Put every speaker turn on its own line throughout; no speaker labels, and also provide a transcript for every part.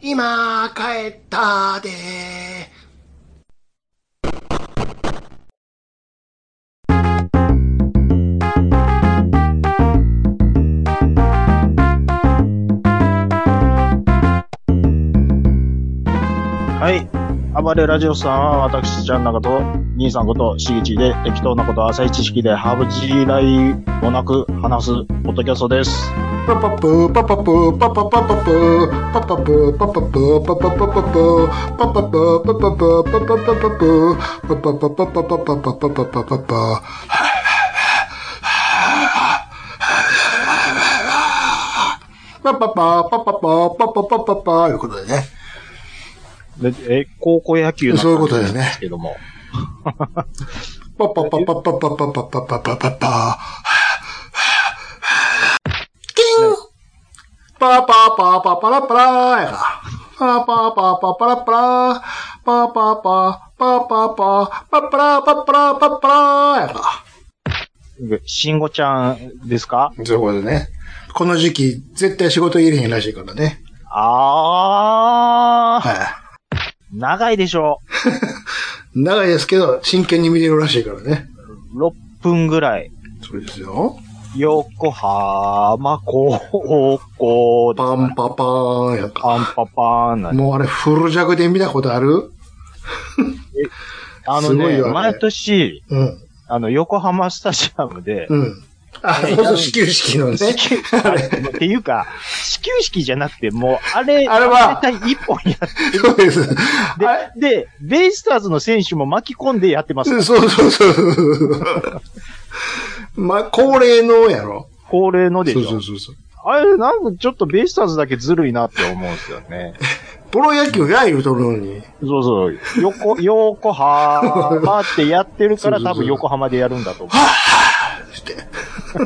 今帰ったで
はい。暴れラジオさんは私、ジャンナカと、兄さんこと、しげちで、適当なこと、浅い知識で、ハーブ地雷もなく話す、ポッドキャストです。
パパプーパパプーパパパパプーパパプーパパプーパパパパプーパパプーパパプーパパパパプーパパパパパパパパパパパパパパパパパパパパパパパパということでね。
でえ、高校野球の
そういうことだよね
ですけども。
パパパパパパパパパパパパパキンパパパパパラパラやか。パパパパパラパラパパパパパパパパラパパラパパラやか。
しんごちゃんですか
そういうことね。この時期、絶対仕事入れへんらしいからね。
あー、
はい。
長いでしょ。
長いですけど、真剣に見れるらしいからね。
6分ぐらい。
そうですよ。
横浜高校 で、
パンパパーンやか。
パンパパーンなんで
もうあれ、フル弱で見たことある
あの
すごい
ね、
よね
毎年、
うん。
あの、横浜スタジアムで、
うん。あ、
はい
そうそう、始球式のね。
始球あれっていうか、始球式じゃなくて、もう、あれ、
あれは
絶対一本や
そうです。あ
って、で、ベイスターズの選手も巻き込んでやってます。
そうそうそうそう。まあ、恒例のやろ。
恒例のでし
そ
ょ。
うそうそうそう。
あれ、なんかちょっとベイスターズだけずるいなって思うんですよね。
プロ野球や言うとるのに。
そうそう。 横、横浜ってやってるから
そうそうそう
多分横浜でやるんだと思う。
して。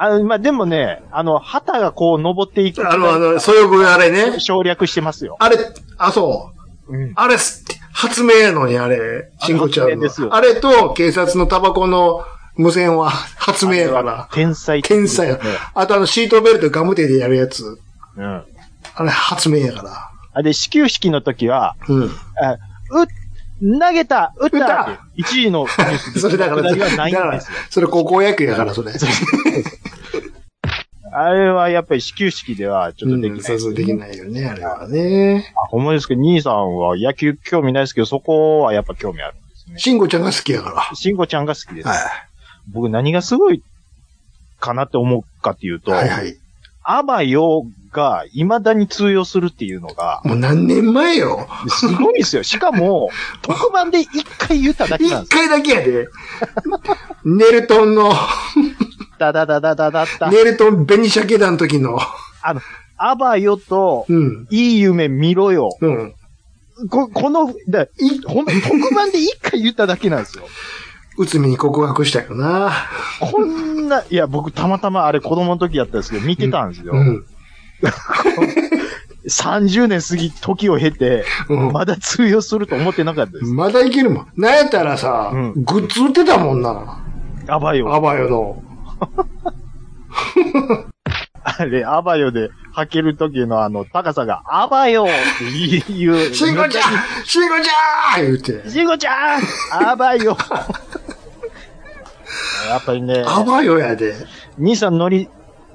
あの、まあ、でもね、あの、旗がこう登っていく。
あの、あの、そよぐあれね。
省略してますよ。
あれ、あ、そう。
うん。
あれ、す発明やのに、あれ、
あ
シンゴちゃ
発
ん
明です
の。
よ
あれと警察のタバコの無線は発明やから。
天才っていうね。
天才や。あとあの、シートベルトガムテでやるやつ。
うん。
あれ、発明やから。
あれ、始球式の時は、
うん。
あう、投げた、打っ
打ったた
って !1 位のニュースで
それだから、
下りは
だ
ない
か
んで
ら
すよ。、
それ高校野球やから、それ。
あれはやっぱり始球式ではちょっとできない。
そうそう、できないよね、あれはね。
あほんまですけど、兄さんは野球興味ないですけど、そこはやっぱ興味あるんですね。
慎吾ちゃんが好きやか
慎吾ちゃんが好きです。
ら。はい。
僕何がすごいかなって思うかっていうと、
はいはい。
アバヨが未だに通用するっていうのが、
もう何年前よ。
すごいですよ。しか も、特番で一回言っただけなんで
一
すよ。
回だけやで。 ネルトン の、
ダダダダダダダ。
ネルトン紅鮭団の時の。
あの、アバヨと、
うん。
いい夢見ろよ。
うん。
こ、この、だいほんま特番で一回言っただけなん ですよ。
内海に告白したよな。
こんな、いや、僕たまたまあれ子供の時やったんですけど、見てたんですよ。
うん。
30年過ぎ、時を経て、
うん
まだ通用すると思ってなかったです。
まだいけるもん。なんやったらさ、
うん
グッズ売ってたもんな。
アバ
ア
ヨ。
バヨの。
あれ、アバヨで履ける時のあの、高さが、アバヨっていう。
慎吾ちゃ ん慎吾ちゃん言うて。
シンゴちゃんア バヨやっぱりね、
アバヨやで。
兄さんのり、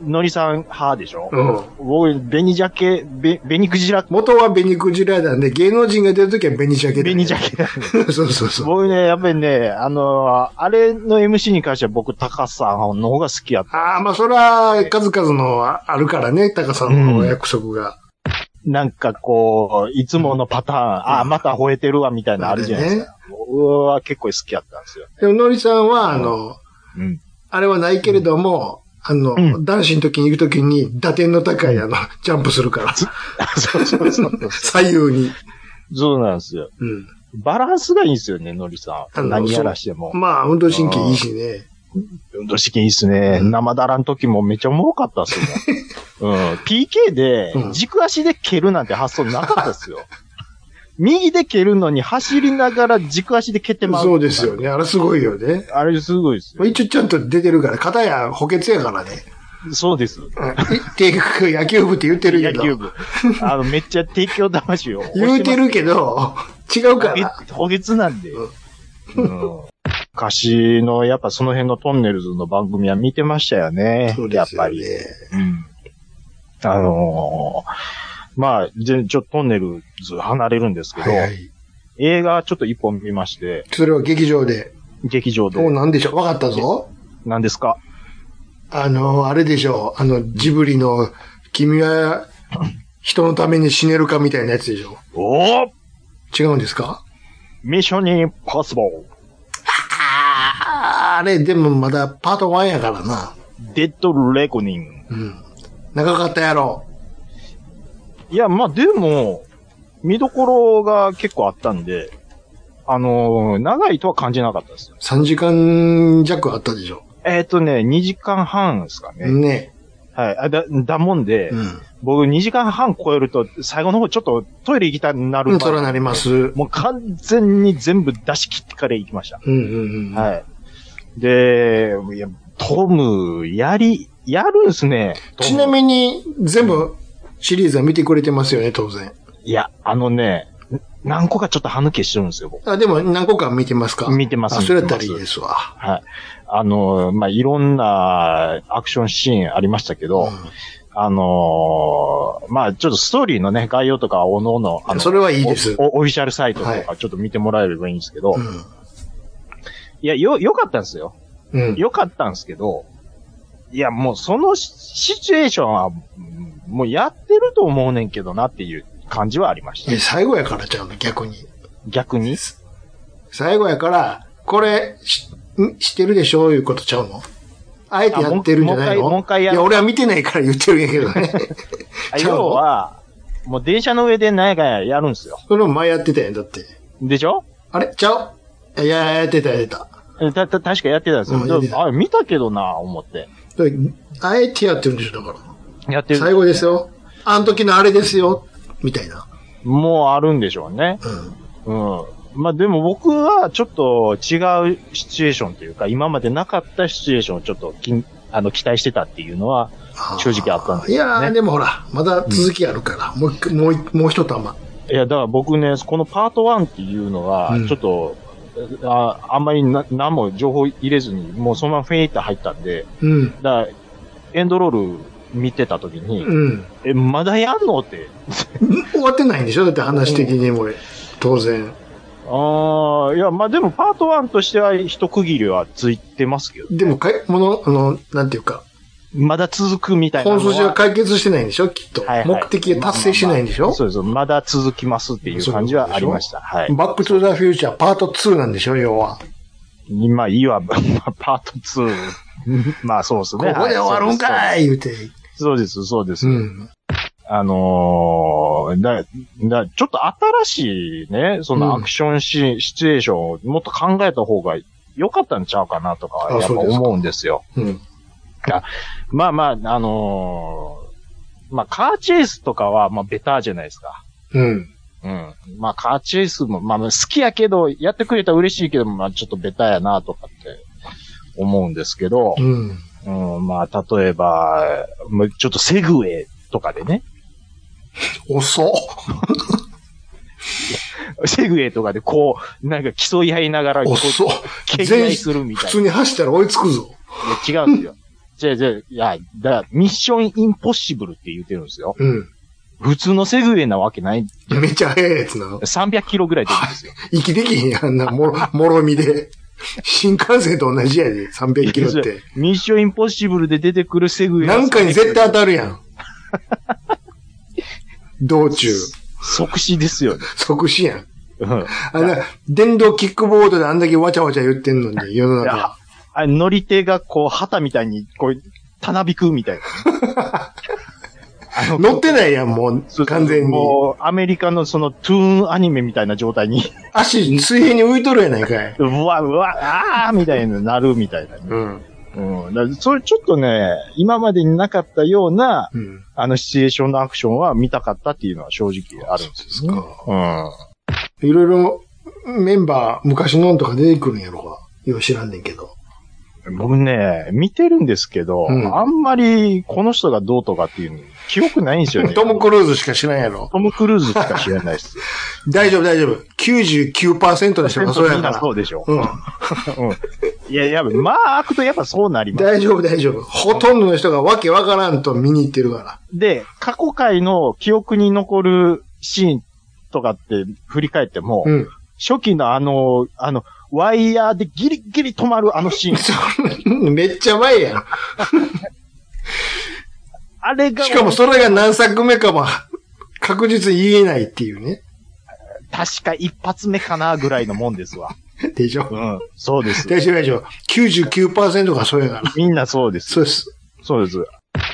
のりさん派でしょ
うん。
僕、紅ジャケ、べ、紅クジラ、
元は紅クジラ団で、芸能人が出るときは紅鮭団。
紅ジャケなんで
ケ。 そうそうそう。
僕ね、やっぱりね、あのーあれの MC に関しては僕、高さんの方が好きやった。
ああ、まあそれは数々のああるからね、タカさんのお約束が。
なんかこう、いつものパターン、ああ、また吠えてるわ、みたいなのあるじゃないですか。僕は結構好きやったんですよ。
でも、のりさんは、あの、
うん。
あれはないけれども、あの、
うん
男子の時に行く時に、打点の高いあの、ジャンプする から、
そうそうそう。
左右に。
そうなんですよ。
うん。
バランスがいいんですよね、ノリさ
あの
ん。何やらしても。
まあ、運動神経いいしね。
運動式いいっすね。
うん
生だらん時もめっちゃおもろかったっ すよ。うん。PK で
う、ん
軸足で蹴るなんて発想なかったっすよ。 右で蹴るのに走りながら軸足で蹴ってます。
そうですよね。あれすごいよね。
あれすごいですよ。
一応ちゃんと出てるから、片や補欠や からね。
そうです。
うん 結局野球部って言ってるけ
野
ど。
球部。あの、めっちゃ提供魂を。
言うてるけど、 違う
補
から。
欠補欠なんで。うん。昔の、やっぱその辺のトンネルズの番組は見てましたよね。
そう
や
で
っ
す
ぱ
よ
り。
ね。
うん。あのーまあ、でちょっとトンネルズ離れるんですけど、
はいはい。
映画ちょっと一本見まして、
それは劇場で。
劇場
お、
で。
なんでしょう。わかったぞ。
何ですか
あの、あれでしょう。あの、ジブリの、君は人のために死ねるかみたいなやつでしょ。
おー
違うんですか
ミッションインポッシブル
あーあれ、でもまだパート1やからな。
デッドレコニング。
うん。長かったやろ。
いや、まあでも、見どころが結構あったんで、あのー長いとは感じなかったですよ。
3時間弱あったでしょ。
えっ、とね、2時間半ですかね。
ね。
はい。あだ、だもんで、
うん。
僕2時間半超えると、最後の方ちょっとトイレ行きたくな
う
る場合
ん、そらなります。
もう完全に全部出し切ってから行きました。
うんうんうん。
はい。で、いや、トム、やり、やるんすね。トム
ちなみに、全部シリーズは見てくれてますよね、当然。
いや、あのね、何個かちょっと歯抜けしてるんですよ、僕。
あ、でも何個か見てますか
見てます
あ、それだったらいい
見て
で
ます
わ。
はい。あの、まあ、いろんなアクションシーンありましたけど、
う
あのーまあ、ちょっとストーリーのね、概要とか、おのおの、あの、
それはいいです
おおオフィシャルサイトと
は
か、ちょっと見てもらえればいいんですけど、い、
ん。
や、よ、良かったんですよ。
うん。うん
良かったんですけど、いや、もうそのシシチュエーションは、うんもうやってると思うねんけどなっていう感じはありまし
いや
た。
最後やからちゃうの、逆に。
逆に。
最後やから、これ、し、ん知ってるでしょいうことちゃうのあえてやってるんじゃないの
あもうもう一回もう一回
い
やる
や、俺は見てないから言ってるんやけどね。
あ
ちゃうの
要は、もう電車の上で何やかんややるんですよ。
それも前やってたやん、だって。
でしょ
あれちゃういや、やってた、やってた。
えた、た、確かやってたんです
う
よ
ん
で
やってた
も。あ、見たけどな、思って。
だからあえてやってるんでしょ、だか
やって
ら。
る。
最後ですよ。あの時のあれですよ。みたいな。
もうあるんでしょうね。
うん。
うん。まあでも僕はちょっと違うシチュエーションというか、今までなかったシチュエーションをちょっときんあの期待してたっていうのは、正直あったんです
い
よね
やー、でもほら、まだ続きあるから、もう一回、もう一、もう一玉。
いや、だから僕ね、このパート1っていうのは
うん、
ちょっと、ああんまりな何も情報入れずに、もうそのままフェイって入ったんで、
うん。
だからエンドロール見てた時に、
うん。
え、まだやんのって、
終わってないんでしょだって話的にも、当然。
ああ、いや、まあでもパート1としては一区切りはついてますけど、
でも、かい、もの、あの、なんていうか、
まだ続くみたいなの
本
は。
筋は解決してないんでしょきっと
はいは。い
目的が達成してないんでしょ
そうです。まだ続きますっていう感じはありました。はい。
バックトゥザフューチャーパート2なんでしょ要は。
今、いいわ、 まあパート2。まあそうです
こ
ね。
こで終わるんか
い
い言うて。
そうです、そうです。
う
そうです
ん。
あのーだ、だ、ちょっと新しいね、そのアクションシーン、シチュエーションをもっと考えた方が良かったんちゃうかなとか、
あ
やっぱ
そうですか
思うんですよ。
うん。
まあまあ、あのーまあカーチェイスとかは、まあベターじゃないですか。
うん。
うん。まあカーチェイスも、まあまあ好きやけど、やってくれたら嬉しいけど、まあちょっとベタやなとかって思うんですけど、
うん。
うん、まあ例えば、もうちょっとセグウェイとかでね、
遅っ。
セグウェイとかでこう、なんか競い合いながら、こう、
遅っ。
蹴り合
全
い
員、
するみ
普
たい
通に走ったら追いつくぞ。
な。いや違うんですよ。じゃあ、じゃあ、いや、だからミッションインポッシブルって言ってるんですよ。
うん。
普通のセグウェイなわけない。
めっちゃ速いやつなの。
300キロぐらい出るんですよ。
息できへんやんあんな、もろ、もろみで。新幹線と同じやで、300キロって。
ミッションインポッシブルで出てくるセグウェイは
なんかに絶対当たるやん。道中、
即死ですよね。
即死やん。
うん。
あの、電動キックボードであんだけわちゃわちゃ言ってんのに、世の
いや
中。
あ乗り手がこう、旗みたいに、こう、たなびくみたい な。あの
乗ってないやん、も
そ
う、
う
完全に。
もう、アメリカのその、トゥーンアニメみたいな状態に、
足、水平に浮いとるやないかい。
うわ、うわ、あーみたいな、なるみたいな。
うん。
うん。だからそれちょっとね、今までになかったような、
うん。
あの、シチュエーションのアクションは見たかったっていうのは正直あるんですよね。
か。
うん。
いろいろ、メンバー、昔のんとか出てくるんやろか。よう知らんねんけど。
僕ね、見てるんですけど、
うん
あんまりこの人がどうとかっていうの、記憶ないんですよね。
トム・クルーズしか知らんやろ。
トムクルーズしか知らないです。
大丈夫、大丈夫。99%の人が そうやから。
そうでしょ。
うん。
うん。いや、やべ、まあ、開くとやっぱそうなります。
大丈夫、大丈夫。ほとんどの人がわけわからんと見に行ってるか
で、過去回の記憶に残るシーンとかって振り返っても、
ら。うん。
初期のあの、あの、ワイヤーでギリギリ止まるあの シーン。
そんめっちゃ前やん。
あれが、
しかもそれが何作目かは、確実に言えないっていうね。
確か一発目かなぐらいのもんですわ。
でしょ。
うん。そうです。
大丈夫、大丈夫。99%がそうやから。
みんなそうです。
そうです。
そうです。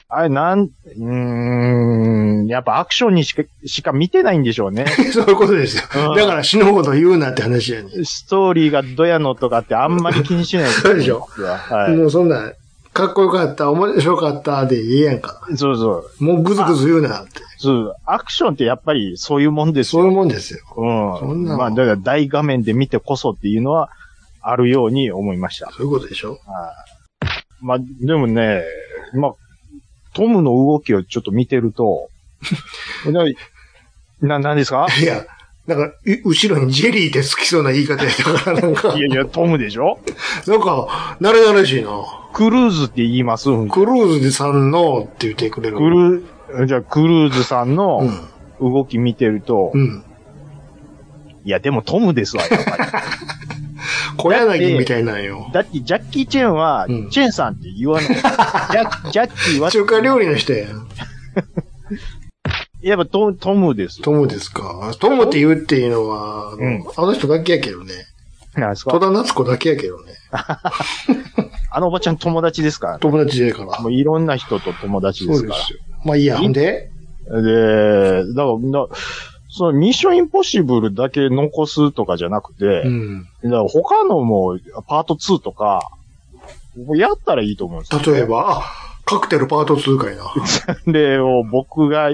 あれ、なん、うーん、やっぱアクションにしか、しか見てないんでしょうね。
そういうことですよ。
うん
だから死ぬほど言うなって話やねん。
ストーリーがどやのとかってあんまり気にしない す
そうでしょ
は
もうそんな、かっこよかった、面白かったでいいやんか。
い。そうそう。
もうぐずぐず言うなって。
そう。アクションってやっぱりそういうもんです
そうい
よ。
うもんですよ。そ
うん
んなの
まあ、だから大画面で見てこそっていうのはあるように思いました。
そういうことでしょ。
はいまあ、でもね、まあ、トムの動きをちょっと見てると、 な、な、なんですか
いや、なんか、い後ろにジェリーって好きそうな言い方やったから、なんか
い、やいや、トムでしょ
なんか、慣れ慣れしいな。
クルーズって言いますク
クルーズさんのって言ってくれる。
ルー、じゃあクルーズさんの
うん。
動き見てると、
うん。
いや、でもトムですわ、やっぱ
小柳みたいなんよ
り。。 だって、ジャッキー・チェンは、
うん
チェンさんって 言わない。ジャジャッキーは、
中華料理の人やん。
やっぱトトムです。
トムですか。トムって言うっていうのは、あの,、
うん
あの人だけやけどね。
なんです
戸
か
田夏子だけやけどね。
あのおばちゃん友達ですから、
友達やから。
もういろんな人と友達で
そう
す
で
か
すよ。まあいいや、ほんで
ら。で、だから、だそのミッションインポッシブルだけ残すとかじゃなくて、
うん。
だから他のもパート2とか、やったらいいと思うんですよ。
例えば、あ、カクテルパート2かいな。
で、を僕が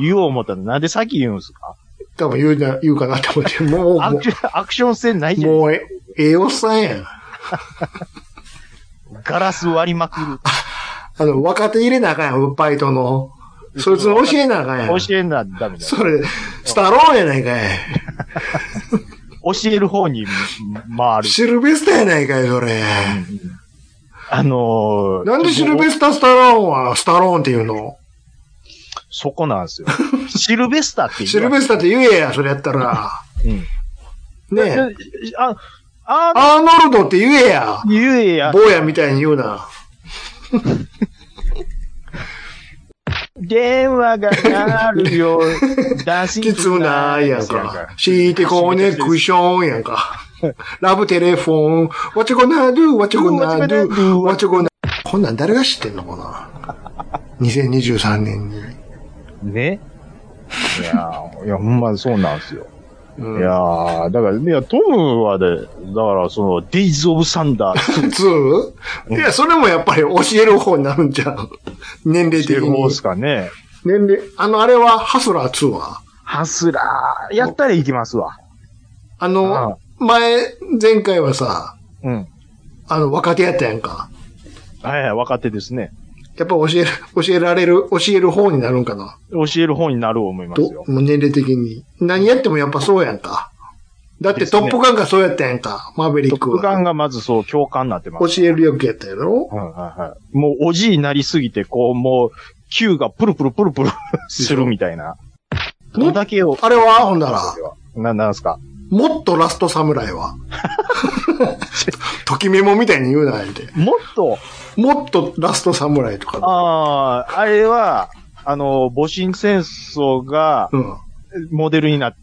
言おう思ったらなんで先言うんですか
多分言うな、言うかなと思って、もう、
ア
も、
クションアクション性ないうじゃん。
もうえ、ええおっさんやん。
ガラス割りまくる。
あの、若手入れなあかんやん、バイトの。そいつの教えなあかんやん。
教えなダメだ。
それ、スタローンやないかい。
教える方に回る。
シルベスターやないかい、それ。
あのー、
なんでシルベスター・スタローンはスタローンって言うの
そこなんですよ。シルベスターって言う。
シルベスターって言えや、それやったら。ねえ。
うん。あ、あ
ア
ー、
ーノルドって言えや。
言えや。
坊やみたいに言うな。
電話が鳴るよ。出し
きつないやんか。シーテコネクションやんか。ラブテレフォン。What you gonna do?What you gonna do?What you gonna こんなん誰が知ってんのかな ?2023 年に。
ね。いやー、いや、ほんまそうなんですよ。
うん
いやー、だから、いや、トムはね、だから、その、デイズ・オブ・サンダー、
普通いや、それもやっぱり教える方になるんじゃん。年齢
って
的
いう方です
に。
かね。
年齢、あの、あれは、ハスラー2は。
ハスラー、やったらいきますわ。
あ
ああ
の、前、前回はさ、
うん。
あの、若手やったやんか。
はいはい、若手ですね。
やっぱ教える、教えられる、教える方になるんかな。
教える方になると思います
と、
よ。
もう年齢的に。何やってもやっぱそうやんか。だって
ですね
トップガンがそうやったやんか。マーベリ
ト
ッ
ッ
ク
プガン
は。
がまずそう、共感になってます。
教える役やったやろ
はいはいはい。もう、おじいになりすぎて、こう、もう、球がプルプルプルプルするみたいな。
も
どんだけを、
あれは、ほんなら、
な、なんすか
もっとラストサムライ は。ときメモみたいに言うな、言うて。
もっと、
もっとラストサムライとか。
ああ、あれは、あの、戊辰戦争が
うん。
モデルになっ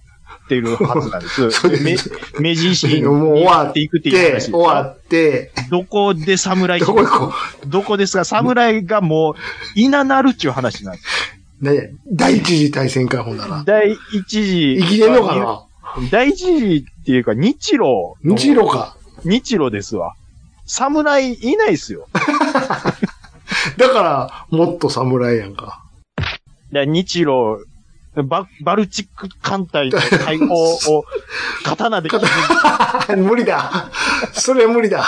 ってるはずなんで す。
そう
でめ
です
明治維新に
もう終わっ
なって
て
いくっていう話。
終わって、
どこで侍
どこ行こ
どこですが、侍がもう、いななるっていう話なんです。
う。ね、第一次大戦か、ほんなら。
第一次。
生きてんのかな
第一次っていうか、日露。
日露か。
日露ですわ。侍いないっすよ。だか
だから、もっと侍やんか。
ら日露、バ、バルチック艦隊の解 放を、刀で決
無理だ。それ無理だ。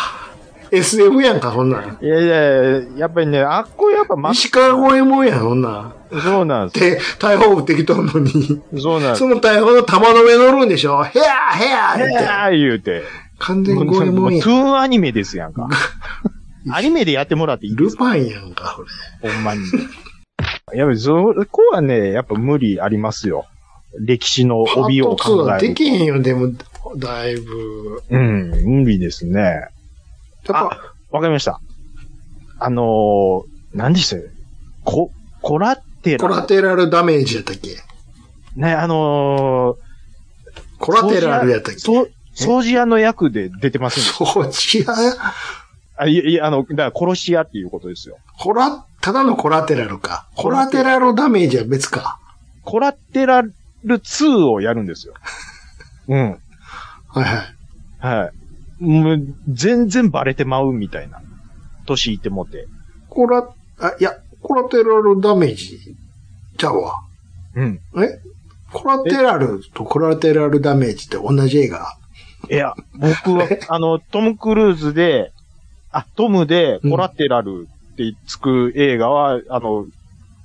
SF やんか、そんなん。
める。いやいやいや、やっぱりね、あっこやっぱま、
石川五右衛門やん、そんなん。
そうなんで
で、大砲撃ってきとんのに。
す。そうなんです。
その大砲の弾の上乗るんでしょヘアヘア
い
って。
やー言うて。
完全
も
に
う
五右衛門や
トゥ
ん。
ーンアニメですや んか。アニメでやってもらっていい
ルパンやんか、これ。
ほんまに。やっぱりそこはね、やっぱ無理ありますよ。歴史の帯を
パート2
考
は
え
で
る。
きへんよ、でも、だいぶ。
うん、無理ですね。
やっぱ、
わかりました。あのー、何でしたよコ、コラテ
コラ
ラ。
テラルダメージやったっけ
ね、あの
コ
ー、
ラテラルやったっけ
掃除屋そう掃除屋の役で出てますんで
そう、違う。
あ、いやいや、あの、だから殺し屋っていうことですよ。
コラ、ただのコラテラルか。
コ
コ
ラ
ラ
テ
テラルダメージは別か。
コラテラル2をやるんですよ。うん。
はいはい。
はい。もう、全然バレてまうみたいな。年いってもって。
コラ、あ、いや、コラテラルダメージちゃうわ。
うん。
えコラテラルとコラテラルダメージって同じ映画
いや、僕 は、あの、トム・クルーズで、あ、トムで、コラテラルってつく映画は、あの、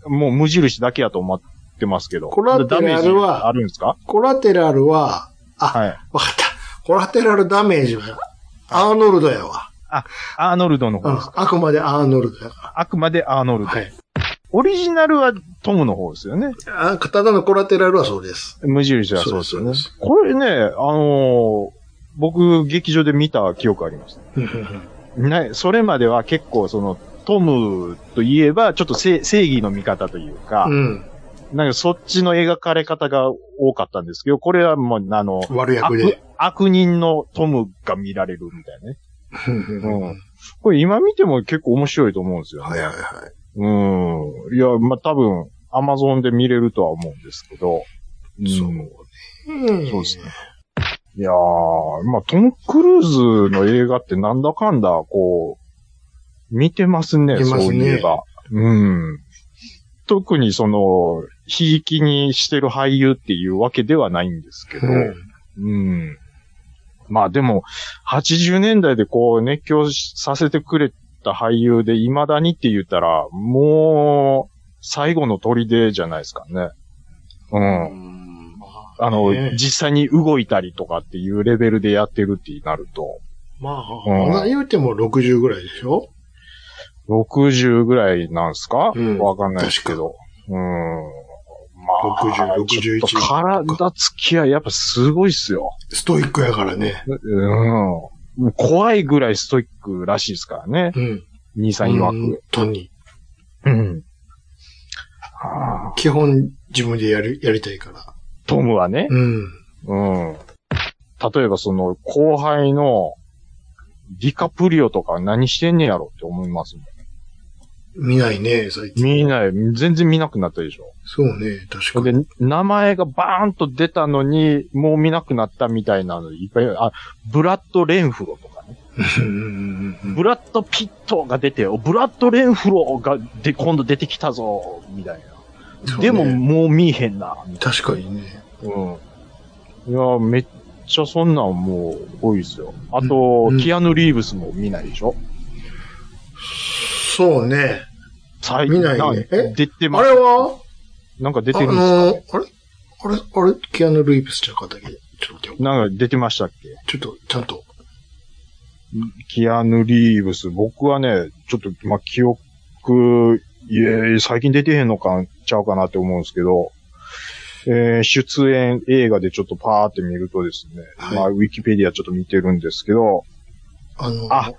もう無印だけやと思ってますけど。
コラテラルは
ダメージあるんですか
コラテラルは、あ、
はい。
わかった。コラテラルダメージは、アーノルドやわ。
アーノルドの
う
方
ん
です。。
あくまでアーノルドやか
あくまでアーノル
ら。
ド。
はい。
オリジナルはトムの方ですよね。
あ、ただのコラテラルはそうです。
無印はそうですよ
そう
ね
ですそう。
これね、あのー僕、劇場で見た記憶あります。ね、それまでは結構その、トムといえば、ちょっと正正義の味方というか、
うん。
なんかそっちの描かれ方が多かったんですけど、これはもう、あの、
悪役
悪
で。
悪人のトムが見られるみたいなね。
うん
うん。これ今見ても結構面白いと思うんですよね。
はいはいはい。
うん。いや、まあ、多分、アマゾンで見れるとは思うんですけど。うん、
そうね。
そうですね。いやー、まあ、トム・クルーズの映画ってなんだかんだ、こう、見てますね、
見てますね
そういえば。うん。特にその、ひいきにしてる俳優っていうわけではないんですけど、
うん
うん。まあでも、80年代でこう熱狂させてくれた俳優で未だにって言ったら、もう、最後の砦じゃないですかね。うん。
うんまあ
あの、
ね
実際に動いたりとかっていうレベルでやってるってなると、
まあ、
うん
まあ言うても60ぐらいでしょ
60ぐらいなんですか、
うん
わかんないですけど。うん。まあ、
60 61
ちょっと体つきはやっぱすごいっすよ。
ストイックやからね。
うん。怖いぐらいストイックらしいですからね。
うん。
兄さん曰
本
く。
当に。
うん。ああ
基本自分でやる、やりたいから。
トムはね。
うん。
うん。例えばその後輩のディカプリオとか何してんねやろって思いますもん。
見ないね、最近。
見ない、全然見なくなったでしょ。
そうね、確か
で
に。、
名前がバーンと出たのに、もう見なくなったみたいなのいっぱい、あ、ブラッド・レンフロとかね。
うんうんうんうん
ブラッド・ピットが出て、おブラッド・レンフロがで今度出てきたぞ、みたい
そ
な。
うね
でももう見えへんな、みたい
確かにね。
な。うん。いや、めっちゃそんなんもう多いですよ。あと、
うん
キアヌ・リーブスも見ないでしょ
そうね。
最
見ないね
ん
え
出て
あ
ます。
れは
なんか出
あ
てるんですか、
のー、あれあれあれキアヌ・ルイブスちゃうかったっけちょっと待ってよ
なんか出てましたっけ
ちょっと、ちゃんと。
キアヌ・リーブス。僕はね、ちょっと、まあ、記憶、いえ、最近出てへんのか、ちゃうかなって思うんですけど、えー出演映画でちょっとパーって見るとですね、
はい
まあ、ウィキペディアちょっと見てるんですけど、
あのー、
あ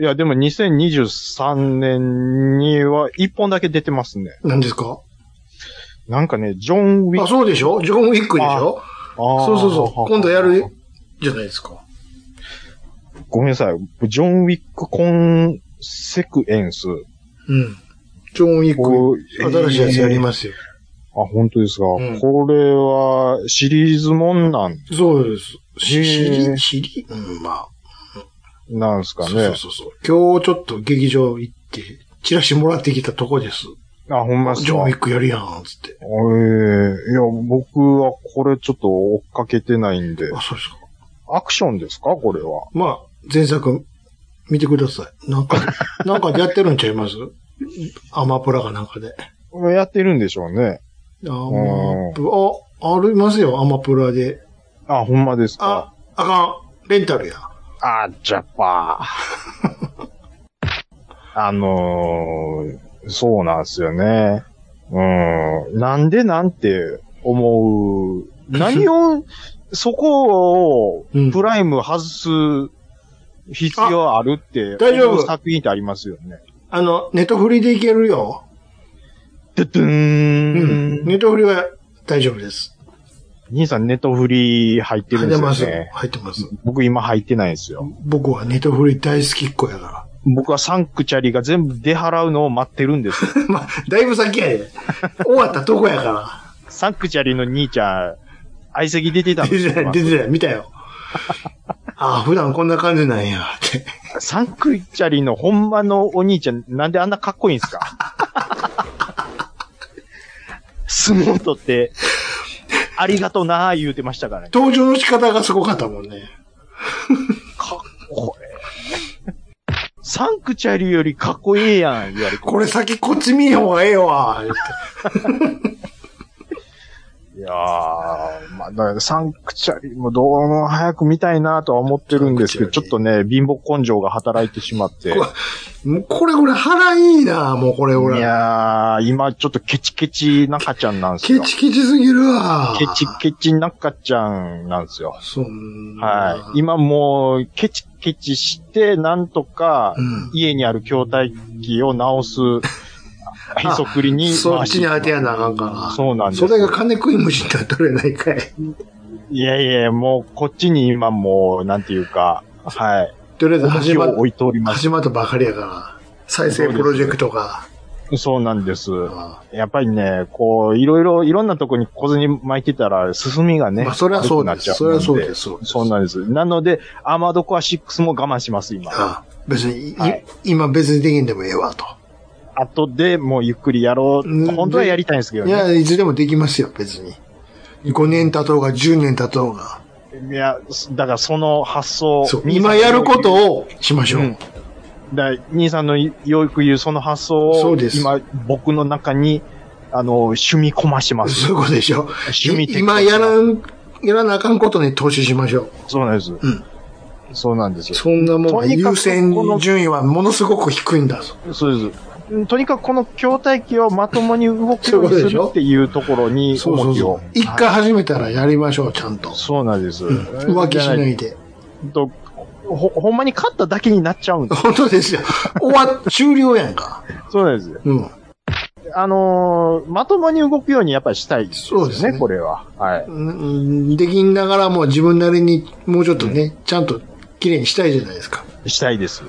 いや、でも2023年には一本だけ出てますね。
何ですか
なんかね、ジョン・ウィ
あ、
ック、
そうでしょジョン・ウィックでしょ
あー
そうそうそう。今度やるじゃないですか。
ごめんなさい。ジョン・ウィック・コンセクエンス。
うん。ジョン・ウィ
こう
ック、新しいやつやりますよ。
あ、本当ですか。
ん
これはシリーズもんなん、
そうです。し知
へー
り、知り、うん、まあ。
なんですかね。
そうそうそうそう。今日ちょっと劇場行って、チラシもらってきたとこです。
あ、ほんまっす
ジョン・ウィックやるやん、つって。
ええいや、僕はこれちょっと追っかけてないんで。
あ、そうですか。
アクションですかこれは。
まあ、前作、見てください。 なんか、なんかでやってるんちゃいますアマプラかなんかで。
やってるんでしょうね。
アマプラ、あ、ありますよ、アマプラで。
あ、ほんまですか
あ、あかん。レンタルや。
あ、ジャパー。 あのー、そうなんですよね。うん。なんでなんて思う。何を、そこを
うん、
プライム外す必要あるって、
大丈夫
思う作品ってありますよね。
あの、ネットフリでいけるよ。
ドゥドゥ
う
ー
ん。
ン
ネットフリは大丈夫です。
兄さんネットフリ入ってる
入っ
ん
て
ですよ
ますよ
ね。。
入ってます。
僕今入ってないんですよ。
僕はネットフリ大好きっ子やか
僕はサンクチャリが全部出払うのを待ってるんです よ。
ら。 まあ、だいぶ先やで。終わったとこや か
サンクチャリの兄ちゃん、相席出てた
ら。
んで
出
す
てた
よ
よ、。出てたよ、見たよ。ああ、普段こんな感じなんや、って。
サンクチャリのほんまのお兄ちゃん、なんであんなかっこいいんですか相撲取って、ありがとなー言うてましたからね。
登場の仕方がすごかったもんね。
かっこええ。サンクチャリよりかっこええやん、言われて。
これ先こっち見ん方がええわ。って
いやー、まあ、だからサンクチャリもどうも早く見たいなとは思ってるんですけど、ち
サ
ょ
ン
っ
クチャリ
とね、貧乏根性が働いてしまって。
こもうこれこれ腹いいな、もうこれ
い
俺。
やー、今ちょっとケチケチ中ちゃんなんです
ケ
よ。
チケチすぎるわ。
ケチケチ中ちゃんなんですよ。
そんな。
はい。今もう、ケチケチして、なんとか
う、ん。
家にある筐体機を 直す、へそくりに回して。
そっちに当てやなあかんから。
そうなんです
それ
よ。
が金食い虫になったれないかい。
いやいや、もう、こっちに今もう、なんていうか、はい。
とりあえず始ま
重き
っ
を置いております。
始まったばかりやから。再生プロジェクトが。
そうなんです。
あ
やっぱりね、こう、いろいろ、いろんなとこに小銭巻いてたら、進みがね。
まあ、それはそうです。
悪く
それ
なっ
は
ちゃ
そ
ん
うです。。そうです。
そうなんです。なので、アーマードコア6も我慢します、今。
あ別に、い
はい
今別にできんでもええわと。
後でもうゆっくりやろ
うん
う。本当はやりたいんですけど
い
ね。
や、いつでもできますよ、別に。5年経とうが、10年経とうが。
いや、だからその発想
そう。。今やることをしましょう。
うんだから兄さんのよく言うその発想
そ
を
う、です
今、僕の中に、あの、趣味込まします。
そういうことでしょ。
趣味的
今
な
やらん、やらなあかんことに投資しましょう。
そうなんです。
ん
そうなんですよ。
そんなも
と
ん、
にかく
優先
この
順位はものすごく低いんだぞ。
そうですうん。とにかくこの筐体機をまともに動くように
そういうことですし
る
ょ
っていうところに
そうそ
重
う
き
そ
を
う。。一回始めたらやりましょう、ちゃんと。
そうなんです。
うん浮気しない で。
とほ、ほんまに勝っただけになっちゃうんです。
本当ですよ。終わっ、終了やんか。
そうなんです。
うん。
あのーまともに動くようにやっぱりしたいですね。
そうですね
これは。はい。
うんできながらも自分なりにもうちょっとね、ちゃんと綺麗にしたいじゃないですか。
したいです。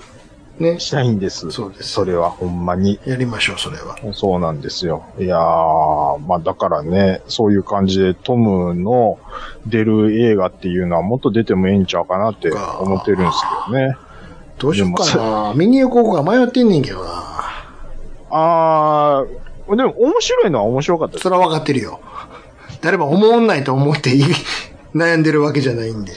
ね。
したいんです。
そうです
それはほんまに。
やりましょう、それは。
そうなんですよ。いやー、まあだからね、そういう感じでトムの出る映画っていうのはもっと出てもええんちゃうかなって思ってるんですけどね。
どうしよう
でも
かな。見に行こうか迷ってんねんけどな。
あー、でも面白いのは面白かったです。
それは分かってるよ。誰も思わないと思っていい 悩んでるわけじゃないんで。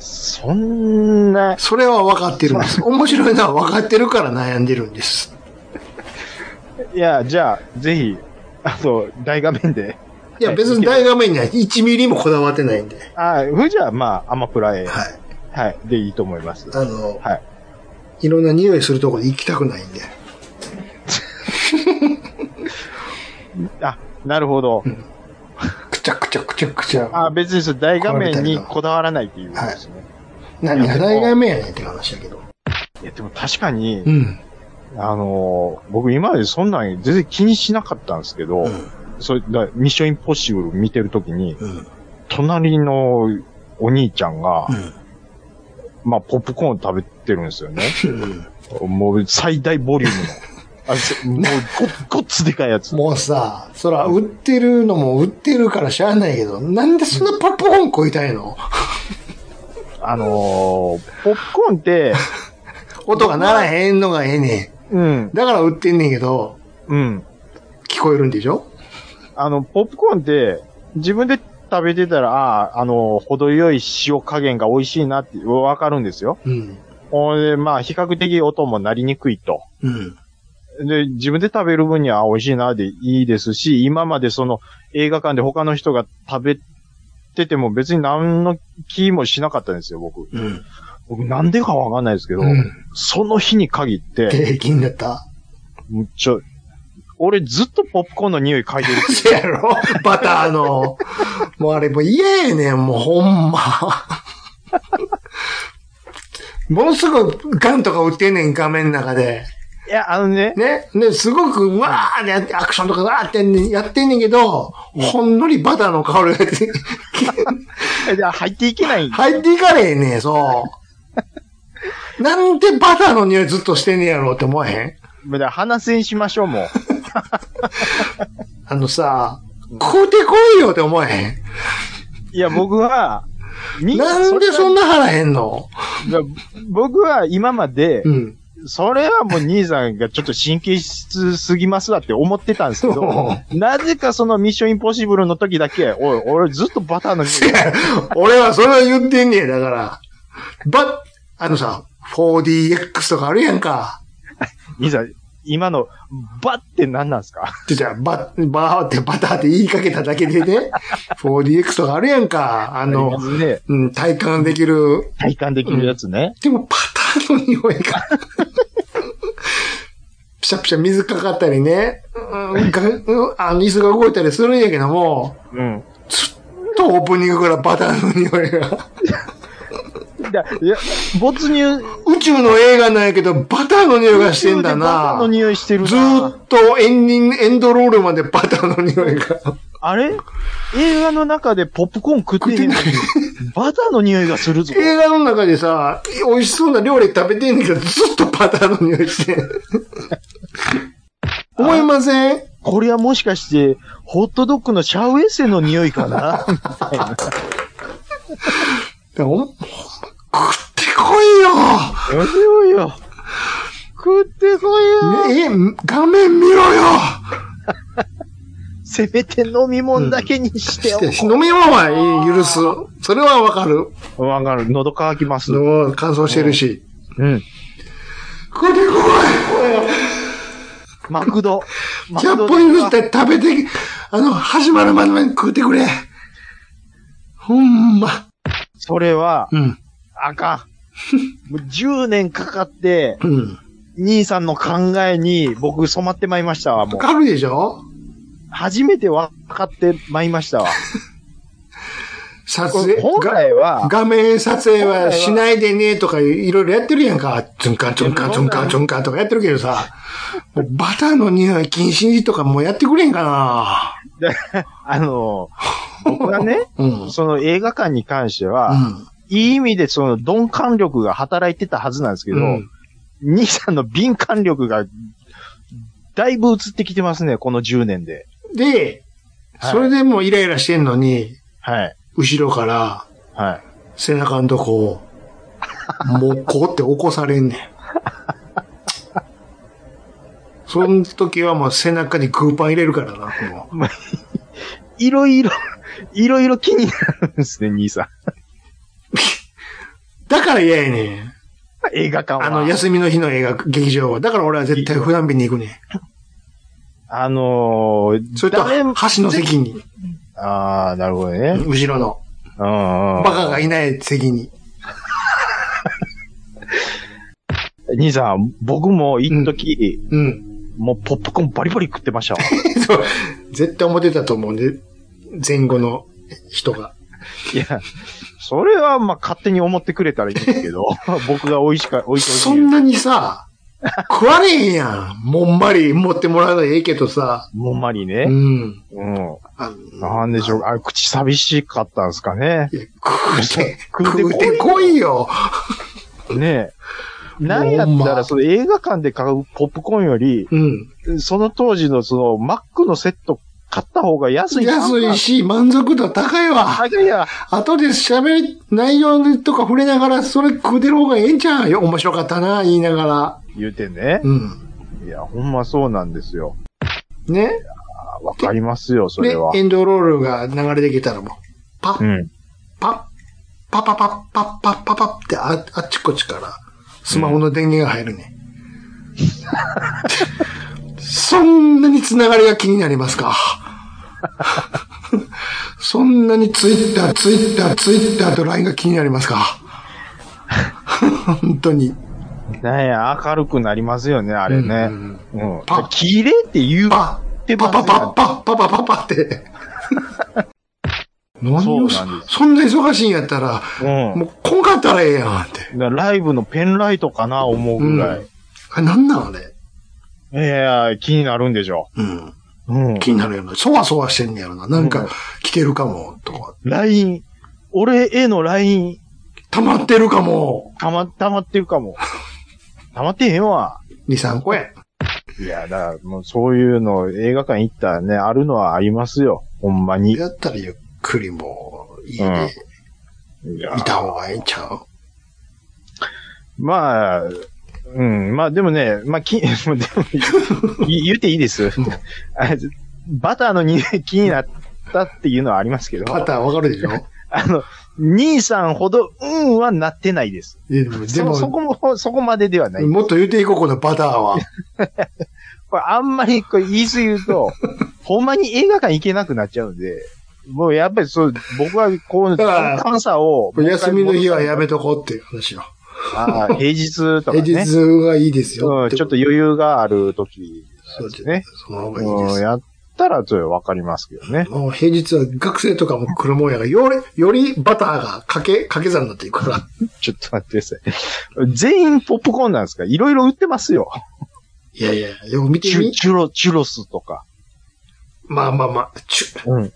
そんな、
それは分かってるん です。面白いのは分かってるから悩んでるんです。
いや、じゃあ、ぜひ、あと、大画面で。
いや、別に大画面には1ミリもこだわってないんで。
あー、ふじゃあ、まあ、アマプラへ、は
はい。
い、でいいと思います。
あの、
はい。
いろんな匂いするところに行きたくないんで。
あ、なるほど。
くちゃくちゃくちゃくちゃ。
あ、別にそう大画面にこだわらないっていうことですね。
何が大画面やねんって話だけど。
いや、でも確かに、
うん。
あのー僕今までそんなん全然気にしなかったんですけど、
うん。
それだミッションインポッシブル見てるときに、
うん。
隣のお兄ちゃんが、
うん
まあ、ポップコーン食べてるんですよね。
うん
もう最大ボリュームの。 あれせもうご、ごっつでかいやつ。
もうさ、そら、売ってるのも売ってるからしゃあないけど、なんでそんなポップコーン食いたいの
あのー、ポップコーンって、
音がならへんのがええね
うん
ん。、だから売ってんねんけど、
うん。
聞こえるんでしょ
あの、ポップコーンって、自分で食べてたら、ああ、あの、程よい塩加減が美味しいなって、わかるんですよ。
うん。
ほんで、まあ、比較的音も鳴りにくいと。
うん。
で、自分で食べる分にはあ美味しいなでいいですし、今までその映画館で他の人が食べてても別に何の気もしなかったんですよ、僕。
うん。
僕なんでかわかんないですけど、
うん
その日に限って、
で、気になった
むっちゃ、俺ずっとポップコーンの匂い嗅い でる。
せやろバターの。もうあれ、もう嫌やねん、もうほんま。ものすごいガンとか売ってんねん、画面の中で。
いや、あのね、
ね。ね、すごく、うわーってやって、アクションとかわーってやんねんやってんねんけど、ほんのりバターの香りが出て、
いや入っていけない。
入っていかれへんねん、そう。なんでバターの匂いずっとしてんねやろうって思わへん
まだ話せんしましょう、もう。
あのさ、食うてこいよって思わへん。
いや、僕は、み
なんでそん
な
な腹へんの
僕は今まで
う、ん。
それはもう兄さんがちょっと神経質すぎますわって思ってたんですけど、なぜかそのミッションインポッシブルの時だけ、おい、俺ずっとバタ ーの匂い。
俺はそれを言ってんねえ、だから。ば、あのさ、4DX とかあるやんか。
兄さん、今の、バって何なんですか
ってじゃあ、ば、ばーってバターって言いかけただけで ね、4DX とかあるやんか。あ
あり
の
ま、すね、
うん、体感できる。
体感できるやつね。
でも、バターの匂いが。 ピシャピシャ水かかったりね、うん、がうんあの椅子が動いたりするんやけども、
うん。
とオープニングからバターの匂いが。
だいや、没入、
宇宙の映画なんやけど、バターの匂いがしてんだ
でバタ
な
ー。の匂いしてるな
ずーっとエンディング、エンドロールまでバターの匂いが。
あれ映画の中でポップコーン食ってへんのに、バターの匂いがするぞ。
映画の中でさ、美味しそうな料理食べてんねんけど、ずっとバターの匂いしてん。思いません
これはもしかして、ホットドッグのシャウエッセンの匂いかな
でもほんま食ってこいよ
やめようよ。食ってこいよ。
ねえ、画面見ろよ
せめて飲み物だけにして
して飲み物は許す。それはわかる。
わかる。喉乾きます。うん。
もう乾燥してるし。食ってこ
マクド。マ
い
ク
!100
ド
本譲って食べて、あの、始まるまでに食ってくれほんま。
それは、
うん。
あかん。もう10年かかって、
うん。
兄さんの考えに僕染まってまいりましたわ、もう
わ。かるでしょ
初めて分かってまいりましたわ。
撮
こ
影
れ。本来
が
は、
画面撮影はしないでねとかいろいろやってるやんか。ツンカンツンカンツンカンツンカンとかやってるけどさ。もうバターの匂い禁止とかもうやってくれんかな
あの、僕はね、
うん。うん。
その映画館に関しては、いい意味でその鈍感力が働いてたはずなんですけど、
うん
兄さんの敏感力が、だいぶ移ってきてますね、この10年で。
で、
はい
それでもうイライラしてんのに、
はい。
後ろから
はい。
背中のとこ を、もうこうって起こされんねん。その時はもう背中に空パン入れるからな。もう
いろいろ、 いろいろ気になるんですね、兄さん。
だから嫌やねん。
映画館は。
あの、休みの日の映画、劇場は。だから俺は絶対普段日に行くね
あのー
ん。それと、
誰も
端の席に、
ああ、なるほどね。
後ろの、
うんうん。
バカがいない席に。
兄さん、僕も一時、
うん。
もうポップコーンバリバリ食ってました わ。
そう絶対思ってたと思うんで、前後の人が。
いや、そ れはまあ勝手に思ってくれたらいいんですけど、僕が美味しか、美味しい。
そんなにさ、食わねえやん。もんまり持ってもらうのええけどさ。
もんまり
う
ね。
ん。
うん。
あ
なんでしょう。あ、口寂しかったんですかね。
いや食うて、
食うて
食うてこいよ。
ねえ。なんやったら、その映画館で買うポップコーンより、
うん。
その当時のその、マックのセット買った方が安い。
安い。し、満足度高いわ。
はい、いや、
後で喋り、内容とか触れながら、それ食うてる方がええんちゃうよ。面白かったな、言いながら。
言うてね。
うん。
いや、ほんまそうなんですよ。
ね。
あわかりますよ、それ
で
は、。
エンドロールが流れてきたらもう、パ
う
ッ、
ん。
パッ、パッパッパッパッパッパッパッってあ、あっちこっちから、スマホの電源が入る ね。そんなにつながりが気になりますかそんなにツイッター、ツイッター、ツイッターと LINE が気になりますか 本当に。
なんや、明るくなりますよね、あれね。うん。
パッ
綺麗って言う。
パ
で
ッ、パパパッパッパパパパ って。何を
そ
そ、
うなんです
そんな忙しいんやったら、
うん。
もう来んかったらええやんって。
だからライブのペンライトかな、思うぐらい。
うんあ、なんなんあれ。
いや、気になるんでしょ
うん。
う。うん。
気になるよな。そわそわしてんねやろな。なんか、来てるかも、とか。
LINE、俺への LINE、
溜まってるかも。
たま、たまってるかも。たまってへんわ。
2、3個や。
いや、だからもうそういうの映画館行ったらね、あるのはありますよ。ほんまに。い
やったらゆっくりもう、家で
や
見た方がええんちゃう
まあ、うん、まあでもね、まあ、き、 でもい言っていいです。あバターのに気になったっていうのはありますけど、
パターンわかる でしょ
あの、兄さんほど、うんはなってないです。
いやでも、で
でも、
も
そこも、そこまでではない。
もっと言うていこう、このパター ンは。
これあんまりこれ言い過ぎ ると、ほんまに映画館行けなくなっちゃうんで、もうやっぱりそう、僕はこう、
だから
感謝を、
休みの日はやめとこうっていう話よ。
ああ平日とか
平
ね。
日がいいですよ。
うん、ちょっと余裕がある時
そうです
ね
ね。その方がいいで
うん、
す。
やったらそれわかりますけど ね。
もう平日は学生とかも来るもんやが、より、よりバターがかけ、かけ算になっていくから。
ちょっと待ってください。全員ポップコーンなんですかいろいろ売ってますよ。
いやいや、よく見て
チュ
み。
チュロ、チュロスとか。
まあまあまあ、チュ、
うん。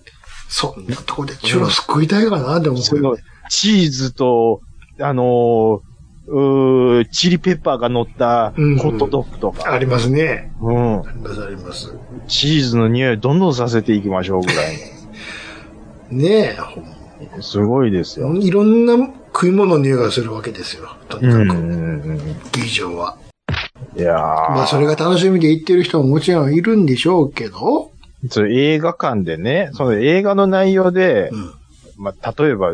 そんなとこでチュロス食いたいかな、でも。
その、チーズと、あのーうーチリペッパーが乗った
うん
ホットドッグとか。
ありますね。
うん
あります、あります。
チーズの匂いをどんどんさせていきましょうぐらい
ねえ、ほん
の。すごいですよ。
まいろんな食い物の匂いがするわけですよ。と
う
に
ん
か
う
く、
んうん。
劇場は。
いや
まあ、それ
ー、
が楽しみで行ってる人ももちろんいるんでしょうけど、
それ映画館でね、その映画の内容で
う、ん。
まあ、例えば、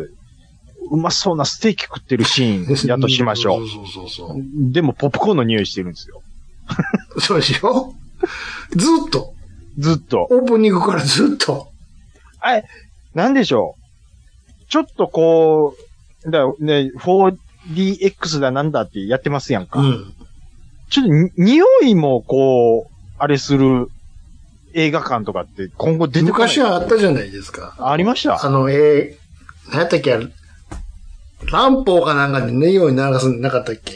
うまそうなステーキ食ってるシーンやとしましょ
そうそうそうそう。
う。でも、ポップコーンの匂いしてるんですよ。
そうしよう。ずっと。
ずっと。
オープニングからずっと。
あれ、なんでしょう。ちょっとこう、だね、4DX だなんだってやってますやんか。
うん。
ちょっとに、匂いもこう、あれする映画館とかって今後出てこない
昔はあったじゃないですか。
ありました。
あの、えー、何やったっけ乱暴かなんかでね、ように流すんなかったっけ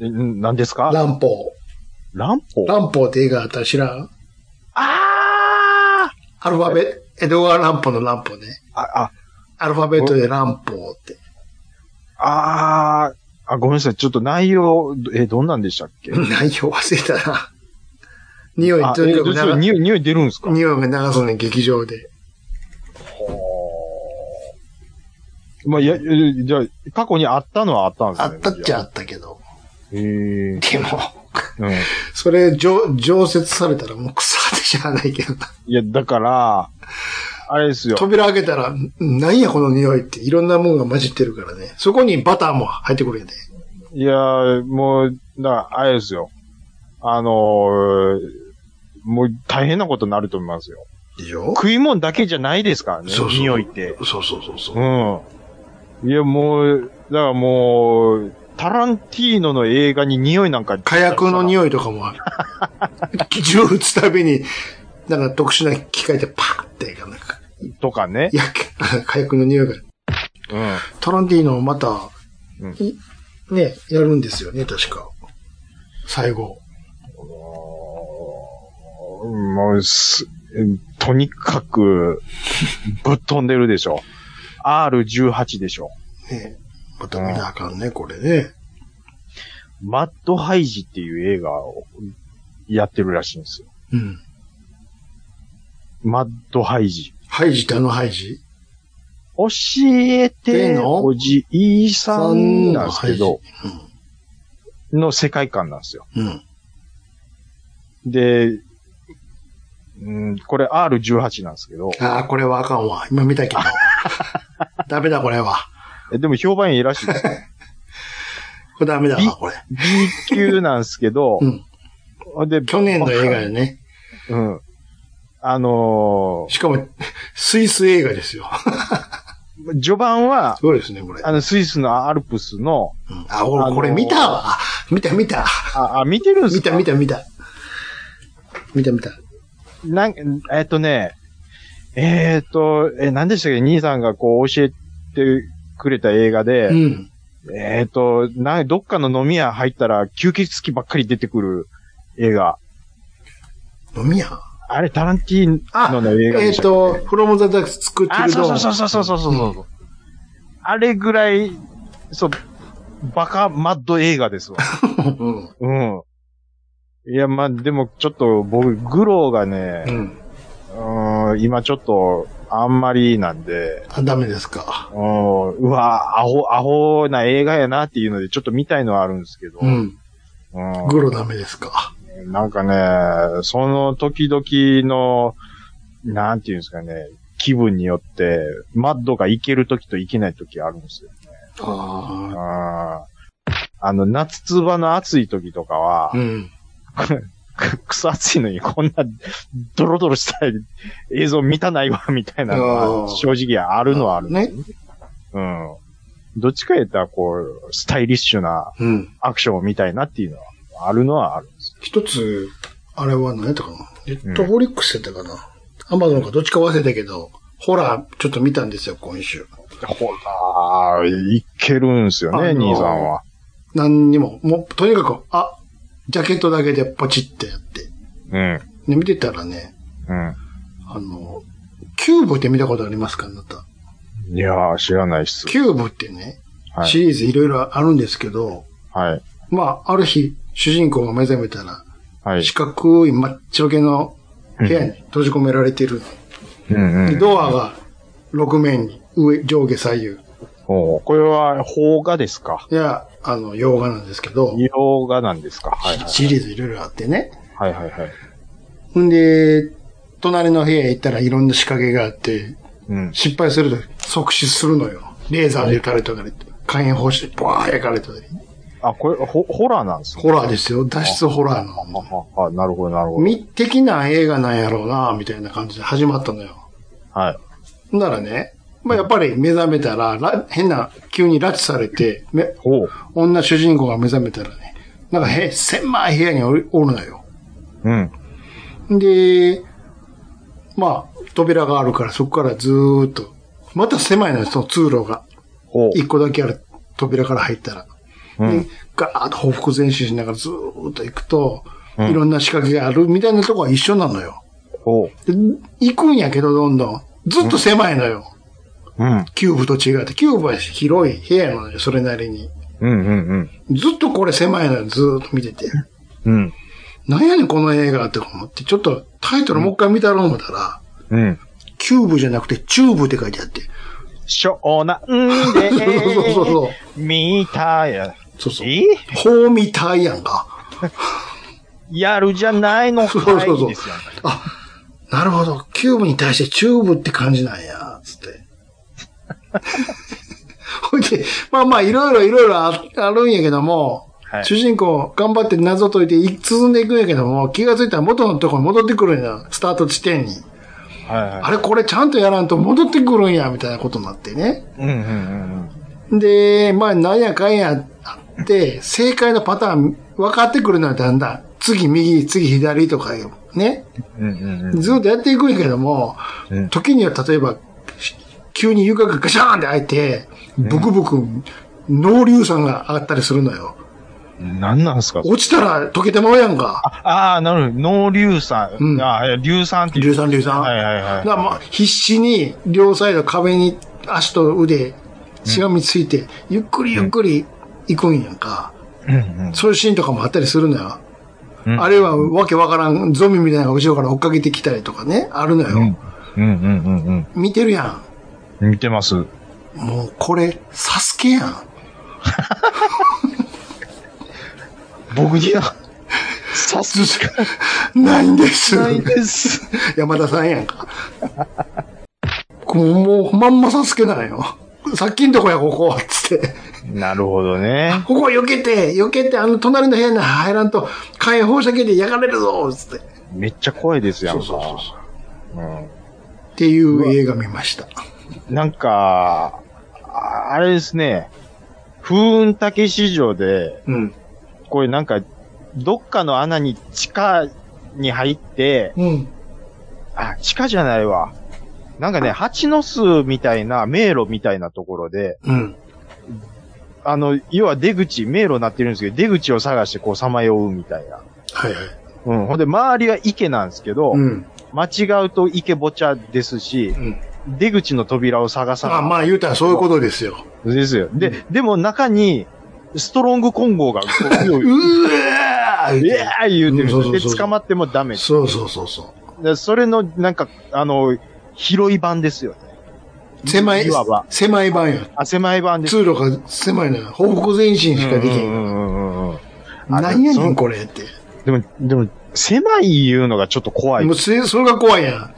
えん何ですか
乱暴。
乱歩
乱暴って映画あったら知らん
あ
アルファベット、江戸川乱歩の乱歩ね。
ーあ、
アルファベットで乱歩って。
あ、あーあ、ごめんなさい。ちょっと内容、え、どんなんでしたっけ
内容忘れたな。匂い、
あ
とにか
え
く
そ
流
う匂い、匂い出るんですか
匂いが流すね、劇場で。
まあ、いや、えじゃあ、過去にあったのはあったんです
あ
ね。
ったっちゃあ
ゃ。
ったけど。
へえ。
でも、
うん。
それ、常常設されたらもう草でしゃあないけどな。
いや、だから、あれですよ。
扉開けたら、んなんやこの匂いって、いろんなもんが混じってるからね。そこにバターも入ってくるんやで。
いやー、もう、だから、あれですよ。あのー、もう大変なことになると思いますよ。
でしょ
食い物だけじゃないですからね、
そうそう
匂いって。
そうそうそうそうう。
ん。いや、もう、だからもう、タランティーノの映画に匂いなんか。
火薬の
い。
匂いとかもある。銃撃つたびに、なんか特殊な機械でパーって、なんか、
とかね。
やけ 火薬の匂いが。
うん。
トランティーノまた、
うん
いね、やるんですよね、確か。最後。
もうす、とにかく、ぶっ飛んでるでしょ。R18 でしょ。
ねまた見なあかんね、これね。
マッドハイジっていう映画をやってるらしいんですよ。
うん。
マッドハイジ。
ハイジってあのハイジ
教えて、おじいさんなんですけど、の世界観なんですよ。
うん。
で、うん、これ R18 なんですけど、
ああ、これはあかんわ。今見た けど。ダメだ、これは。
えでも評判いいらしいです。
これダメだわ、これ。
B 級なんですけど
う、ん。
で、
去年の映画よね。
うん。あの
しかも、スイス映画ですよ。
ー序盤は、
そうですね、これ。
あの、スイスのアルプスの、
うんあ、俺、
あのー
これ見たわ。あ見た見た。
あ、あ見てるんです
見
か
た見た見た。見た見た。
なん、えっとね、えっと、え、何でしたっけ兄さんがこう教えてくれた映画
う
で、
ん。
えっと、な、どっかの飲み屋入ったら吸血鬼ばっかり出てくる映画。
飲み屋
あれ、タランティー
あ
ノの、映画
え
で
っ
したっけ
と、フロムザダックス作って
あ、
る
そう
の。
そうそうそうそうそうそうそう。あれぐらい、そう、バカマッド映画 ですわ。
うん。
うん。いや、まあ、でも、ちょっと、僕、グローが
う
ね、
ん。
うん、今ちょっと、あんまりなんで、
あ、ダメですか。
うん、うわ、アホ、アホな映画やなっていうので、ちょっと見たいのはあるんですけど、
うん。
うん
グロダメですか。
なんかね、その時々の、なんていうんですかね、気分によって、マッドがいける時といけない時あるんですよ。
あ
ああの、夏つばの暑い時とかは
あ。う、ん。
くそ暑いのにこんなドロドロしたい映像見たないわ、みたいなの
あー
は、正直あるのはある。
ね。
うん。どっちか言ったら、こう、スタイリッシュな
うん。
アクションを見たいなっていうのは、あるのはあるんです
一つ、あれは何やったかな。ネットフォリックスやったかな。アマゾンかどっちか忘れたけど、ホラーちょっと見たんですよ、今週。
よ。ほらー、いけるんですよね、
あのー
兄さんは。
何にも。もう、とにかく、あ、ジャケットだけでポチってやって。
うん。
で、見てたらね、
う
あの、キューブって見たことありますかあなた。
ん。いやー、知らないっす。
キューブってね、
はい
シリーズいろいろあるんですけど、
はい。
まあ、ある日、主人公が目覚めたら、
はい
四。角い真っ白けの部屋に閉じ込められてる。
うんう
で
ん。
ドアが6面に、上、上下左右。
おうこれは、邦画ですか
いや、あの、洋画なんですけど、
洋画なんですかはいはい。
シリーズいろいろあってね。
はいはいはい。
んで、隣の部屋へ行ったらいろんな仕掛けがあって、
うん。
失敗すると即死するのよ。レーザーで撃たれたり、火炎放射でバー焼かれたり。
あ、これ、ホホラーなんですね
ホラーですよ。脱出ホラーの。
あ、あなるほど、なるほど。
密的な映画なんやろうな、みたいな感じで始まったのよ。
はい。
ほんならね、まあ、やっぱり目覚めたら、ら変な、急に拉致されて、め
ほう。
女主人公が目覚めたらね、なんかへ、狭い部屋におるおるのよ。
うん。
で、まあ、扉があるから、そこからずーっと、また狭いのよ、その通路が。
ほう。
一個だけある扉から入ったら。
うん
で、ガーッと報復前進しながらずーっと行くと、
うん
いろんな仕掛けがあるみたいなとこは一緒なのよ。
ほう。
で行くんやけど、どんどん。ずっと狭いのよ。
うん。
キューブと違って。キューブは広い部屋なのよ、それなりに。
うんうん
ずっとこれ狭いのよ、ずーっと見てて。
うん。うん。
なんやねん、この映画って思って。ちょっとタイトルもう一回見たろう思ったら、
うん。
キューブじゃなくてチューブって書いてあって。
湘南で、
そうそうそうそう。
見たや。
そうそう。
え
法みたいやんか。
やるじゃないのか
そうそう
い
そう
ですよね。
なるほど。キューブに対してチューブって感じなんや、つって。 ほいで、まあまあ、いろいろいろいろああるんやけども、
はい
主人公頑張って謎解いてい進んでいくんやけども、気がついたら元のところに戻ってくるんや、スタート地点に。
はい
あ
はい。
れこれちゃんとやらんと戻ってくるんや、みたいなことになってね。
うんうんうん
で、まあ、なんやかんやあって、正解のパターン分かってくるのはだんだん、次右、次左とかよ、ね。
うん。うんうんうん。
ずっとやっていくんやけども、
うん
時には例えば、し急に床がガシャーンって開いて、ブクブク、脳硫酸が上がったりするのよ。
何なんすか
落ちたら溶けてまうやんか。
ああ、なるほど。脳硫酸。
うん
ああ、硫酸って
硫酸硫酸。
はいは
だ
いはい
からまあ必死に両サイド壁に足と腕しがみついて、ゆっくりゆっくり行くんやんか。
うんうん
そういうシーンとかもあったりするのよ。
うん
あるいはわけわからんゾンビみたいなのが後ろから追っかけてきたりとかね、あるのよ。
うんうんうんうん
見てるや
うん。見てます。
ん。もうこれ、サスケやん。
僕には、さすしか
ないんです。
ないです。
山田さんやんか。もう、もうまんまサスケなんよ。さっきんとこや、ここ、つって。
なるほどね。
ここ避けて、避けて、あの隣の部屋に入らんと、火炎放射器で焼かれるぞ、つって。
めっちゃ怖いですやん
そ
か。
うそうそうそう。
うん
っていう映画見ました。
なんか、ああれですね、風雲竹市場で、
うん。
これなんか、どっかの穴に地下に入って、
うん。
あ、地下じゃないわ。なんかね、蜂の巣みたいな迷路みたいなところで、
うん。
あの、要は出口、迷路になってるんですけど、出口を探してこうさまようみたいな。
はいはい。
うん。ほんで、周りは池なんですけど、
うん。
間違うと池ぼちゃですし
う、ん。
出口の扉を探さ
ま
な
あまあ言うたらそういうことですよ。
ですよ。で、でも中に、ストロング混合が、こう要は
うわ
いやー言うて
うんそうそうそ
る。
う
で、捕まってもダメ。
そうそうそうそ
でそれの、なんか、あの、広い版ですよね。
う。狭い
いわば、
狭い版よ。
あ、狭い版です。
通路が狭いのよ。報復前進しかでき
う
へん。
んうんうんうんうんあ
何や
そ
ねん
う
これって。
でも、でも、狭い言うのがちょっと怖い
もう。せそれが怖いやん。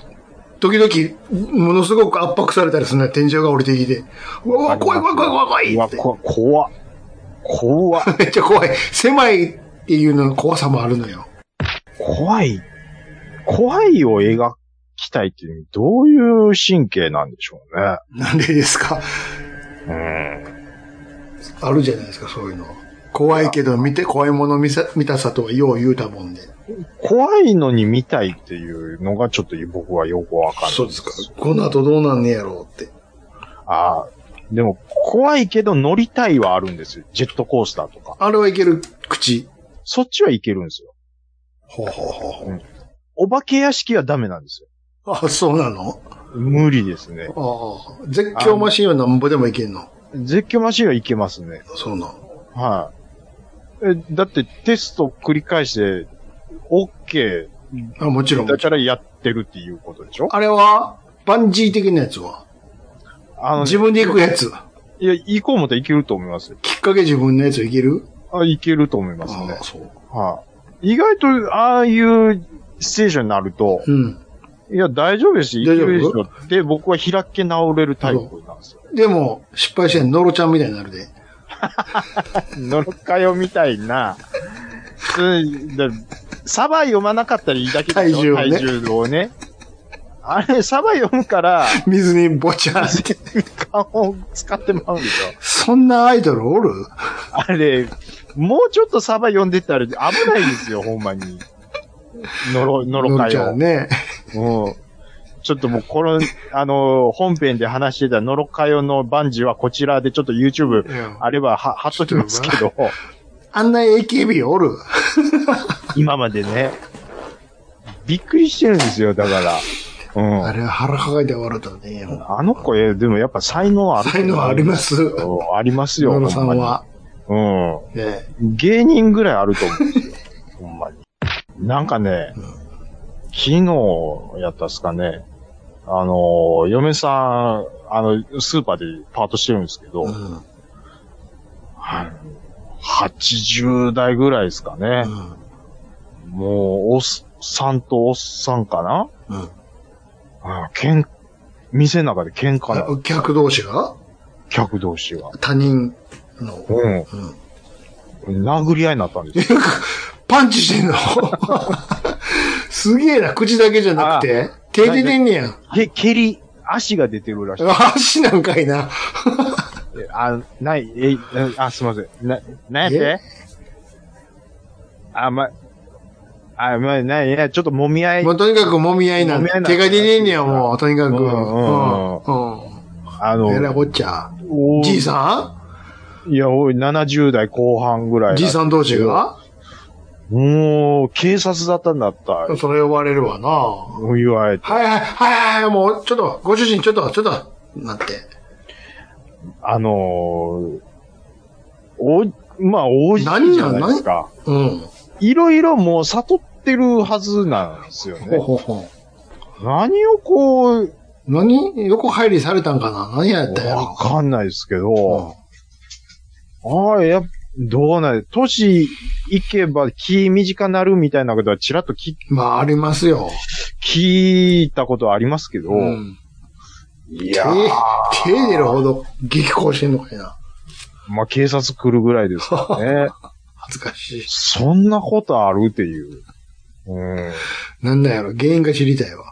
時々、ものすごく圧迫されたりするのよ天井が降りてきて。うわうわ、怖い怖い怖い怖い
う
怖い
わ
って。
こ怖っ怖っ
めっちゃ怖い。狭いっていうのの怖さもあるのよ。
怖い。怖いを描きたいっていう、どういう神経なんでしょうね。
なんでですか
うん。
あるじゃないですか、そういうの。怖いけど見て、怖いもの見さ見たさとはよう言うたもんで。
怖いのに見たいっていうのがちょっと僕はよくわかんない。
そうですか。この後どうなんねやろうって。
ああ。でも、怖いけど乗りたいはあるんですよ。ジェットコースターとか。
あれはいける口。
そっちはいけるんですよ。
ほうほうほう
お化け屋敷はダメなんですよ。
ほう。あ、そうなの
無理ですね。
ああ。絶叫マシンはなんぼでもいけんの。
絶叫マシンはいけますね。
そうなの。
はい、え、だってテスト繰り返して、OK
あもちろん。
だからやってるっていうことでしょ
あれはバンジー的なやつは
あのね、
自分で行くやつ。
いや、行こう思ったらいけると思いますよ。
きっかけ自分のやついける
あ、いけると思います
あ
ね
あ、。そう。
はい、意外と、ああいうステーションになると、
うん。
いや、大丈夫ですよ。い
大
け
丈夫
るでしょって、僕は開け直れるタイプなんですよ。
でも、失敗してノロちゃんみたいになるで。
のろかよみたいな。うんだサバ読まなかったらいいだけでし
体重
ょ
をね
体重をね。あれ、サバ読むから、
水にぼちゃんって。
顔を使ってまうんでしょ。
そんなアイドルおる
あれ、もうちょっとサバ読んでたら危ないですよ、ほんまに。のろ、のろ
ノ
か
ロちゃ
よ。
んね。
うん。ちょっともう、この、あの、本編で話してたのろかよのバンジーはこちらでちょっと YouTube
うん
あればは、貼っときますけど、
あんな AKB おる
今までね。びっくりしてるんですよ、だから。うん。
あ
あ
れは腹抱えて笑ったらね。
の子、えでもやっぱ才能ある。
才能あります。
うんありますよ、
ノロさんは。
ほんまに。
ね。
うん。芸人ぐらいあると思うんですよ。 ほんまに。なんかね、昨日やったっすかね。あの、嫁さん、あの、スーパーでパートしてるんですけど、
うん。うん
はい80代ぐらいですかね。もう、おっさんとおっさんかな
うん。
あけん、店の中で喧嘩な、
あ客同士が
客同士が。
他人の。
うん。
うん。
殴り合いになったんですよ。
パンチしてんのすげえな、口だけじゃなくて。手で出んねやん。
け、蹴り、足が出てるらしい。
足なんかいな。
えあ、ない、え、あ、すいません。な、なんやっ
え
てあ、ま、あ、ま、ない、いや、ちょっと揉み合い
も、うとにかく揉み合いなん
揉み合いなんだ
手が出ねえんねや、もう、とにかく。
うんうん
うん。
あ
うん。えらい
の、
こっちゃ。
お
じいさん
いや、おい、70代後半ぐらい。
じいさん同士が
もう、警察だったんだった。
それ呼ばれるわな。は
言われて。
いはい、はいはい、もう、ちょっと、ご主人、ちょっと、ちょっと、なんて。
あのー、お、まあ、王子じゃないですか。
うん。
いろいろもう悟ってるはずなんですよ
ほう
ね。
ほうほう。
何をこう、
何横入りされたんかな何やったんや
わ
ろ
かんないですけど、ああ、やっぱどうなん年行けば気短なるみたいなことはちらっとき
まあ、ありますよ。
聞いたことはありますけど、
うん。
い
手
やー、、
手出るほど激高してんのかいな。
まあ、警察来るぐらいです からね。
恥ずかしい。
そんなことあるっていう。うん。
なんだやろ原因が知りたいわ。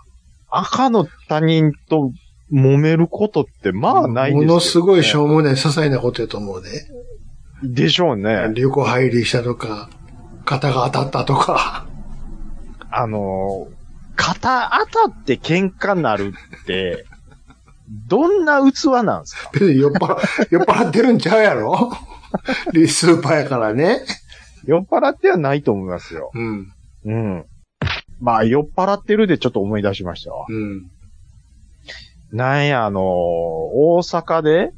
赤の他人と揉めることってまあないですよ、ね。
ものすごいしょうもない、些細なことやと思うで。
でしょうね。
旅行入りしたとか、肩が当たったとか。
あのー、肩当たって喧嘩なるって、どんな器なんですか
別に酔っ払、 酔っ払ってるんちゃうやろ リスーパーやからね。
酔っ払ってはないと思いますよ。
うん。
うん。まあ、酔っ払ってるでちょっと思い出しましたわ。
うん。
なんや、あのー、大阪で、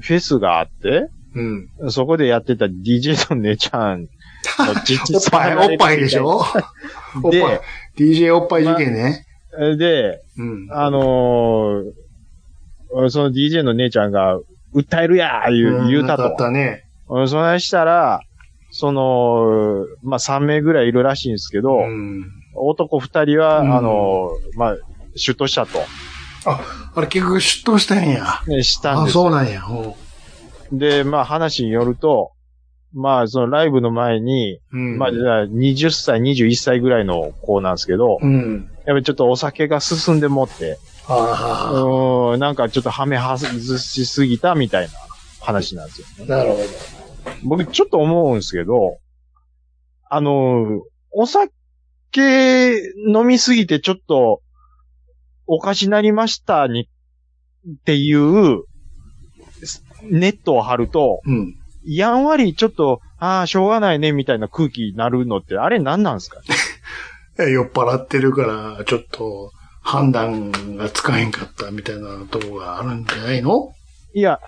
フェスがあって、
うん。
そこでやってた DJ の姉ちゃんの実
おっぱい、おっぱいでしょおっぱい
で。
DJ おっぱい事件ね。
で、
うん。
あのーその DJ の姉ちゃんが、訴えるやー言う、言う
な
た
かっ
と。
たね。
うんそないしたら、その、まあ、3名ぐらいいるらしいんですけど、
うん。
男2人は、
うん
あの、まあ、出頭したと。
あれ結局出頭したんや。
ね、したん
あ、
です
そうなんや。うん
で、まあ、話によると、まあ、そのライブの前に、
うん。
まあ、じゃあ20歳、21歳ぐらいの子なんですけど、
うん。
やっぱりちょっとお酒が進んでもって、
あ
う
あ、
ーん、なんかちょっとはめ外しすぎたみたいな話なんですよ。
なるほど。
僕ちょっと思うんですけど、あの、お酒飲みすぎてちょっとおかしなりましたに、っていうネットを張ると、
うん。
やんわりちょっと、ああ、しょうがないね、みたいな空気になるのって、あれ何なんですか
いや酔っ払ってるから、ちょっと判断がつかへんかったみたいなとこがあるんじゃないの
いや、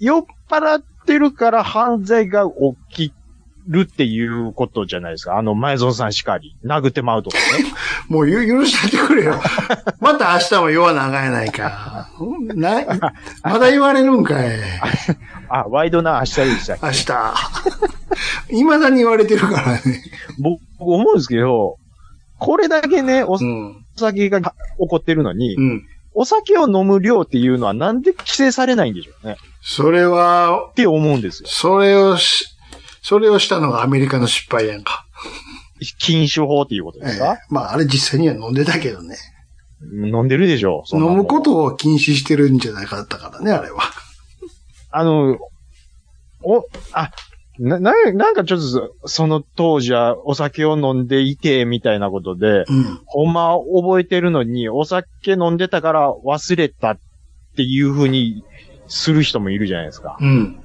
酔っ払ってるから犯罪が起きるっていうことじゃないですか。あの、前園さんしかり、殴ってまうとかね。
もうゆ許してやってく れよ。また明日も酔わなあかんやないか。ない、まだ言われるんかい。
あ、ワイドな明日でしたっけ
明 日。未だに言われてるからね。
僕、僕思うんですけど、これだけね、お
うん。
酒がは起こってるのに、
うん。
お酒を飲む量っていうのはなんで規制されないんでしょうね。
それは
っ、て思うんですよ。
それをし、それをしたのがアメリカの失敗やんか。
禁酒法っていうことですか
え、えまあ、あれ実際には飲んでたけどね。
飲んでるでしょそん
飲
なもん
むことを禁止してるんじゃないかったからね、あれは。
あの、お、あ、な、な、なんかちょっと、その当時はお酒を飲んでいて、みたいなことで、
うん。
ほんま覚えてるのに、お酒飲んでたから忘れたっていう風にする人もいるじゃないですか。
うん。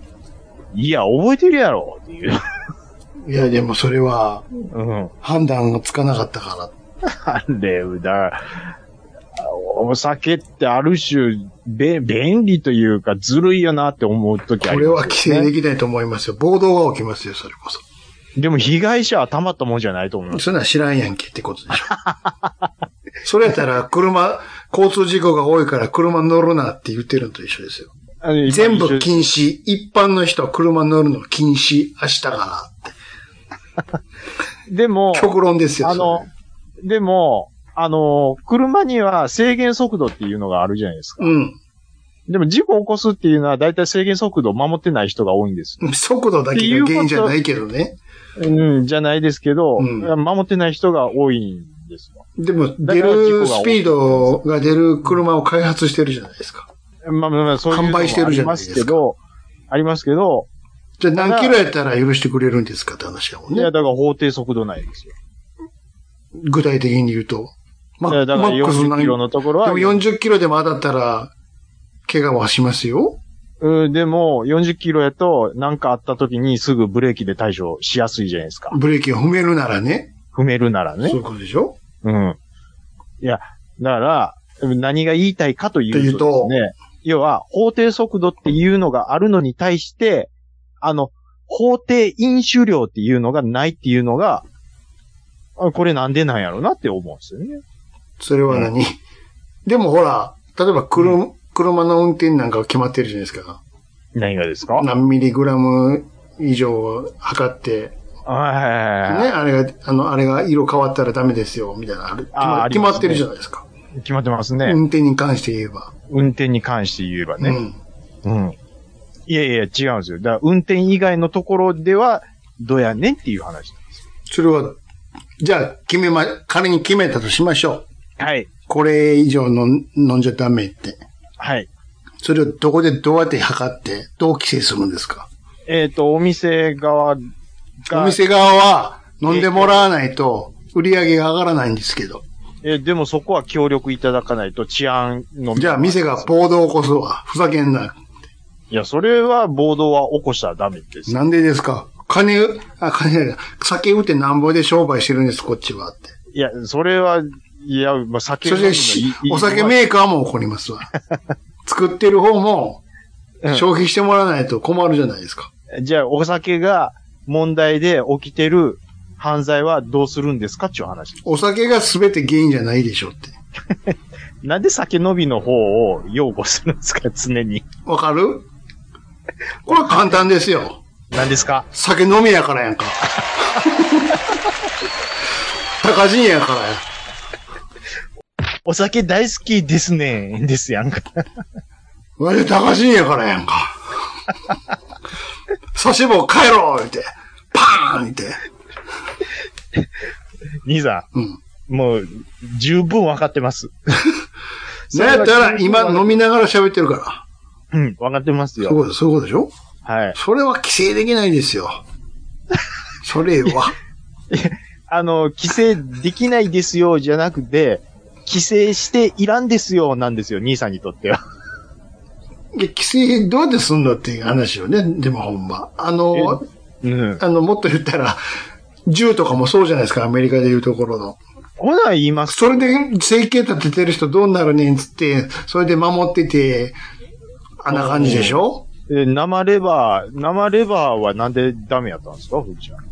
いや、覚えてるやろっていう。
いや、でもそれは
うん。
判断がつかなかったから。
あれ、だから、お酒ってある種、べ、便利というか、ずるいよなって思うときあ
こ
り
れは
ますよね。
規制できないと思いますよ。暴動が起きますよ、それこそ。
でも被害者はたまったもんじゃないと思います。
そんなん知らんやんけってことで しょ。それやったら、車、交通事故が多いから車乗るなって言ってるのと一緒ですよ。
あの
全
今
部
一緒
禁止。一般の人は車乗るの禁止。明日か
でも
ら。、極論ですよ。
あの、でも、あの、車には制限速度っていうのがあるじゃないです
そ
か。
れうん。
でも事故を起こすっていうのは大体制限速度を守ってない人が多いんです。
速度だけが原因じゃないけどね。
うん、じゃないですけど、
うん
守ってない人が多いんですよ。
でも、
だ
出
から事故
る
が多
ス
い
ピードが出る車を開発してるじゃないですか。
まあまあまあ、そういうのもあ
販売してるじゃな
り
い
ま
です
す
か
けど、ありますけど、
じゃあ何キロやったら許してくれるんですかって話だもん
いや、
ね。
だから法定速度内ですよ。
具体的に言うと。ま
いやだから
マックス
40キロのところは、
でも40キロでも当たったら、怪我はしますよ。
うんでも、40キロやと、なんかあった時にすぐブレーキで対処しやすいじゃないですか。
ブレーキを踏めるならね。
踏めるなら
そうい
ね。
うことでしょ
うん。いや、だから、何が言いたいかというとです
と
ね、要は、法定速度っていうのがあるのに対して、あの、法定飲酒量っていうのがないっていうのが、あこれなんでなんやろうなって思うんですよね。
それは何、でもほら、例えば車、車の運転なんかは決まってるじゃないですか。
何がですか
何ミリグラム以上を測って、
はいはいはい
ね、
はい
あれが、あの、あれが色変わったらダメですよ、みたいな、ある決
あー
ま
あり
決
ますね
まってるじゃないですか。
決まってますね。
運転に関して言えば。
運転に関して言えば
う
ね。
ん。
うん。いやいや、違うんですよ。だから、運転以外のところでは、どうやねんっていう話。
それは、じゃあ、決めま、仮に決めたとしましょう。
はい。
これ以上飲ん飲んじゃダメって。
はい。
それをどこでどうやって測って、どう規制するんですか
えっ、と、お店側が、
お店側は飲んでもらわないと売り上げが上がらないんですけど。
えーでもそこは協力いただかないと治安の。
じゃあ店が暴動を起こすわ。ふざけんな。
いや、それは暴動は起こしたらダメです。
なんでですか金、あ、金じゃない、酒売ってなんぼで商売してるんです、こっちはって。
いや、それは、いや、まあ、酒
そ
飲むの
して
い
し
い、
お酒メーカーも怒ります わ。作ってる方も
うん、
消費してもらわないと困るじゃないですか。
じゃあ、お酒が問題で起きてる犯罪はどうするんですかっていう話。
お酒が全て原因じゃないでしょって。
なんで酒飲みの方を擁護するんですか、常に。
わかるこれは簡単ですよ。
何ですか
酒飲みやから やんか。高人やからや。
お酒大好きですね、 ですやんか。
わし高人やからやんか。 刺し棒帰ろう言って、パーンって。
兄さ
うん。
ん、もう、十分わかっ てます。
なんやったら今飲みながら喋ってるから。
うん、わかってま
そ
す
ういう
よ。
こと、そういうことでしょ
はい。
それは規制できないですよ。それは。
あの、規制できないですよ、じゃなくて、規制していらんですよ、なんですよ、兄さんにとっては。
いや規制どうやってすんのっていう話よね。でもほんま。あの、
うん。
あの、もっと言ったら、銃とかもそうじゃないですか、アメリカでいうところの。
ほな、言います。
それで整形立ててる人どうなるねんっつって、それで守ってて、あんな感じでしょ
え生レバー、生レバーはなんでダメやったんですか、ふーちゃん。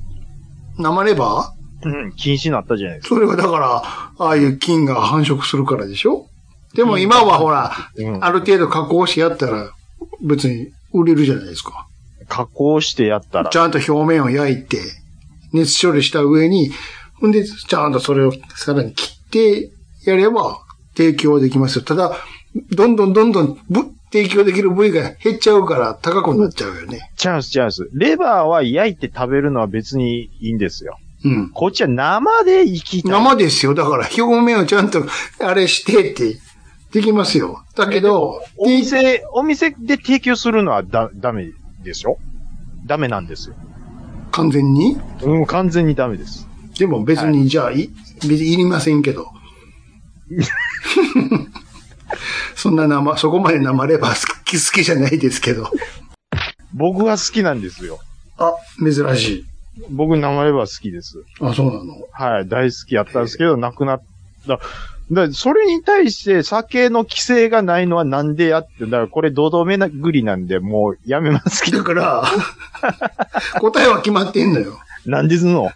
生レバ
うん、禁止になったじゃないで
ー
す
それはだから、ああいう菌が繁殖するからでしょでも今はほら、
うん
ある程度加工してやったら、別に売れるじゃないですか。
か。加工してやったら
ち。ゃんと表面を焼いて、熱処理した上に、ほんで、ちゃんとそれをさらに切ってやれば提供できますよ。ただ、どんどんどんどんぶ提供できる部位が減っちゃうから高くなっちゃうよね。
チャンス、チャンス。レバーは焼いて食べるのは別にいいんですよ。
うん。
こっちは生で生きたい。
生ですよ。だから表面をちゃんとあれしてってできますよ。だけど、
お店、お店で提供するのはだ、ダメでしょダメなんですよ。
完全に
うん、完全にダメです。
でも別にじゃあい、別にいりませんけ ど。そんな生、そこまで生レバー好き、好きじゃないですけど。
僕は好きなんですよ。
あ、珍しい。
僕生レバー好きです。
あ、そうなの。
はい、大好きやったんですけど、なくなった。だそれに対して酒の規制がないのはなんでやって、だからこれ堂々めなぐりなんで、もうやめますけど、
だから、 答えは決まってんのよ。
なんですの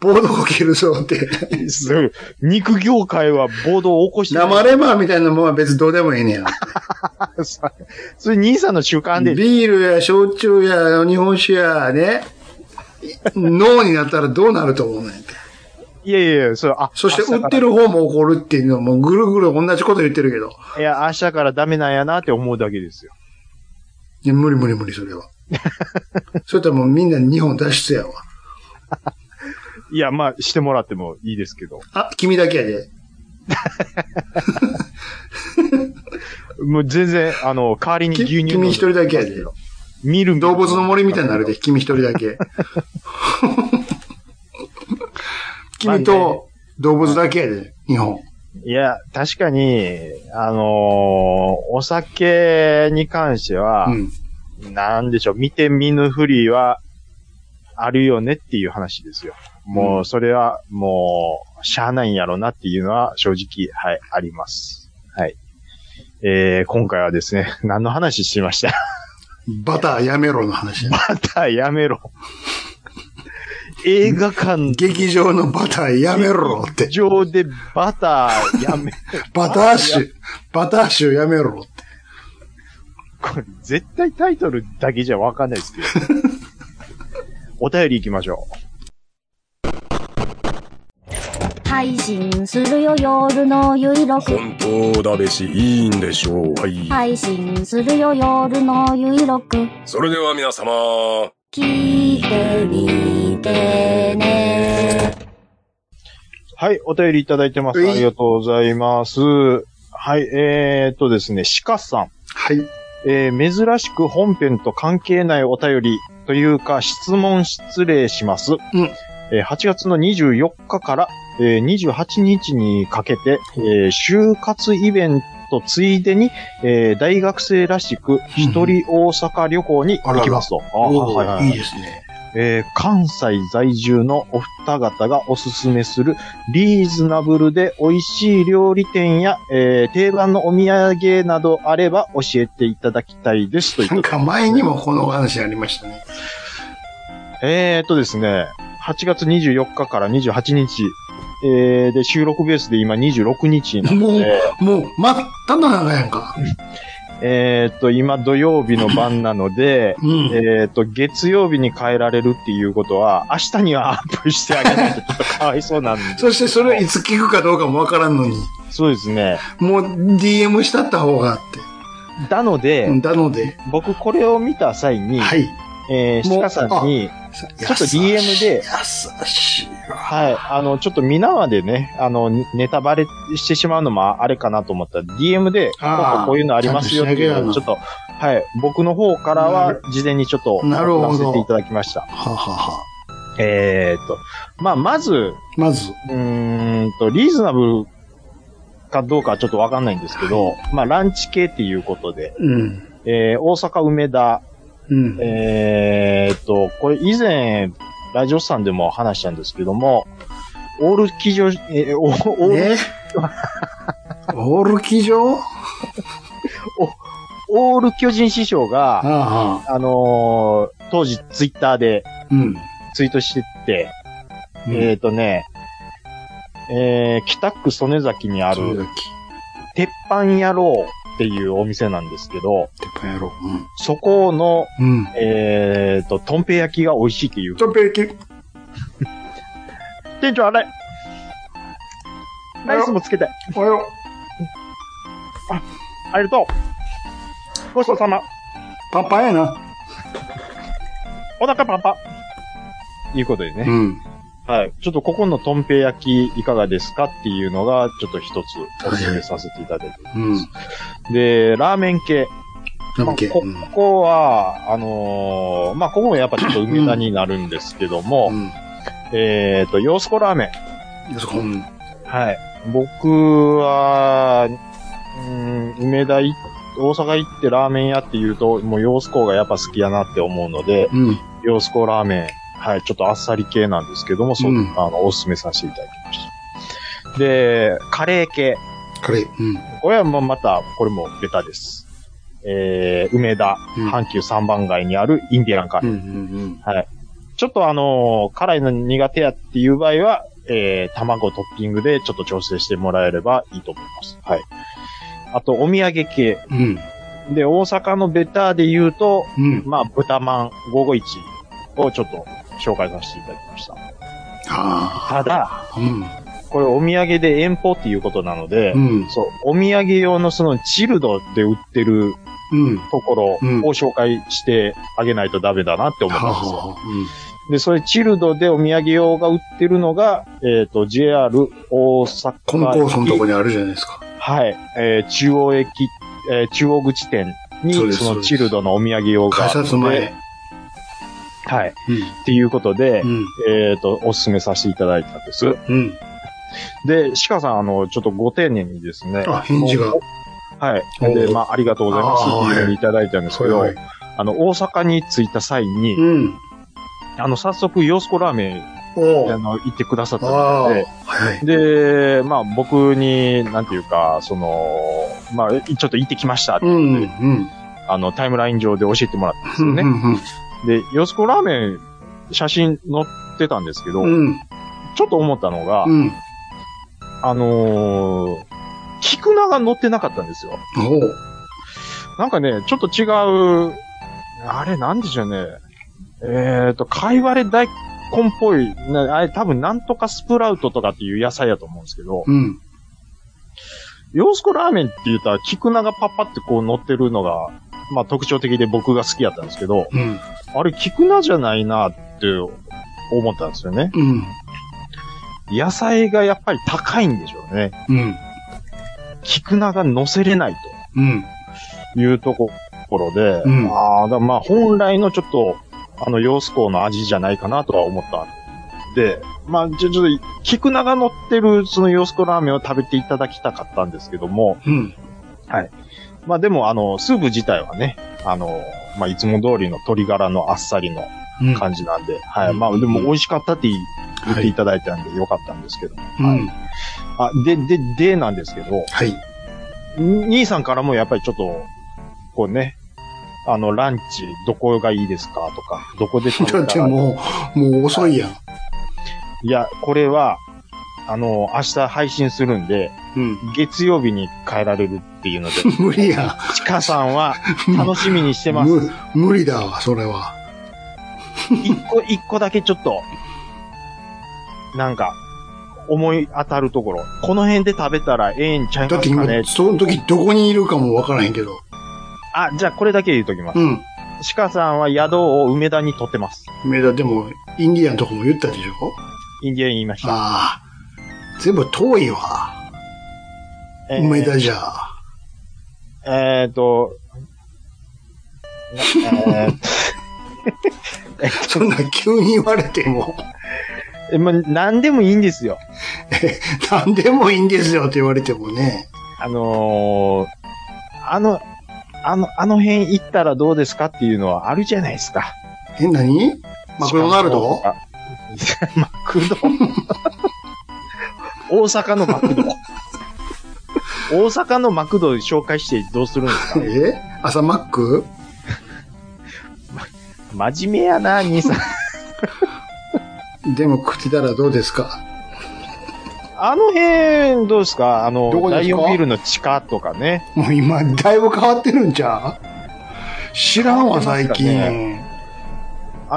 ボードを切るそうって。
そう肉業界は暴動を起こしてない
生レバーみたいなもんは別にどうでもいいねや。
さ それ兄さんの習慣で、
ビールや焼酎や日本酒やね、脳になったらどうなると思うねんって。
いやいやいや、それ、あ、
そして
明日
売
か
ってる方も怒るっていうのもぐるぐる同じこと言ってるけど。
らいや、明日からダメなんやなって思うだけですよ。
いや無理無理無理、それ は。それともうみんな日本脱出やわ。
いや、まあ、してもらってもいいですけど。
あ、君だけやで。
もう全然、あの、代わりに
き
牛乳飲ん
君
で
一人だけやで。
見る
動物の森みたいになるで、君一人だ け。君と動物だけやで、日本。
いや、確かに、あのーお酒に関しては、
うん。
なんでしょう、見て見ぬふりは、あるよねっていう話ですよ。もう、それは、もう、しゃあないんやろうなっていうのは、正直、はい、あります。はい。えー、今回はですね、 何の話しました
バターやめろの話。
バターやめろ。映画館
劇場のバターやめろって。
上でバターやめ、
バター酒、バター酒やめろって。
これ絶対タイトルだけじゃわかんないですけど。お便り行きましょ
配信するよ夜のゆいろく
本当だべし、いいんでしょう。はい。
配信するよ夜のゆいろく
それでは皆様、
聞いてみてね
う。はい、お便りいただいてます。あ
うい
りがとうございます。はい、えー、っとですね、鹿さん。
はい。
えー、珍しく本編と関係ないお便りというか質問失礼します。
ん
えー8月の24日から、えー28日にかけて、えー就活イベントついでに、えー大学生らしく一人大阪旅行に行きますと。あ
お
はいはい
ー
はい
い
い
ですね。
えー関西在住のお二方がおすすめするリーズナブルで美味しい料理店や、えー定番のお土産などあれば教えていただきたいですという
なんか前にもこのお話ありましたね。
えー、っとですね、8月24日から28日、えー、で、収録ベースで今26 日なので、
もう、まったの長やんか。、
えー、っと、今土曜日の晩なので
うん。
えー、っと、月曜日に変えられるっていうことは、明日にはアップしてあげないとちょっとかわいそうなんで。
そしてそれはいつ聞くかどうかもわからんのに、
そうですね。
もう DM したった方があっ
なので、
て。なので、
僕これを見た際に、
はい。
えー、
もう
鹿さんに、
さ
ちょっと DM で
優しいわ。
はい、あの、ちょっと皆までね、あの、ネタバレしてしまうのもあれかなと思ったら、DM で、こ
あー
うこうこういうのありますよってい
ちゃ
うんのを、
と
ち
し
ょっと、はい、僕の方から
な
は
る、
事前にちょっと、
なるほど
送らせていただきました。
ははは
えーっと、まあ、まず、う
まず、
ーんと、リーズナブルかどうかはちょっとわかんないんですけど、まあ、ランチ系っていうことで、
うん。
えー、大阪梅田、
うん。
えーっと、これ以前、ラジオさんでも話したんですけども、オール騎乗、えーオーオール
えオール騎乗は
オール巨人師匠
あ
が、
はあ
あのー当時ツイッターで
うん。
ツイートしてて、
うん
えっ、とね、えー、北区曽根崎にあ
それだ
る
け
鉄板野郎っていうお店なんですけど、
鉄板やろう。
そこの、
うん。うん。
えっ、と、トンペ焼きが美味しいっていう。
トンペ焼き。
店長あれライスもつけて、
おはよう。
ありがとうごちそうさま
パンパンやな。
お腹パンパンということでね。
うん。
はい。ちょっとここのトンペ焼きいかがですかっていうのが、ちょっと一つお勧めさせていただいて。
うん。
で、ラーメン系。
ラムケ。
まあこ
うん。
ここは、あのーまあ、ここもやっぱちょっと梅田になるんですけども、
うん。
えっ、と、洋子ラーメ
よそこ。うん。
ン。はい。僕は、うん、梅田行っ大阪行ってラーメン屋って言うと、もう洋子がやっぱ好きやなって思うので、
うん。
洋子ラーメン、はい、ちょっとあっさり系なんですけども、そう、
うん
あの、おすすめさせていただきました。で、カレー系。
カレー。うん。
これはもうまた、これもベタです。えー、梅田、
うん
阪急三番街にあるインディアンカレー。
うんうん
ちょっとあのー辛いの苦手やっていう場合は、えー、卵トッピングでちょっと調整してもらえればいいと思います。はい。あと、お土産系。
うん。うん。
で、大阪のベターで言うと、
うん。
まあ、豚まん551をちょっと紹介させていただきました。
あ
ただ、
あ。うん。
これお土産で遠方っていうことなので、
うん。
そう、お土産用のそのチルドで売ってる
うん。
ところを
うん
紹介してあげないとダメだなって思
は
ったん
は
ですよ。
は。うん。
で、それチルドでお土産用が売ってるのが、えっ、と、JR 大阪駅。
コンコースのとこにあるじゃないですか。
はい。えー中央駅、えー中央口店
そうで
に、
す
そ
そう
の
です
チルドのお土産用があ
改
って。
札前。
はい。
うん。
っていうことで、
うん。
えっ、と、おすすめさせていただいたんです。
うん。
で、鹿さん、あの、ちょっとご丁寧にですね。
あ返事が
はい。
お
で、まあ、ありがとうございますっていうふうにいただいたんですけど、
はいはい
あの、大阪に着いた際に、
うん。
あの、早速、洋子ラーメン、
お
あ
う
の、行ってくださった
ああ
の
ー
で、。
はい。
で、まあ、僕に、なんていうか、その、まあ、ちょっと行ってきましたって、
うん、うん。
あの、タイムライン上で教えてもらったんです
う
よ
ん、
ね。
うん
で、洋子ラーメン、写真載ってたんですけど、
うん。うん、
ちょっと思ったのが、
うん。
あのー、菊名が載ってなかったんですよ。
おう。
なんかね、ちょっと違う、あれなんでしょうね。えっ、と、かいわれ大根っぽい、なあれ多分なんとかスプラウトとかっていう野菜やと思うんですけど、
うん。
洋子ラーメンって言ったら菊名がパッパってこう乗ってるのが、まあ特徴的で僕が好きやったんですけど、
うん。
あれ菊名じゃないなって思ったんですよね。
うん。
野菜がやっぱり高いんでしょうね。
うん。
菊名が乗せれないと。
うん。
いうところで、
うん
ああ、だからまあ本来のちょっと、あの、洋子港の味じゃないかなとは思ったんで、まあ、ちょ、ちょっと、菊名が乗ってる、その洋子港ラーメンを食べていただきたかったんですけども、
うん。
まあでも、あの、スープ自体はね、あの、まあ、いつも通りの鶏ガラのあっさりの
うん。
感じなんで、はい。
うん
まあ、でも美味しかったって言言っ
は
てい
い。
ただいたんで、よかったんですけど。
うん。
あ、で、で、でなんですけど、
はい。
兄さんからもやっぱりちょっと、こうね、あの、ランチ、どこがいいですかとか、どこで食
だ
べ
ったて
ら
もう、もう遅いやん。
いや、これは、あの、明日配信するんで、
うん。
月曜日に変えられるっ ていうので、
無理や。
チカさんは楽しみにしてます。
む無理だわ、それは。
一個、一個だけちょっと、なんか、思い当たるところ。この辺で食べたらええんちゃい
だ
ま
って
すかね
今、。その時どこにいるかもわからへんけど。
あ、じゃあこれだけ言うときます
う。ん。
チカさんは宿を梅田に取ってます。
梅田でも、インディアンとかも言ったでしょ
インディアン言いました。
ああ。全部遠いわ。
えー
梅田じゃ。
えーっと、なえー
そんな急に言われても、
え、まあ、何でもいいんですよ。
何でもいいんですよって言われてもね。
あのーあの、あの、あの辺行ったらどうですかっていうのはあるじゃないですか。
え、何マクドナルド
しかもマクド大阪のマク ド。大阪のマクド紹介してどうするんですか
え朝マック
真面目やな、兄さん。
でも食ってたらどうですか
あの辺、どうですかあの
どこ、で
第
すか
4ビルの地下とかね。
もう今、だいぶ変わってるんちゃう知らんわ、最近。
変わってえ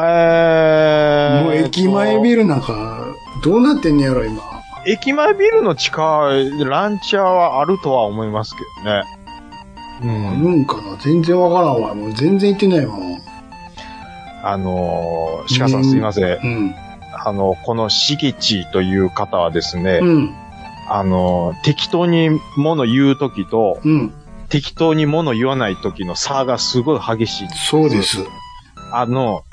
ー、
もう駅前ビルなんか、どうなってんねやろ、今。
駅前ビルの地下、ランチャーはあるとは思いますけどね。
あ
う
る
ん。
んかな全然わからんわ。もう全然行ってないもん。
あのー、鹿さんすいません。
うん。
あの、このしげちという方はですね、
うん。
あのー、適当に物言うときと、
うん。
適当に物言わないときの差がすごい激しい。
そうです。
あの、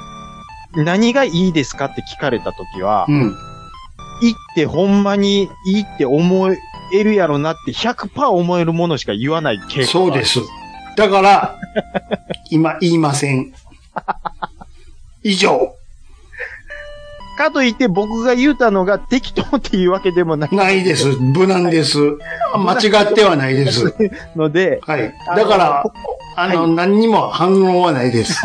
何がいいですかって聞かれたときは
う、ん。
いいってほんまにいいって思えるやろなって100%思えるものしか言わない傾向
そう
がある
です。だから、今言いません。以上。
かといって僕が言うたのが適当っていうわけでもない
ないです。無難です。間違ってはないです。
ので、
はい。だから、あの、何にも反論はないです。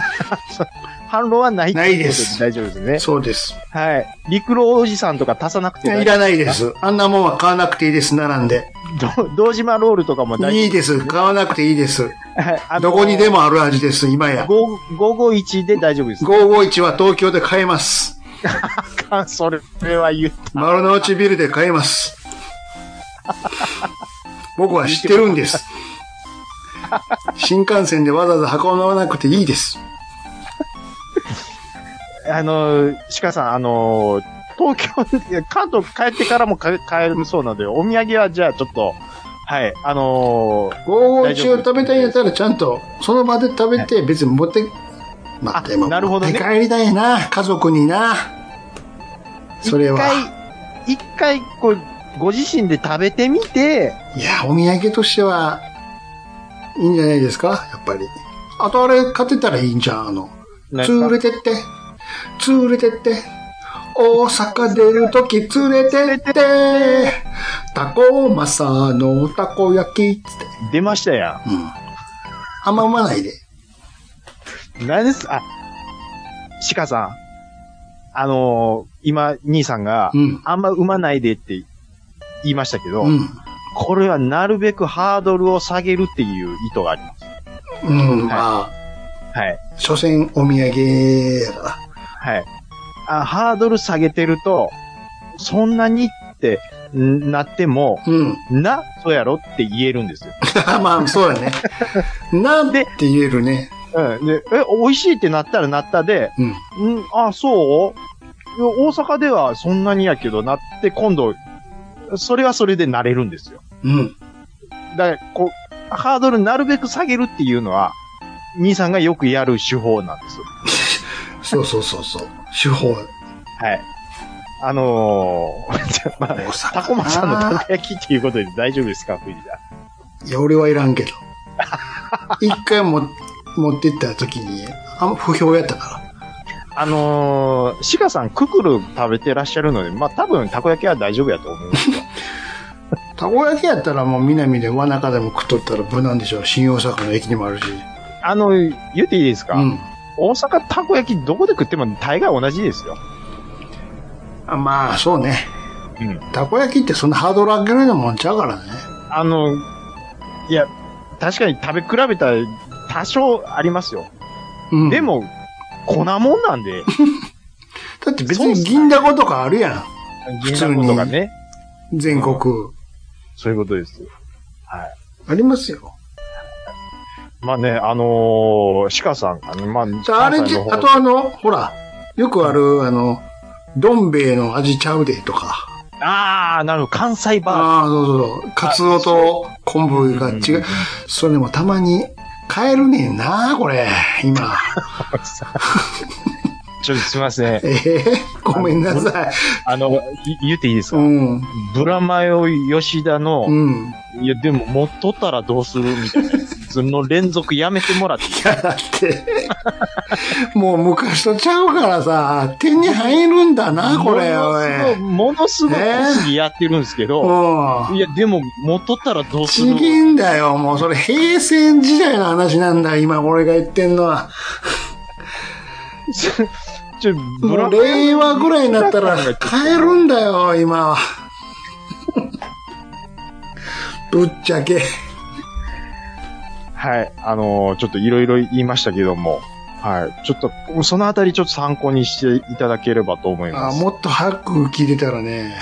反論はない
ないです
ということで大丈夫です
そうです。
ね。はい。陸路おじさんとか足さなくて
いらないです。あんなもんは買わなくていいです、並んで。
ど堂島ロールとかも大丈夫
いいです。買わなくていいです。
はい あの
どこにでもある味です、今や。
5 551で大丈夫です。
551は東京で買えます。
あそれは言って
丸の内ビルで買え ます。僕は知ってるんです。新幹線でわざわざ運ばなくていいです。
あの、鹿さん、あの、東京、関東帰ってからもか帰るそうなので、お土産はじゃあちょっと、はい、あの
551を食べたいんやったらちゃんと、その場で食べて別に持って、ま
あなるほどね
持って帰りたいな、家族にな。それは。
一回、一回、こう、
ご自身で食べてみて、
いや、お土産としては、いいんじゃないですかやっぱり。あとあれ買ってたらいいんじゃんあの、連れてって、連れてって、大阪出るとき連れてって、タコマサのタコ焼きっつって。
出ましたや
うん。あんま産まないで。
ん。何です、あ、鹿さん。あのー今、兄さんが
う、ん。
あんま産まないでって言いましたけど、
うん。
これはなるべくハードルを下げるっていう意図があります。
うん、まあ、
はい。
所詮お土産やから。
はい。あ、ハードル下げてると、そんなにってんなっても、
うん。
な、そうやろって言えるんですよ。
まあ、そうだね。なんでって言えるね。
うん。で、え、美味しいってなったらなったで、
うん。
んあ、そういや大阪ではそんなにやけどなって、今度、それはそれでなれるんですよ。
うん。
だから、こう、ハードルなるべく下げるっていうのは、兄さんがよくやる手法なんです。
そうそうそうそう。手法。
はい。あのー、 まあ
大阪
タコマさんのたこ焼きっていうことで大丈夫ですか、藤田。
いや、俺はいらんけど。 一回も、持ってった時に、あん不評やったか
あのー、シカさん、ククル食べてらっしゃるので、まあ、多分、たこ焼きは大丈夫やと思 う。
ら。たこ焼きやったらもう南で和中でも食っとったら無難でしょ。新大阪の駅にもあるし。
あの、言っていいですか、
うん。
大阪たこ焼きどこで食っても大概同じですよ。
あまあ、そうね。
うん。
たこ焼きってそんなハードル上げるようなもんちゃうからね。
あの、いや、確かに食べ比べたら多少ありますよ。
うん。
で。も、粉もんなんで、
だって別
そうっす
に
ね
銀だことかあるや
普通に。とかね。
ん。全国。
そういうことです。
ありますよ。
まあね、あのー、シカさんがね、まあ、
じゃあ、あれ
関
じ
西
ゃ
の、方
あとあの、ほら、よくある、あの、どん兵衛の味ちゃうでとか。
あー、なるほど、関西バ
ああ、そうそうそう。カツオと昆布 が違う。それでもたまに買えるねんな、これ。 今。
ー。ちょっとすいません。
ええごめんなさい。
あの、い言っていいですか、
うん。
ブラマヨ吉田の、
うん。
いや、でも持っとったらどうするみたいな。その連続やめてもらっていい。
いや、だって、もう昔とちゃうからさ、手に入るんだな、これ、おい。
ものすごい、ものす
ねえ
ごい好きやってるんですけど、
う。
いや、でも持っとったらどうんす
ち
る
げえんだよ、もう。それ平成時代の話なんだ、今俺が言ってんのは。
ちょブ
も
ラ
う令和ぐらいになったら買えるんだよ、今は。ぶっちゃけ。
はい。あのーちょっといろいろ言いましたけども、はい。ちょっと、そのあたりちょっと参考にしていただければと思いま
あ
す。
もっと早く聞いてたら ね。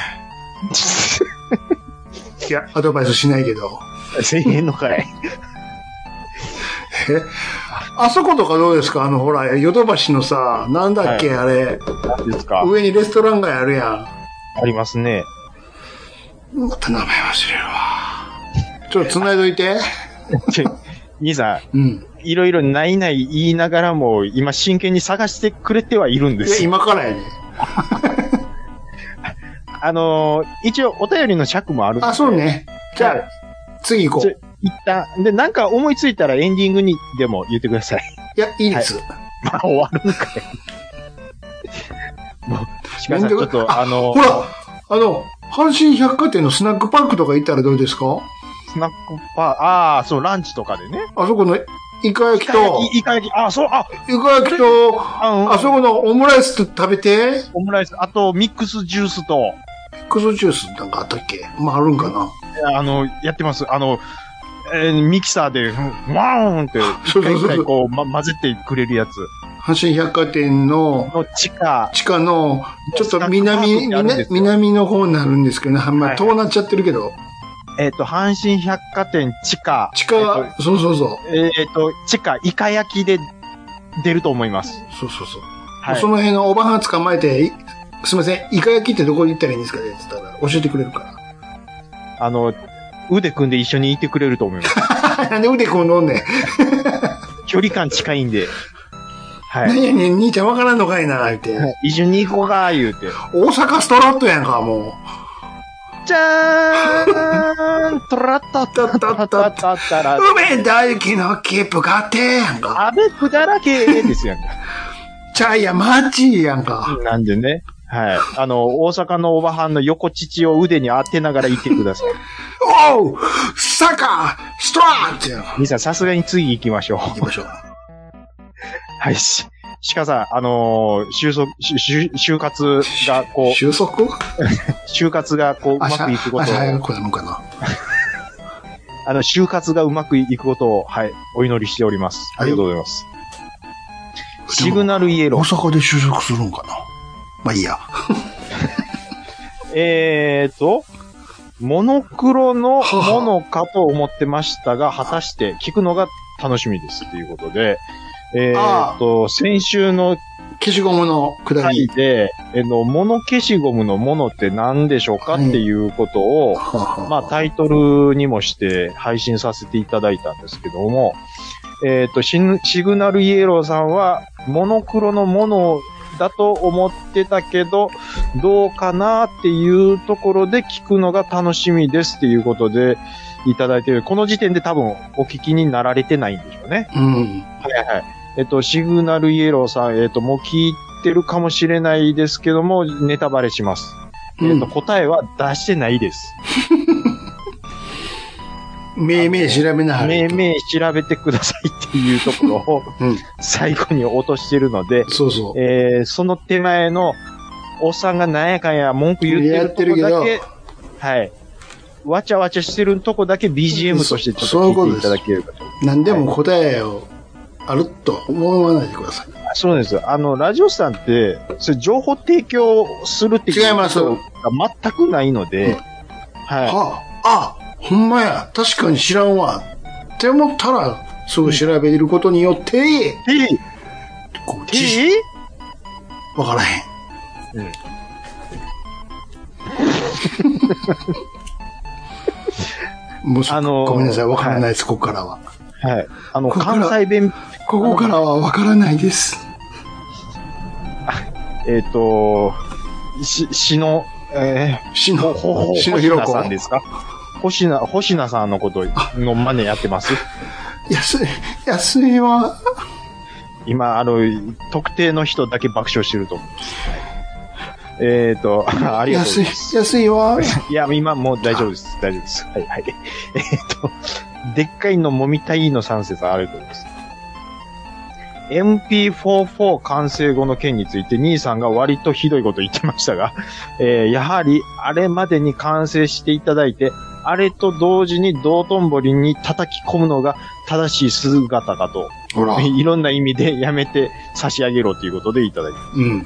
いや、アドバイスしないけど。
千円のかい。
あそことかどうですかあの、ほら、ヨドバシのさ、なんだっけ、あれ、
何ですか
上にレストラン街あるや
ありますね。
ん。また名前忘れるわ。ちょっと繋いどいて。
ちょ兄さ
うん。
ん、いろいろないない言いながらも、今真剣に探してくれてはいるんで
いや、
すよ。
今からやね。
あのー一応お便りの尺もあるんで
あ、そう。ね。じゃあ、次行こ
ちょ
う。
一旦、で、なんか思いついたらエンディングにでも言ってください。
いや、いいです。
まあ、終わるんかい。 もう、鹿さん、ちょっと、あの
ほ、ら、あの、阪神百貨店のスナックパークとか行ったらどうですか
スナックパー、ああ、そう、ランチとかでね。
あそこの、イカ焼きと、
いいか焼き、あ、そう、あ、
イカ焼きと、
あの
あそこのオムライス食べて、
オムライス、あと、ミックスジュースと、
クソジュースなんかあったっけまあ、あるんかな
あの、やってます。あの、えーミキサーで、ふんワーンって、
そうそ
一
う
回
そう
ぐらいこう、ま、混ぜてくれるやつ
阪神百貨店の
の地下、
地下の、ちょっと
ス
南、
ナックパークってあるん
南
ですよ
南の方になるんですけどね。ま
は
あ、
い
遠なっちゃってるけど。
えっ、と、阪神百貨店地下、
地下、そうそうそう。
えっ、と、地下、イカ焼きで出ると思います。
そうそうそう。
はい
そ。の辺のおばはん捕まえて、いすいません、イカ焼きってどこに行ったらいいんですかねって言ったら教えてくれるから。
あの、腕組んで一緒にいてくれると思います。
なんで腕こう飲んねん。
距離感近いんで。はい。
何やねん、兄ちゃんわからんのかいな、って。
一緒に行こうか、言うて。
大阪ストラットやんか、も
じゃーんトラッタッタッタッタッタッタラ
梅大樹の切符買ってえやんか。
あべくだらけですやんか。
ちゃいや、マジやんか。
なんでね。はい。あの、大阪のおばはんの横乳を腕に当てながら行ってください。
おうサッカーストラッチ行
兄さん、さすがに次行きましょう。
きましょう。
はい。し、鹿さん、あのー、就職、しし就活が、こう、
収束
就活が、こう、うまくいくことを
足、早く子供かな。
あの、就活がうまくいくことを、はい、お祈りしております。ありがとうございます。シグナルイエロ
大
ー。
阪で就職するんかな。まあいいや。
えーと、モノクロのものかと思ってましたが、果たして聞くのが楽しみですということで、えーと、先週の
消しゴムのくだ
回
り。
で、えの、モノ消しゴムのものって何でしょうかっ
はい
ていうことを、まあタイトルにもして配信させていただいたんですけども、えっ、とシグ、シグナルイエローさんは、モノクロのものだと思ってたけど、どうかなっていうところで聞くのが楽しみですっていうことでいただいてる。この時点で多分お聞きになられてないんでしょうね。
うん。
はいはい。えっと、シグナルイエローさん、えっと、もう聞いてるかもしれないですけども、ネタバレします。
う
えっと、
ん。
答えは出してないです。
めいめい調べなはれ
命名調べてくださいっていうところを、
うん
最後に落としてるので、
そうそう。
えー、その手前の、おっさんがなんやかんや文句言って
や
る
っ
と
てる
こ
け
だ
ど、
け、はい。わちゃわちゃしてるとこだけ BGM としてちょっ
そういう
と
こ
聞
と
いて
で
い
す
ただければと
何でも答えをあるとは思わないでください。
そうです。あの、ラジオさんって、それ情報提供するっていう
違います
ことが全くないので、は
はあ、あ、ほんまや、確かに知らんわ。って思ったら、すぐ調べることによって、
い。で、
こう、知識、
で、
わからへん。 もうそ
あのー
ごめんなさい、わからないです、ここからは。
はい。あの、
ここから
関西弁、
ここからはわからないです。
えっ、と、し、しの、え
し
ー、
の、
ほ、ほ、
しの
星
ひろ
名
こ。
さんですか星名、星名さんのことの真似やってます
安い、安いは、
今、あの、特定の人だけ爆笑してると思う。はいえっ、と、ありがとう
安
ござい
い
ます。、
安いは、
いや、今もう大丈夫です。大丈夫です。はい はい。えーっと、でっかいのもみたいの3節あると思います。MP44 完成後の件について、兄さんが割とひどいこと言ってましたが、 えーやはり、あれまでに完成していただいて、あれと同時に道頓堀に叩き込むのが正しい姿かと、
ほら、
いろんな意味でやめて差し上げろということでいただいて
うん。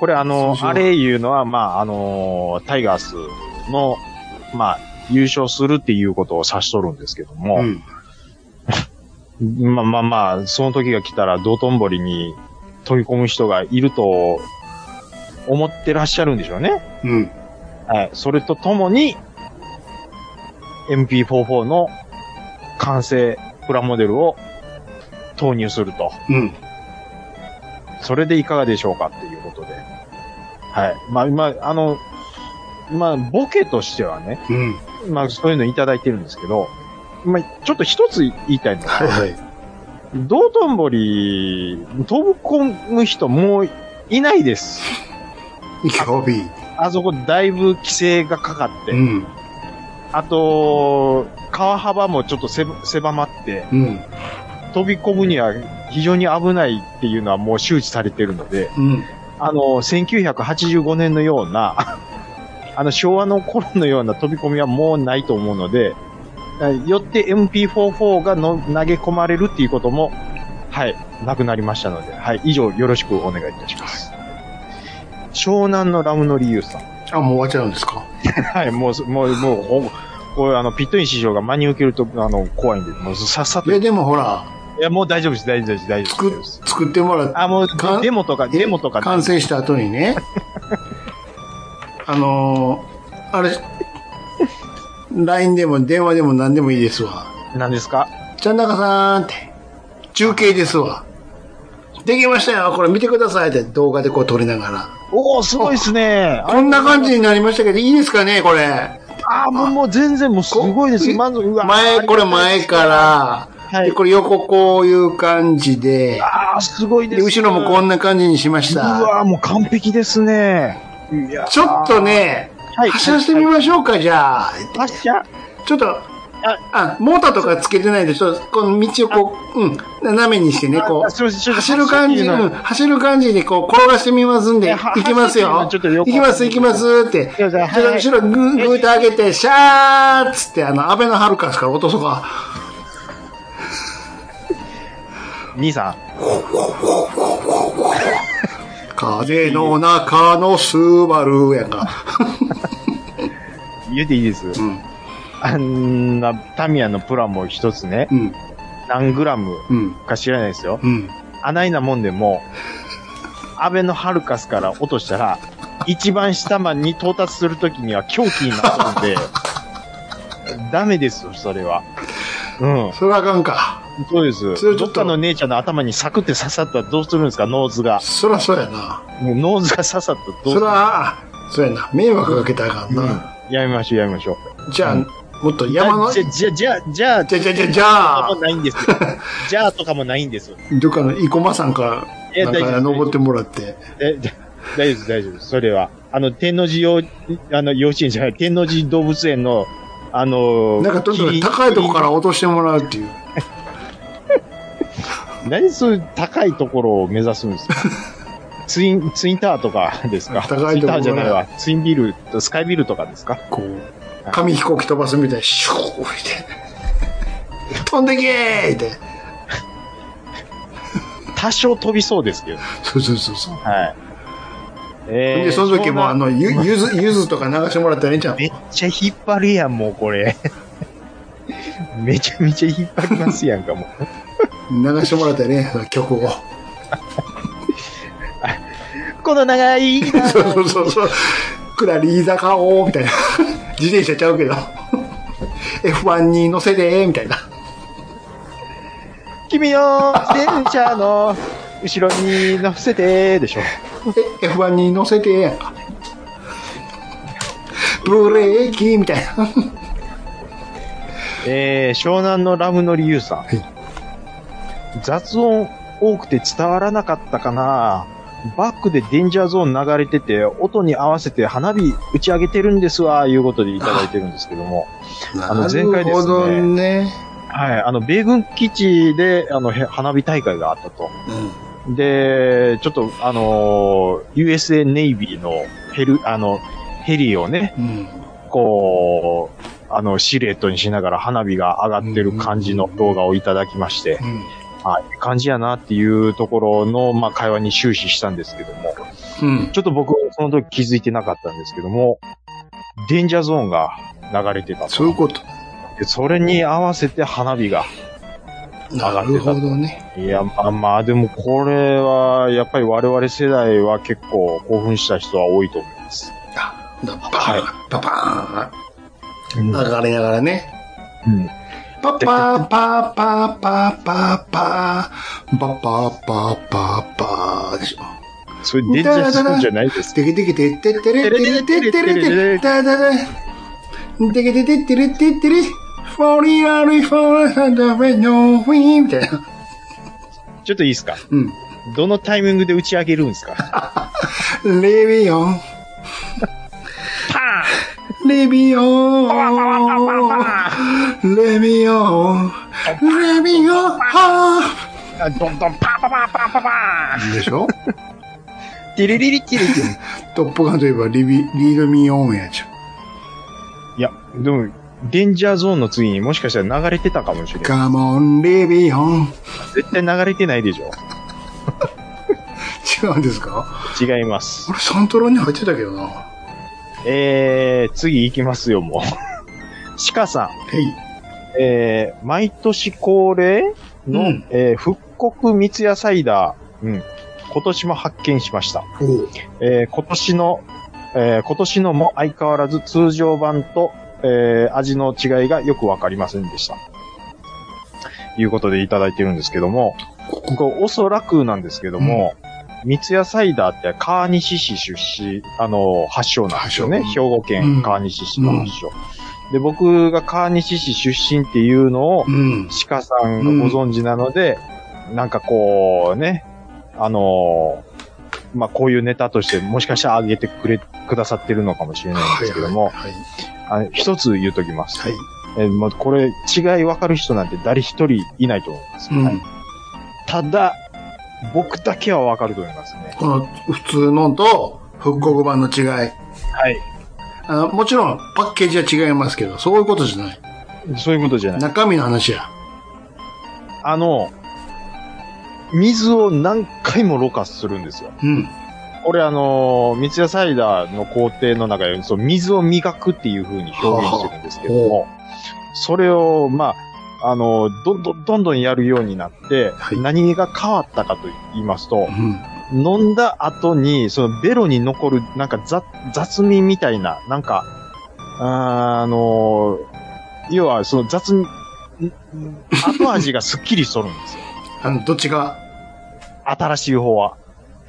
これあ
そう
の、
そう
あれいうのは、まあ、あのー、タイガースの、まあ、優勝するっていうことを指しとるんですけど
う
も、
ん。
まあまあまあ、その時が来たら道頓堀に飛び込む人がいると思ってらっしゃるんでしょうね。
うん。
はい。それとともに、MP44 の完成プラモデルを投入すると。
うん。
それでいかがでしょうかっていうことで。はい。まあ、今、あの、まあ、ボケとしてはね、
うん。
まあ、そういうのいただいてるんですけど、まあ、ちょっと一つ言いたいの
はい
は、
はい。
道頓堀、飛び込む人もういないです。
興味。
あそこだいぶ規制がかかって、
うん。
あと、川幅もちょっとせ狭まって、
うん。
飛び込むには非常に危ないっていうのはもう周知されてるので、
うん。
あの、1985年のような、 あの、昭和の頃のような飛び込みはもうないと思うので、えよって MP44 がの投げ込まれるっていうことも、はい、なくなりましたので、はい、以上よろしくお願いいたします。湘南のラムの理由さん。
あ、もう終わっちゃうんですか
はい、もうす、もう、もう、ほんこういうあの、ピットイン師匠が真に受けると、あの、怖いんで、もうさっさ
い
と。
や、
い
でもほら、
や、もう大丈夫です、大丈夫です、大丈夫
作
で、す。
作ってもらって、
あ、もう
か、ん
デモとか、デモとか、
完成した後に ね、あのー、あれ、LINE でも電話でも何でもいいですわ。
何ですか
ちゃんなかさんって、中継ですわ。できましたよ、これ見てくださいって動画でこう撮りながら。
おお、すごいっすね。
こんな感じになりましたけど、いいですかね、これ。
ああ、もう、もう全然もうすごいです。
こ
満足。うわー
前、これ前から、
はい
でこれ横こういう感じで、
ああ、すごいで。
です後ろもこんな感じにしまし
う
た。
わーもう完璧ですね。いやー
ちょっと、ね、
はい、
発射してみ
ま
ましょうか、じゃあ。
す。発射
ちょっと、あ、モーターとかつけてないで、ちょっと、この道をこう、うん、斜めにしてね、こ
あすいませんちょ
う、
っと
走る感じ、
走ってみ
う
る
ん、走る感じでこう、転がしてみますんで、
えは
行きますよ。
走ってみるの
行
ちょっと横
きます、行きますって。ち
い
ょ
や
っと
じゃあはいはい
後ろグー、グーっと上げて、シャーっつって、あの、安倍のハルカスから落とそうか。
兄さん。
風の中のスバルやんか。
言うていいです。
ん
あんな、タミヤのプラも一つね、
うん、
何グラム
うん、
か知らないですよ。
うん。
あないなもんでも、安倍のハルカスから落としたら、一番下までに到達するときには狂気になってるんで、ダ メですよ、それは。うん、
それはあかんか。
そうです。
それちょ
ど
っと
っかの姉ちゃんの頭にサクって刺さったらどうするんですか、ノーズが。
そらそうやな。
もうノーズが刺さったらどうす
そ
る
ら、そうやな。迷惑かけたらあかんな。
うんやめましょう、やめましょう。
じゃあ、
う
もっと山の、
じゃ、じゃ、じゃ、じゃ、
じゃじゃじゃじ
と
ゃ
かもないんです よ。じゃあとかもないんです。
どっかの生駒さんから、なん
いや大丈
か
夫
登ってもらって。
え、だ大丈夫です、大丈夫です。それは。あの、天王寺幼、あの、幼稚園じゃない、天王寺動物園の、あのー、
なんかとにか
キリ
く
ン
高いとこから落としてもらうっていう。
何そういう高いところを目指すんで すかツイン、ツインタワーとかですか
高いところ
ツインタワーじゃないわ。ツインビル、スカイビルとかですか
こう、紙飛行機飛ばすみたいに、シューって。飛んでけーって。
多少飛びそうですけど。
そうそうそうそう。
はい。え
で、その時もあ
あの、
の、ゆゆず、ゆずとか流してもらったらいいんちゃう
めっちゃ引っ張るやん、もうこれ。 めちゃめちゃ引っ張りますやんか、もう。
流してもらったらね、その曲を。
この長い、
そうそうそうそう。下り坂を、みたいな。自転車ちゃうけど。F1 に乗せてー、みたいな。
君の自転車の後ろに乗せてでしょ。
え F1 に乗せてやんか。ブレーキみたいな。
えー、湘南のラムの理由さん。雑音多くて伝わらなかったかなバックでデンジャーゾーン流れてて、音に合わせて花火打ち上げてるんですわ、いうことでいただいてるんですけども。あの前回ですね
なるほどね。
はい、あの、米軍基地で、あの、へ花火大会があったと。で、ちょっと、あのー USA ネイビーのヘル、あの、ヘリをね、
うん。うん。
こう、あの、シルエットにしながら花火が上がってる感じの動画をいただきまして、あ、いい感じやなっていうところの、まあ、会話に終始したんですけども、
うん。
ちょっと僕、その時気づいてなかったんですけども、デンジャーゾーンが流れてたと
そういうこと。
でそれに合わせて花火が。
な
がって
る
た
ほどね。
いや、まあまあ、でもこれは、やっぱり我々世代は結構興奮した人は多いと思います。
だバ
はい
ーン、パパ
う
ーン。
ん
上がりながらね。
うん
パパーパーパーパーパーパーパパーパーパーパーでしょ。
それデンジャーゾーンじゃないです。
てけてけてってってれてってってれてだだだてけててってれてってれフォリアリフォーサンダメノウィーみたいな。
ちょっといいですか
うん。
どのタイミングで打ち上げるんですか
レビオン。レビオン。レビオン。レビオン。は
あどんどんパーパーパーパーパーパ
ぁでしょ
ーティリリリティリティ。
トップガンといえばリビ、リードミーオンやちゃう。
いや、でも、デンジャーゾーンの次にもしかしたら流れてたかもしれない。
カモン、レビオン。
絶対流れてないでしょ。
違うんですか
違います。
俺サントラに入ってたけどな。は
えー、次行きますよ、もう。 シカさん。
い。
えー毎年恒例の、
うん
えー復刻三ツ矢サイダー、うん、今年も発見しました。
おう
えー今年の、えー今年のも相変わらず通常版と、えー味の違いがよくわかりませんでした。いうことでいただいてるんですけども、ここおそらくなんですけども、三ツ矢サイダーって川西市出身、あの、発祥なんですよね。
発
兵庫
うん
県川西市の発祥。で、僕が川西市出身っていうのを、
うん。
鹿さんがご存知なので、なんかこうね、あのーまあ、こういうネタとしてもしかしたら上げてくれ、くださってるのかもしれないんですけども、
はい。
あの一つ言うときます。
はい。
えーまあ、これ、違いわかる人なんて誰一人いないと思います。
うん。
ただ、僕だけはわかると思いますね。
この普通のと復刻版の違い。
はい。
あの、もちろんパッケージは違いますけど、そういうことじゃない。
そういうことじゃない。
中身の話や。
あの、水を何回もろ過するんですよ。
うん。
これあのー、三ツ矢サイダーの工程の中で、そう、水を磨くっていう風に表現してるんですけども、それを、まあ、あのー、どんどんどんどんやるようになって、
はい
何が変わったかと言いますと
う、ん。
飲んだ後に、そのベロに残る、なんか雑、雑味みたいな、なんか、あーあのー、要はその雑味、んん後味がスッキリしとるんですよ。
あの、どっちが、
新しい方は。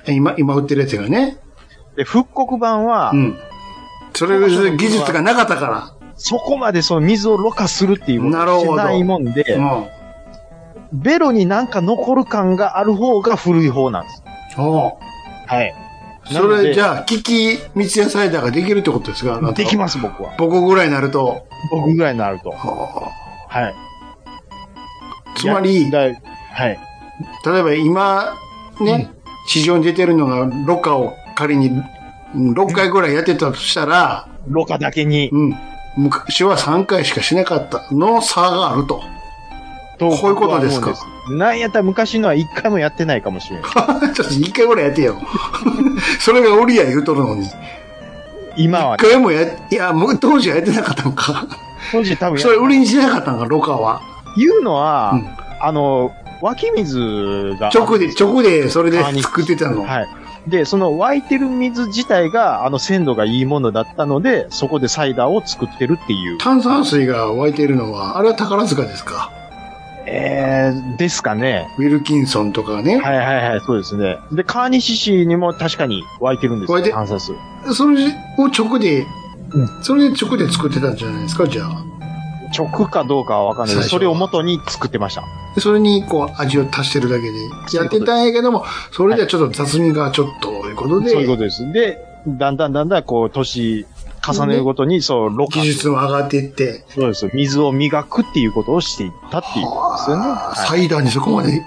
今、今売ってるやつがね。
で、復刻版は
う、ん。それ技術がなかったか
そこまでその水をろ過するっていうこと
なる
を
ほ
し
ど
ないもん
ら。う
で、
ん。
ベロになんか残る感がある方が古い方なんです。
おう
はい。
そ
なの
れ
で
じゃあ、聞き三ツ矢サイダーができるってことですかあなた
できます、僕は。
僕ぐらいになると。
僕ぐらいになると。
は
はい。
あつまり、例
いやだいはい。
えば今、ね、市場に出てるのが、ロカを仮に6回ぐらいやってたとしたら、
ろ過だけに、
うん。昔は3回しかしなかったの差があると。
と
こういうことですか
僕は思うんですなんやったら昔のは一回もやってないかもしれ ない。
ちょっと1回ぐらいやってよ。 それが折りや言うとるのに。
今は
一、回もや、いや、もう当時はやってなかったのか。
当時多分 や
それ売りにしなかったのか、ロカは。
言うのは、
うん
あの、湧き水が。
直で、直で、それで
川に
作ってたの。
はい。で、その湧いてる水自体が、あの、鮮度がいいものだったので、そこでサイダーを作ってるっていう。
炭酸水が湧いているのは、あれは宝塚ですか。
えー、ですかね。
ウィルキンソンとかね。
はいはいはい、そうですね。で、川西市にも確かに湧いてるんです
湧いて
よ、観察。
それを直で、
う
それで直で作ってたんじゃないですか、じゃあ。
直かどうかはわかんない
最
で
初
す。それを元に作ってました。
でそれに、こう、味を足してるだけで。
そ
や
ういう
っ
こと
てたんやけども、それではちょっと雑味がちょっと、ということで、
そういうことです。で、だんだんだんだん、こう、年重ねるごとに、そう、ろ過
技術も上がっていって、
そうです。水を磨くっていうことをしていったっていうことですよね。
あー
は
サイダーにそこまで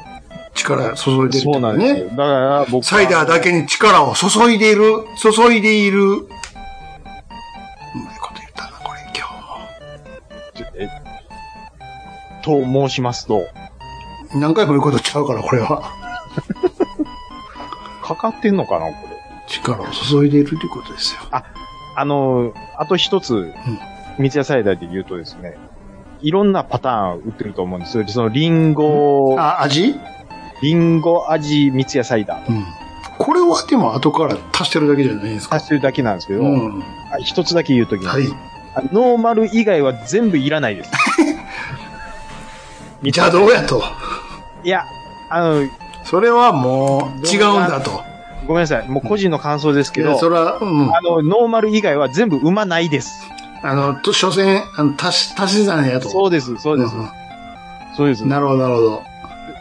力注い
い、
でる
そう
と
なんです
ね
よ。。だから、僕は
サイダーだけに力を注いでいる、注いでいる。うまいこと言ったな、これ、今
えと申しますと、
日も。何回も言うことちゃうから、これは。
かかってんのかな、これ。
力を注いでいるということですよ。
あの、あと一つ、三ツ矢サイダーで言うとですね、いろんなパターン売ってると思うんですよ。その、リンゴ、
あ、味
リンゴ味三ツ矢サイダー。
うん。これはでも後から足してるだけじゃないですか。
足してるだけなんですけど、
うん。
あ一つだけ言うとき、
はい。
ノーマル以外は全部いらないです。
じゃあどうやと。
いや、あの、
それはもう違うんだと。
ごめんなさい。もう個人の感想です
い
けど、
や、それは、うん。
あの、ノーマル以外は全部生まないです。
あの、と所詮、あの、足し、足し算やと。
そうです、そうです。
う
そうです
ん。なるほど、なるほど。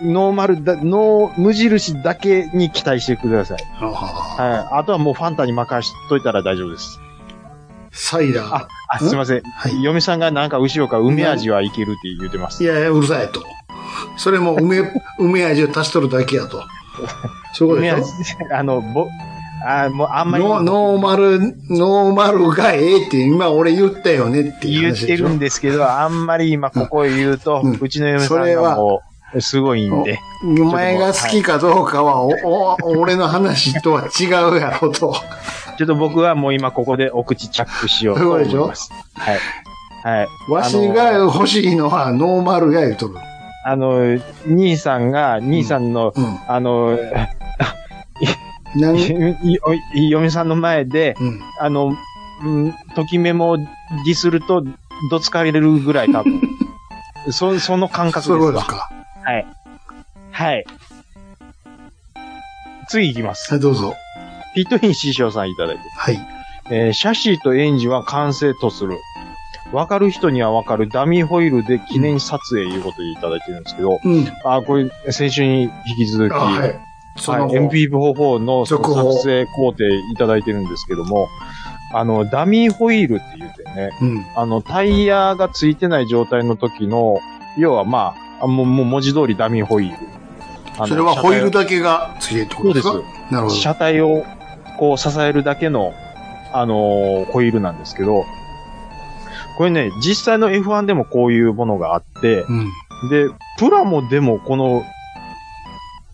ノーマルだ、ノー、無印だけに期待してください。
あ
はい。あとはもうファンタに任しといたら大丈夫です。
ーサイダー
あ。、あすいません。
はい
嫁さんがなんか後ろから梅味はいけるって言ってま
い
す。
やいや、うるさいと。それも梅、 梅味を足しとるだけやと。そういうことで
梅
しょ
味、あの、ぼ、あもうあんまり
ノノーマル、ノーマルがええって今俺言ったよねっていう
言っ
話
て
でしょ
るんですけど、あんまり今ここ言うと、
う
うんちの嫁さ
それ
ん
は
がもう、すごいんで。
お前が好きかどうかは、おお俺の話とは違うやろ と。
ちょっと僕はもう今ここでお口チャックしようと思います。はい。はい。
わしが欲しいのはノーマルや言うとる。
あの、兄さんが、兄さんの、
うん。
あの、
何
いいい嫁さんの前で、
うん。
あの、うん、ときメモをディスると、どつかれるぐらい多分。そ、その感覚
そうい
で
う
す
こと
わ
ですか。
はい。はい。次行きます。
はい、どうぞ。
ピットイン師匠さんいただいて。
はい。
えーシャシーとエンジンは完成とする。わかる人にはわかるダミーホイールで記念撮影いうことでいただいてるんですけど、
うん。
あーこれ、先週に引き続き、
あ、はい。その
はい、
後、
MP44 のそ
続報
の撮影工程いただいてるんですけども、あの、ダミーホイールって言ってね、
うん。
あの、タイヤがついてない状態の時の、要はまあ、あもうもう文字通りダミーホイール。あの
それはホイール
車体を
だけがついてるってこ
そ
とで
うです
か
す。
なるほど。
車体をこう支えるだけの、あのーホイールなんですけど、これね、実際の F1 でもこういうものがあって、
うん。
で、プラモでもこの、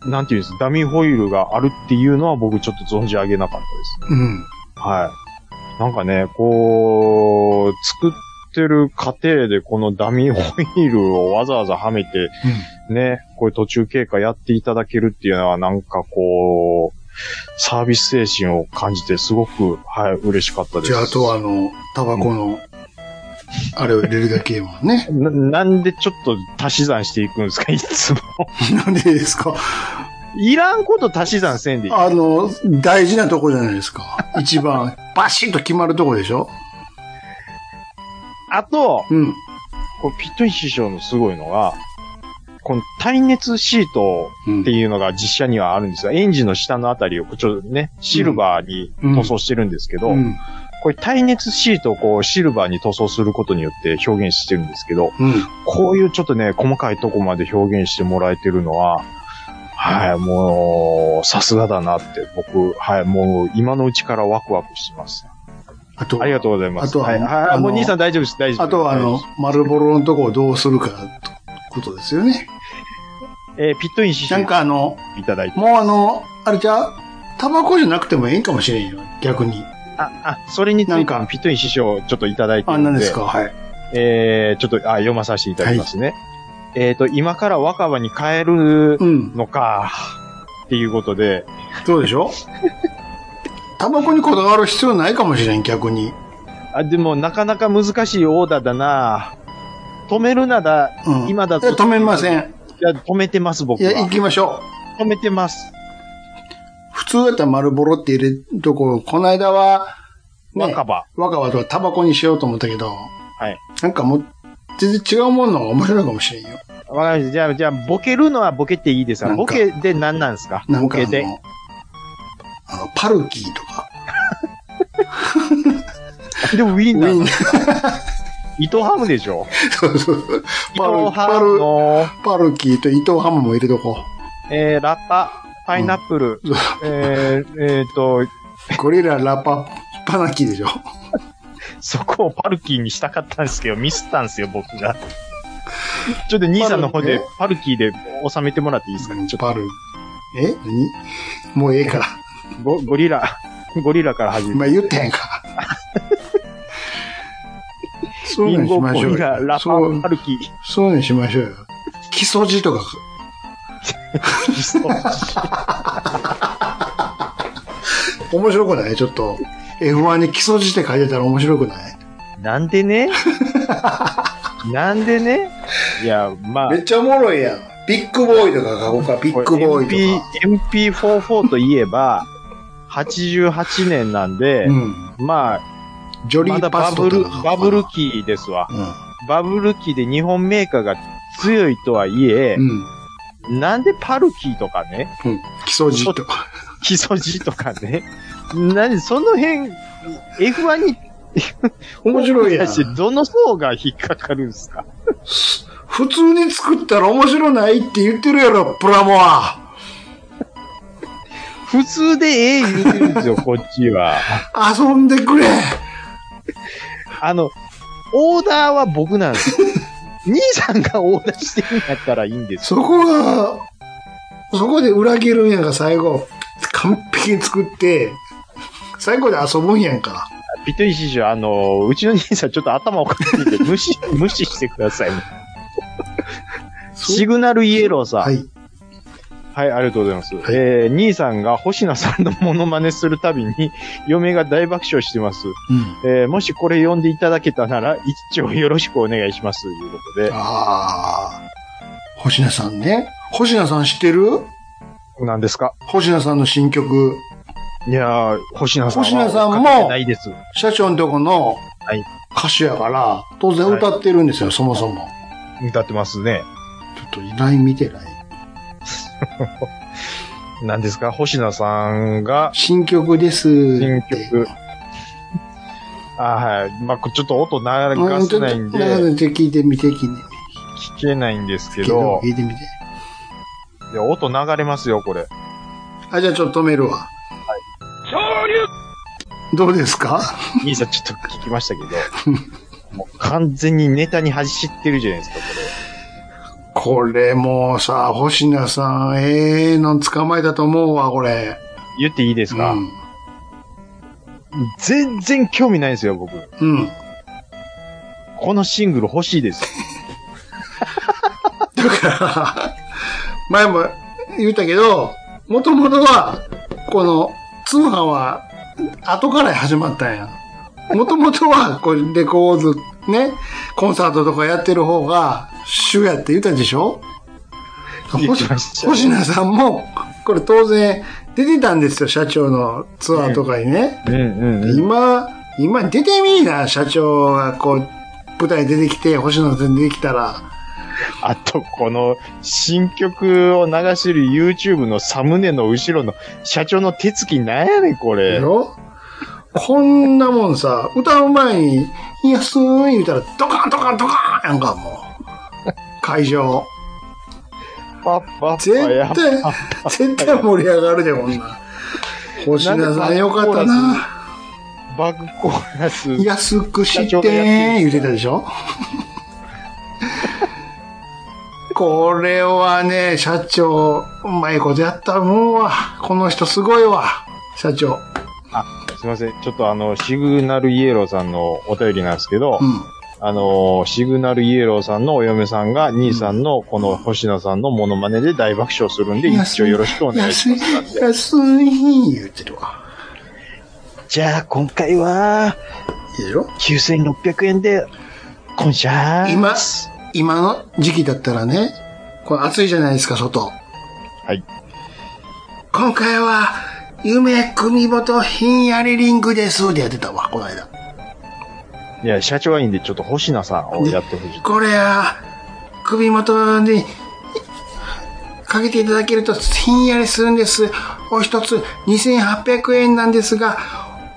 なんていうんです、ダミーホイールがあるっていうのは僕ちょっと存じ上げなかったです。
うん。
はい。なんかね、こう、作ってる過程でこのダミーホイールをわざわざはめて、ね、こういう途中経過やっていただけるっていうのはなんかこう、サービス精神を感じてすごく、はい、嬉しかったです。
じゃあ、あとは、あの、タバコの、あれを入れるだけもね。
な、なんでちょっと足し算していくんですか、いつも。
なんでですか
いらんこと足し算せんでいい。
あの、大事なとこじゃないですか。一番、バシッと決まるとこでしょ
あと、
うん。
こうピットイン師匠のすごいのが、この耐熱シート
うん
って。いうのが実写にはあるんですが、エンジンの下のあたりをちょっとね、シルバーに塗装してるんですけど、
うん。
これ耐熱シートをこうシルバーに塗装することによって表現してるんですけど、
うん。
こういうちょっとね、細かいとこまで表現してもらえてるのは、はい、もう、さすがだなって、僕、はい、もう、今のうちからワクワクしてます。
あと
あり、がとうございます。
あとは
はい、
あ
は
の
い、もう兄さん大丈夫です、大丈夫です。
あとは、あの
い、、
丸ボロのとこをどうするか、とことですよね。
えーピットイン師匠
なんかあの、
いただいて、
もうあの、あれじゃうタバコじゃなくてもええんかもしれんよ。逆に。
あ、あ、それについ
なん
て
か
もピットイン師匠ちょっといただいて
あ、
るん
なんですかはい。
えー、ちょっとあ読まさせていただきますね。えっ、と、今から若葉に帰る
うん。
のか、っていうことで、
そうでし ょタバコにこだわる必要ないかもしれん、逆に。
あ、でもなかなか難しいオーダーだな止めるなら、
うん。
今だ
いや
と、
止めません。
いや止めてます、僕
いや、行
は。
きましょ
止めてます。
う。普通だったら丸ボロって入れるとこ、この間は、ね、
若葉。
若葉とはタバコにしようと思ったけど、
はい。
なんかもう、全然違うもんの方が面白いかもしれんよ。
わかりました。じゃあ、じゃあ、ボケるのはボケていいですか
なんか
ボケで何なんですか
なん
ボ
かあ
ケで。
の、あの、パルキーとか、
でもウィ
ウ
ンナ
ィン
ー。、糸ハムでしょ
そうそうそう
糸
パル、
ハ
パ
ム
ル、
の、
パルキーと伊藤ハムも入れとこ
えー、ラッパ、パイナップル、
うん
えー、えーと、
う。ゴリラ、ラパ、パナキーでしょ。
そこをパルキーにしたかったんですけど、ミスったんですよ、僕が。ちょっと兄さんの方で、パルキーで収めてもらっていいですかね。ちょっ
パル、え何もうええから。
とゴゴリラ、ゴリラから始め
今言ったやんか。そうい
リ
うの
ン
にし
ゴ、
ま
ゴ
しょ
リ
う
ラ、
よ。
ラパ
そ、う
パ、ルキー、
そういうのにしましょうよ。基礎字とか、
キスト。
面白くないちょっと。F1 に基礎字って書いてたら面白くない
なんで ねなんでねいや、まあ。
っちゃおもろいやん。ビッグボーイとか書こうか、ビ
これ MP、MP44 といえば、88年なんで、
うん。
まあ、
ジョリ
まだ
ー
バ
パスト
ブル
とか書、こうか
バブル期ですわ。
う
バブル期で日本メーカーが強いとはいえ、
ん。うん。
なんでパルキーとかね、
基礎字とか。
基礎字とかね、何、その辺、F1 に
面白いやん
対。してどの層が引っかかるんですか
普通に作ったら面白ないって言ってるやろ、プラモは。
普通でええ言うてる んですよ、こっちは。
遊んでくれ。
あの、オーダーは僕な んですよ。兄さんがオーダーしてるんやったらいいんです
そこが、そこで裏切るんやんか、最後。完璧に作って、最後で遊ぶんやんか。
よ。ピトイ師匠、あの、うちの兄さんちょっと頭おかしいんで、無視、無視してくださいね、
そう
シグナルイエローさん。
はい。
はい、ありがとうございます。えー、兄さんが星名さんのモノマネするたびに、嫁が大爆笑してます。
うん。
えー、もしこれ読んでいただけたなら、一丁よろしくお願いします。ということで。
ああ。星名さんね。星名さん知ってる
何ですか
星名さんの新曲、
いやー、星名さんは。
星名さんも
かけてないです。
社長のとこの
い
歌手やから、当然歌ってるんですよ、そもそも。
歌ってますね。
ちょっと依頼見てない。
何ですか星名さんが、
新曲ですって。
新曲。あはい。まあ、ちょっと音流せないん
うん
で、
ちょっと聞いてみて、聞いてみて。
聞けないんですけど、
聞いてみて。
いや音流れますよ、これ。
あ、じゃあちょっと止めるわ。どうですか
兄さん、ちょっと聞きましたけ ど、もう完全にネタに走ってるじゃないですか、こ
これもうさ、星名さん、ええの捕まえたと思うわ、これ。
れ。言っていいです
う
か、
ん。
全然興味ないですよ、僕。
うん。
このシングル欲しいです。
だから、前も言ったけど、もともとは、この、通販は、後から始まったんや。もともとは、これ、レコード、ね、コンサートとかやってる方が、主やって言ったでしょ
言ってました
星名さんも、これ当然、出てたんですよ、社長のツアーとかにね。
うんうんうん。
今、今出てみいな、社長がこう、舞台出てきて、星野さん出てきたら。
あと、この新曲を流してる YouTube のサムネの後ろの社長の手つきなんやねん、これ。
よこんなもんさ、歌う前に、いや、すーい言うたら、ドカンドカンドカンやんか、もう。会場。
パッパ
絶
ッパや
対、絶対盛り上がるで、こんなん。星名さんよかったな。
バグコーラス。
安くし
社長
て、
がやってる
言うてたでしょこれはね、社長、うまいことやったもんわ。この人すごいわ。社長。
すいません。ちょっとあの、シグナルイエローさんのお便りなんですけど、
うん。
あの、シグナルイエローさんのお嫁さんが、兄さんのこの星野さんのモノマネで大爆笑するんで、一応よろしくお願いします。
安い、安い、言うてるわ。
じゃあ、今回は、
いいでしょ
9600円で、今シャー
今、今の時期だったらね、これ暑いじゃないですか、外。
はい。
今回は、夢組元ひんやりリングです、でやってたわ、この間。
いや、社長はいいんで、ちょっと星名さんをやってほしい。
これは、首元に、かけていただけるとひんやりするんです。お一つ2800円なんですが、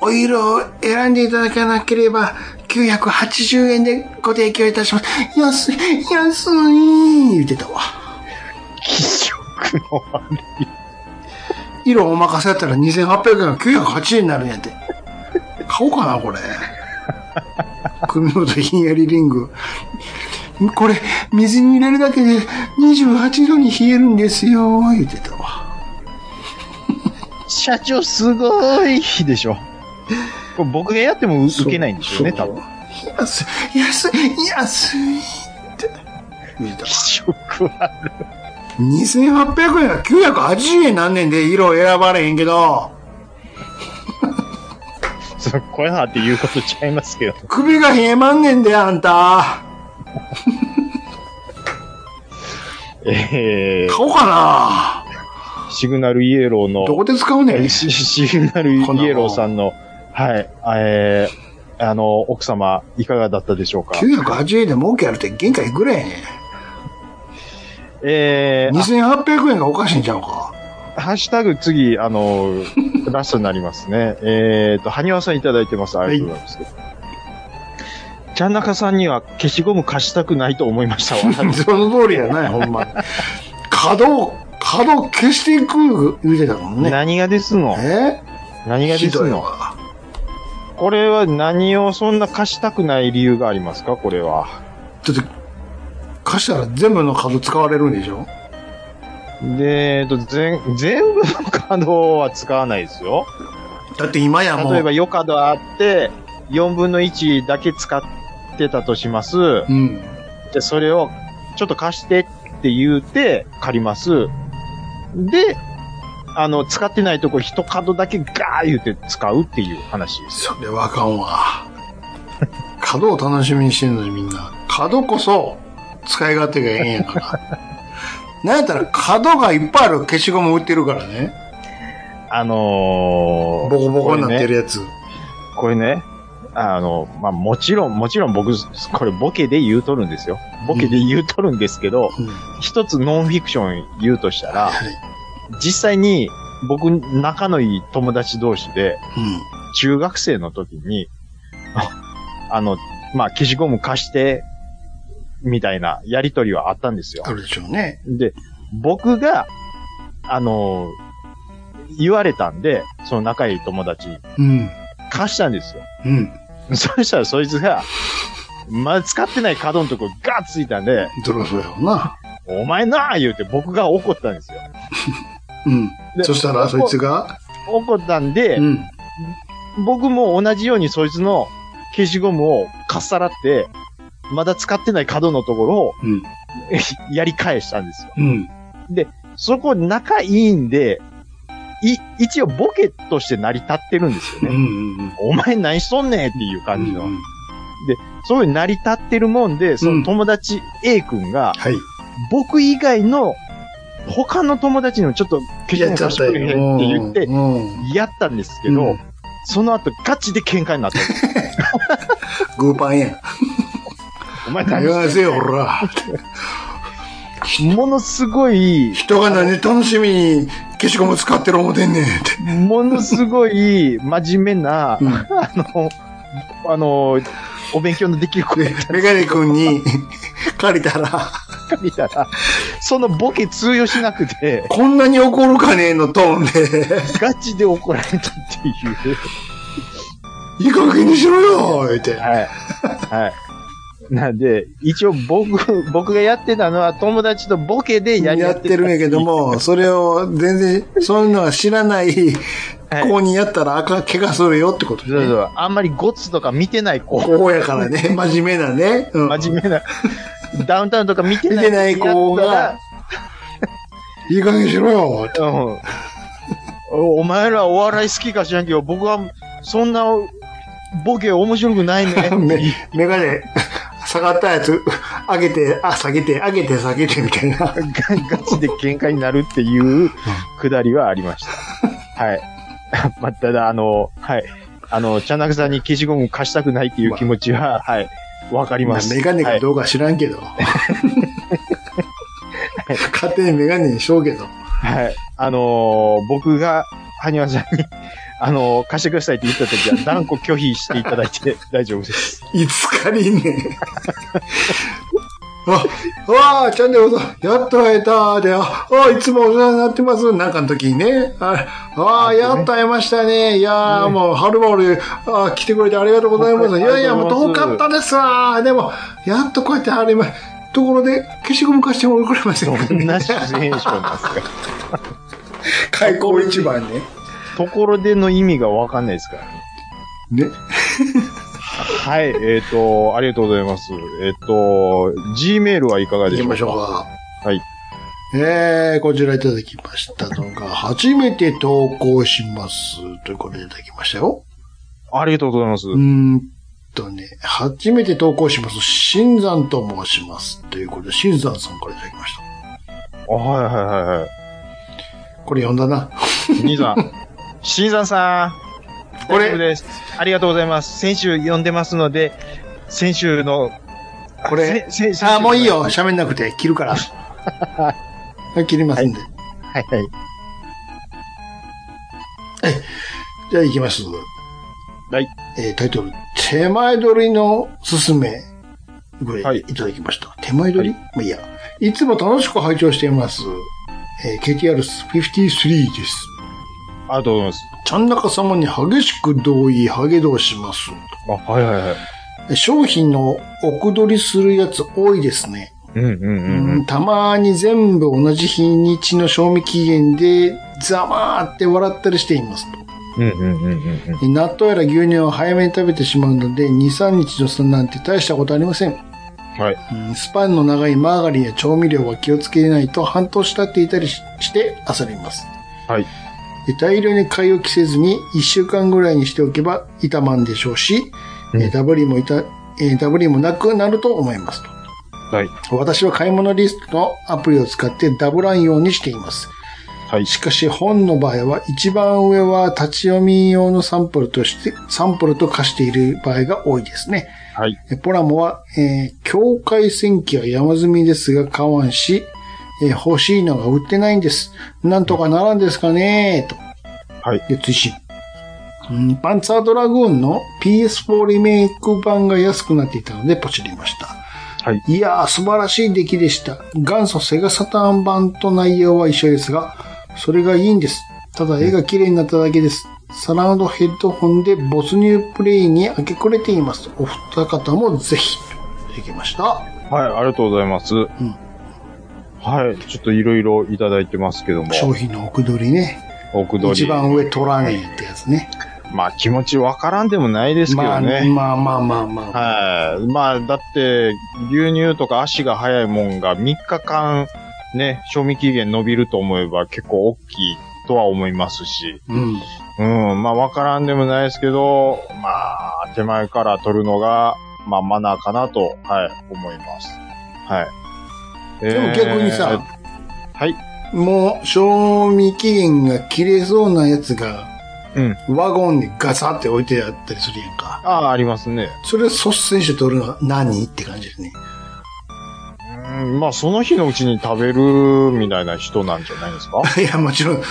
お色を選んでいただかなければ、980円でご提供いたします。安い、安い、言ってたわ。
気色の悪い。
色お任せやったら2800円が980円になるんやて。買おうかな、これ。首元ひんやりリング。これ、水に入れるだけで28度に冷えるんですよ、言ってたわ。
社長すごいでしょ。これ僕がやっても受けないんでしょうね、多分。
そう。安い、安い、安いって言ってたわ
気。色悪
2800円が980円なんねんで、色を選ばれへんけど、
い。その声はって言うことちゃいますけど。
首が冷えまんねんで、あんた。
え
買おうか
ー、シグナルイエロー
な。ど
の、
こで使うねん。
シシグナルイエローさんの、はい、えー、あの、奥様、いかがだったでしょうか
980円で儲けやるって限界いくらやねん。
えー、
2800円がおかしいんちゃうか。
ハッシュタグ次、あ の、ラストになりますね。えっと、はにわさんいただいてます。ありがとうございます。ちゃんなかさんには消しゴム貸したくないと思いました わ。
その通りやない、ほんま。角を、角を消していく、言うてたもんね。
何がですの
え
何がで
ひ
す
どい
の
わ。
これは何をそんな貸したくない理由がありますかこれは。
だって、貸したら全部の角使われるんでしょ
で、えっと、全、全部の稼働は使わないですよ。
だって今やもう。
例えば、余稼働あって、4分の1だけ使ってたとします。
うん。
で、それを、ちょっと貸してって言うて、借ります。で、あの、使ってないとこ一角だけガー言うて使うっていう話です。
それはあかんわ。角を楽しみにしてんのにみんな。角こそ、使い勝手がええんやから。なんやったら角がいっぱいある消しゴム売ってるからね。
あの
ボ
ー、
コボコになってるやつ。
これね、あの、まあ、もちろん、もちろん僕、これボケで言うとるんですよ。ボケで言うとるんですけど、
うん
一つノンフィクション言うとしたら、
はい
実際に僕、仲のいい友達同士で、中学生の時に、あの、まあ、消しゴム貸して、みたいなやりとりはあったんですよ
うん。あ。るでしょうね。
で、僕が、あの、言われたんで、その仲いい友達に
うん。
貸したんですよ。
うん。
そしたらそいつが、まだ使ってない角のとこガッついたんで、
そりゃそうやろうな。
お前なあ言うて僕が怒ったんですよ。
うん。
で
そしたら、そいつが、
怒ったんで、
うん。
僕も同じようにそいつの消しゴムをかっさらって、まだ使ってない角のところを
うん。
やり返したんですよ。
うん。
そこ仲いいんで、い、一応ボケとして成り立ってるんですよ
うん。う
ね。
ん。うん。
お前何しとんねんっていう感じの。
うん
そういう成り立ってるもんで、その友達 A 君が、
はい。
僕以外の他の友達にもちょっと消しゴム貸してくれへんって言って、
うん
やったんですけど、
うん
その後ガチで喧嘩になったんです。
グーパンやん。
お前何
言わ
して
せ
ん
よ、
の
ほら。
ものすごい、
人が何楽しみに消しゴム使ってる思うてんねんって。
ものすごい真面目な、
うん
あの、あの、お勉強のできる子だっ
で、メガネ君に借りたら、
たみたいな、そのボケ通用しなくて、
こんなに怒るかねえのトーンで、
ガチで怒られたっていう。
いい加減にしろよ言って。
はい。はい。なんで、一応僕、僕がやってたのは友達とボケでやり合
やってるんやけど。も、それを全然、そういうのは知らない
はい
子にやったらあかん、怪我するよってこと
そう
ね。
そう。あんまりゴツとか見てない子。
こうやからね、 真面目なね。うん
真面目な。ダウンタウンとか見てない
見てない子がいい加減にしろよって
やったら。うん。おお前らお笑い好きか知らんけど、僕はそんなボケ面白くないね。
メメガネ、下がったやつ、上げて、あ、下げて、上げて、下げてみたいな。
ガガチで喧嘩になるっていうくだりはありました。はい。 まあ、ただ、あの、はい。あの、ちゃなくさんに消しゴム貸したくないっていう気持ちは、はい。わかります。
メガネ
は
か
い
どうか知らんけど。 勝手にメガネにしようけど。
はい。あのー僕が、はにわさんに、 あのー貸してくださいって言った時は、断固拒否していただいて 大丈夫です。
いつかりね。 あ、わあ、チャンネルごと、やっと会えたで、あ、あいつもお世話になってます。なんかの時にね。あ、あやっと会えましたね。いやー、もう、はるばる、あ来てくれてありがとうございます。いやいや、もう遠かったですわでも、やっとこうやってはりま、ところで、消しゴム貸してもらえませんか
どん
ね。
なシチュエーションなんですか。
開口一番ね。
ところでの意味がわかんないですからね。
ね。
はい。えっ、と、ありがとうございます。えっ、と、G メールはいかがで
行
し
き
ょうか
ましょうか。
はい。
えー、こちらいただきましたのが、初めて投稿します。ということでいただきましたよ。
ありがとうございます。
うーんとね、初めて投稿します。新山と申します。ということで、新山さんからいただきまし
あはいはいはいはい。
た。これ読んだな。
兄さ ん。新さんさん。
これ
大丈夫です。ありがとうございます。先週読んでますので、先週の、
これ
せせ先週の
あー、もういいよ。喋んなくて、切る から。はい切りますんで。
はいはい。
じゃあ行きます。
はい。
えータイトル、手前取りのすすめ。これ、
はい
い、ただきました。手前取り、まあいいや。いつも楽しく拝聴しています。えー KTR53 です。
ありがとうございます。
ちゃん中様に激しく同意、ハゲ同します。
あ、はいはいはい。
商品の奥取りするやつ多いですね。
うんうんうんうん。
たまに全部同じ日にちの賞味期限で、ざまーって笑ったりしていますと。
うんうんうんうん
納豆やら牛乳を早めに食べてしまうので、2、3日の差なんて大したことありません。
はい
うんスパンの長いマーガリンや調味料は気をつけないと半年経っていたりしして焦ります。
はい
で大量に買い置きせずに1週間ぐらいにしておけば傷まんでしょうし、えーダブリもいた、えーダブリもなくなると思いますと。
はい。
私は買い物リストのアプリを使ってダブらんようにしています。
はい。
しかし本の場合は一番上は立ち読み用のサンプルとして、サンプルと化している場合が多いですね。
はい。
えポラモは、えー境界線機は山積みですが買わんし、えー欲しいのが売ってないんです。なんとかならんですかねと。
はい。
で、追伸。うんパンツァードラグーンの PS4 リメイク版が安くなっていたのでポチりました。
はい。
いやー、素晴らしい出来でした。元祖セガサターン版と内容は一緒ですが、それがいいんです。ただ絵が綺麗になっただけです。サラウンドヘッドホンで没入プレイに明け暮れています。お二方もぜひ、できました。
はい、ありがとうございます。はい、ちょっといろいろいただいてますけども、
商品の奥取りね。
奥取り。
一番上取らねえってやつね。
まあ気持ちわからんでもないですけ
ま
ど
あ、
ね。
まあまあまあまあ。
はい。まあ、だって、牛乳とか足が早いもんが3日間、ね、賞味期限伸びると思えば結構大きいとは思いますし。
うん。
うん、まあわからんでもないですけど、まあ、手前から取るのが、まあマナーかなと、はい、思います。はい。
でも逆に
え
さ
ー、はい。
もう、賞味期限が切れそうなやつが、
うん
ワゴンにガサって置いてあったりするやんか。
ああ、ありますね。
それを率先して取るのは何って感じですね。
うんまあ、その日のうちに食べるみたいな人なんじゃないですか
いや、もちろん、
うん。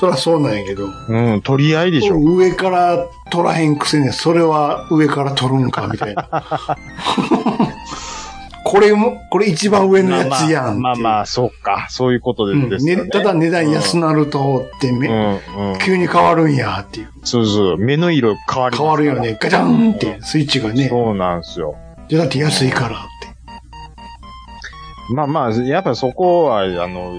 そりゃそうなんやけど、
うん、取り合いでしょ。
上から取らへんくせに、それは上から取るんか、みたいな。 これも、これ一番上のやつやんっていう。
まあまあ、まあまあ、そうか。そういうことで
うん
ですよね。
ねただ値段安なると、って
う
め、
ん、うん。
急に変わるんや、っていう。
そうそう。目の色変わります
変わるよね。ガチャンって、スイッチがね。
そうなんですよ。
でだって安いからって。
まあまあ、やっぱそこは、あの、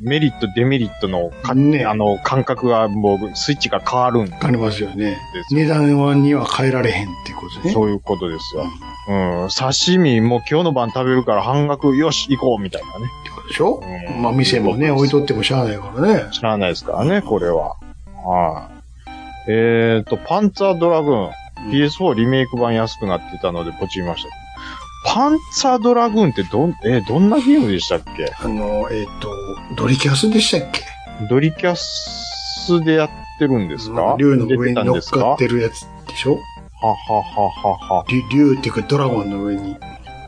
メリット、デメリットのか、
ね
あの、感覚が、もう、スイッチが変わるんで
わかりますよね。
すよ。
値段はには変えられへんっていうことね。
そういうことですよ。うん。刺身も今日の晩食べるから半額、よし、行こう、みたいなね。
ってことでしょ
うん
まあ店もね、置いとってもしゃあないからね。
知らないですからね、これは。はい。えっ、と、パンツァードラグーン。PS4 リメイク版安くなってたので、ポチりました。パンツァードラグーンってどん、えーどんなゲームでしたっけ
あの、えっ、と、ドリキャスでしたっけ
ドリキャスでやってるんですか
竜の上
出
に
たん
乗っ
ですか
か
は
ってるやつでしょ
はははは。
竜竜っていうかドラゴンの上に。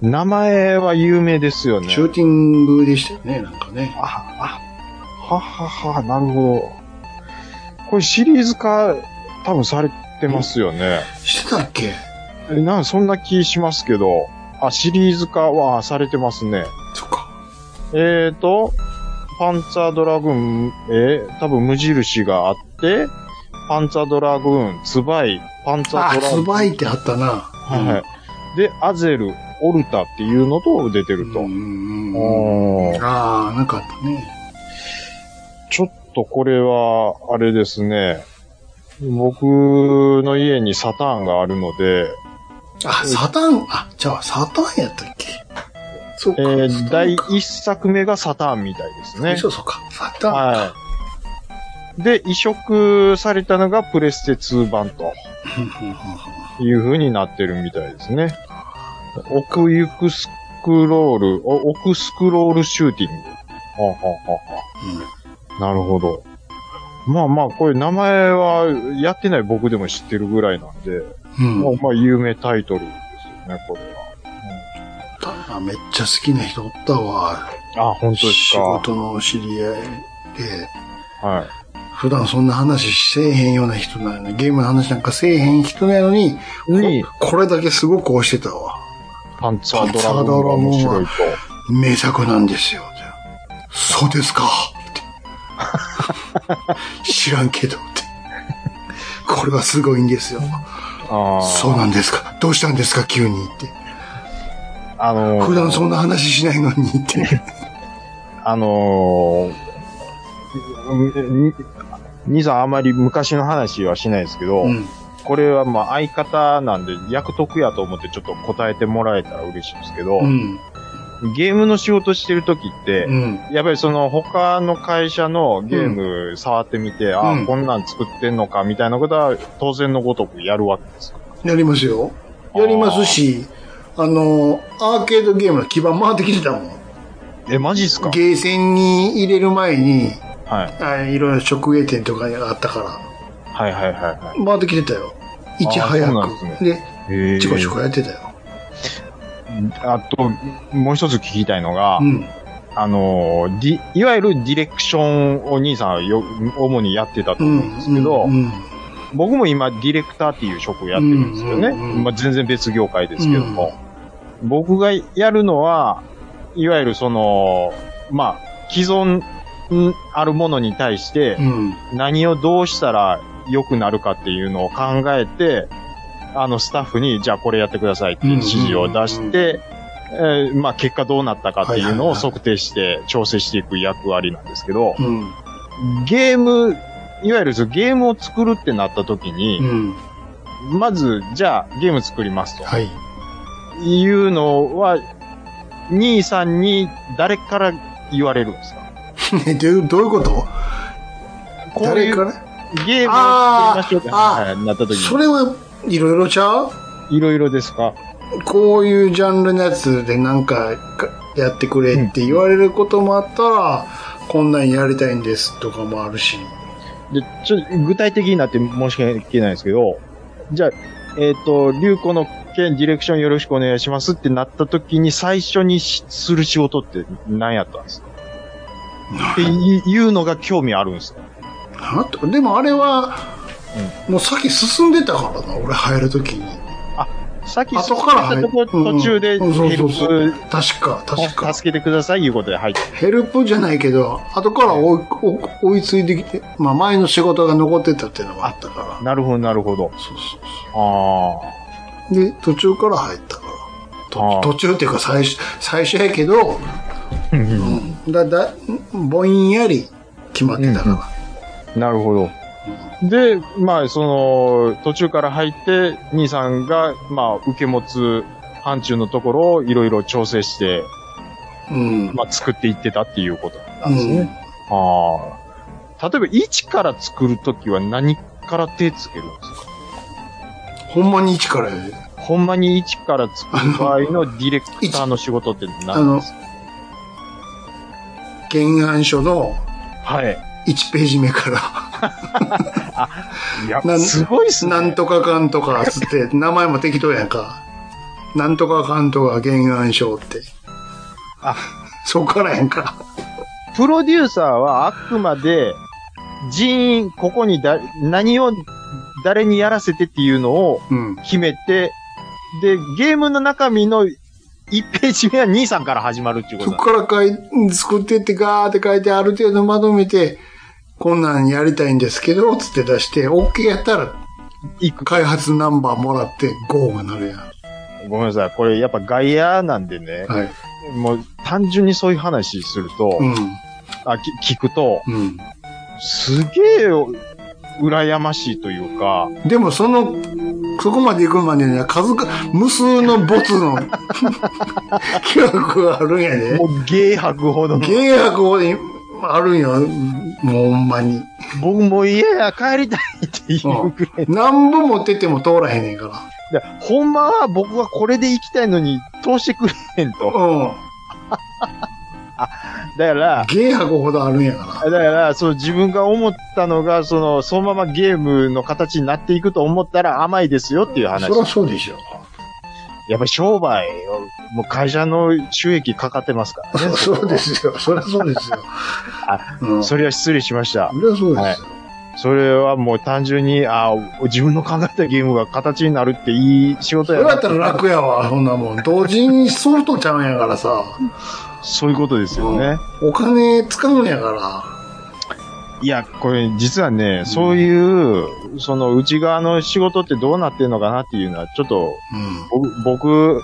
名前は有名ですよね。
シューティングでしたよね、なんかね。
あ、あ、ははは、なるほど。これシリーズ化、多分されてますよね。
してたっけ
えなんそんな気しますけど、あ、シリーズ化はされてますね。
そっか。
えーと、パンツァードラグーン、えー多分無印があって、パンツァードラグーン、ツバイ、パンツァー
あ、
ドラグー
ツ
ン。
バイってあったな。
はい。で、アゼル、オルタっていうのと出て
う
る
ん
と。
うんうんうん
おー
ああ、なんかあったね。
ちょっとこれは、あれですね。僕の家にサターンがあるので、
あ、サタン、あ、じゃあサタンやったっけそっ
え
か。
ー第
一
1作目がサターンみたいですね。
そうか。サタン。
はい。で、移植されたのがプレステ2版と
うんうんうんうん
いう風になってるみたいですね。奥行くスクロール、お奥スクロールシューティング。はあはあはあなるほど。まあまあ、これ名前はやってない僕でも知ってるぐらいなんで、
うん
まあまあ有名タイトルですよね、これ
ただめっちゃ好きな人おったわ。
は。あ、本当です
仕
か。
事の知り合いで、
はい。
普段そんな話せえへんような人なのに、ゲームの話なんかせえへん人なのに、
に
ここれだけすごく推してたわ。
パンツァードラゴンが面白いと。
名作なんですよ。じゃあそうですか。って知らんけどって。これはすごいんですよ。
あ
そうなんですか。どうしたんですか、急にって。
あ、あのー
普段そんな話しないのにって。
あのー、に兄さんあんまり昔の話はしないですけど、
うん。
これはまあ相方なんで役得やと思ってちょっと答えてもらえたら嬉しいんですけど、
うん。
ゲームの仕事してる時って、
うん。
やっぱりその他の会社のゲーム触ってみて、あ
う
あ、
ん
こんなん作ってんのかみたいなことは当然のごとくやるわけですか。
やりますよ。やりますし、ああの、アーケードゲームの基盤回ってきてたもん。
え、マジっすか
ゲーセンに入れる前に、
はい。
あいろいろ直営店とかがあったから、
はいはいはいは
回ってきてたよ。いち
あそう
早
なんです
く。で、
い。へ
チコチコやってたよ。
あと、もう一つ聞きたいのが
う、ん。
あのー、ディいわゆるディレクションを兄さんはよ主にやってたと
う
思
ん
うんですけど、
うんうん
僕も今ディレクターっていう職をやってるんですよね。
うんうんうん
まあ、全然別業界ですけども。僕がやるのは、いわゆるその、まあ、既存んあるものに対して
う、ん。
何をどうしたら良くなるかっていうのを考えて、あのスタッフに、じゃあこれやってくださいっていう指示を出して、えーまあ結果どうなったかっていうのを測定して調整していく役割なんですけど、
うん。
ゲーム、いわゆるそのゲームを作るってなった時
う
に、
ん。
まず、じゃあゲーム作りますと
はい。
いうのは、兄さんに誰から言われるんですか
ねどういうどういうこと
こうい
誰か
う
ら
ゲームを作りましょうって
あー
はいなった時
そ
に、
れはいろいろちゃう
いろいろですか
こういうジャンルのやつでなんかかやってくれって言われることもあったら、こんなんやりたいんですとかもあるし。
で、ちょ、具体的になって申し訳ないですけど、じゃあ、えっ、と、流行の件、ディレクションよろしくお願いしますってなった時に最初にしする仕事って何やったんですかっていいうのが興味あるんですか
なんとでもあれは、もう先進んでたからな、俺入るときに。
さっき
後から入
そ
る。
こ途中で
うんうん
ヘル
そうそうそう
プ、
確か、確か。
助けてくださいいうことで入って。
ヘルプじゃないけど、後から追い追追いついてきて、まあ前の仕事が残ってたっていうのがあったから。
なるほど、なるほ
そう
ど。
そうそ
あ
う。で、途中から入ったから。
あー
と途中っていうか最初、最初やけど、
あ。
うん、だ、だ、ぼんやり決まってたから。
なるほど。で、まあ、その、途中から入って、兄さんが、まあ、受け持つ範疇のところをいろいろ調整して、
うん。
まあ、作っていってたっていうことなんです
うん
ね。ああ。例えば、一から作るときは何から手つけるんですか
ほんまに一からやで
ほんまに一から作る場合のディレクターの仕事って何ですか
原案書の
はい。
1ページ目から、
いや
な、ん
すごいっすね。
なんとかかんとかつって、名前も適当やんか。なんとかかんとか原案書って。
あ、
そっからやんか。
プロデューサーはあくまで人員、ここにだ、何を誰にやらせてっていうのを
うん。
決めて、で、ゲームの中身の1ページ目は兄さんから始まるっていうこ
そ
と
っ
なん
からかい作ってってガーって書いてある程度まとめて、こんなんやりたいんですけど、つって出して、OK やったら
いく
開発ナンバーもらってゴーがなるやん。
ごめんなさい。これやっぱ外野なんでね、
はい。
もう単純にそういう話すると、
う
あき聞くと、
ん。
すげえ羨ましいというか、
うん。でもその、そこまで行くまでには数か、無数のボツの 企画があるんやで
も。う芸博ほどの。
契約をあるんや、もうほんまに。
僕もう嫌や、帰りたいっていうぐらい
何本持ってっても通らへんねんか
で、ほんまは僕はこれで行きたいのに通してくれへん
ら。
と。
うん。
だから、
契約ほどあるんやか
だから、その自分が思ったのが、その、そのままゲームの形になっていくと思ったら甘いですよっていう
ら。
話
そ。りゃそうでしょ。
やっぱり商売を、もう会社の収益かかってますからね。
そそうですよ。そりゃそうですよ。うん、そ
それは失礼しました。
りゃそうですよ。
はいそれはもう単純に、ああ、自分の考えたゲームが形になるっていい仕
そ
事や
れだっ
な。
たら楽やわ、そんなもん。同時にソフトちゃうんやからさ。
そういうことですよね。
お金使うんやから。
いや、これ実はね、そういう、その内側の仕事ってどうなってんのかなっていうのは、ちょっと
うん。
僕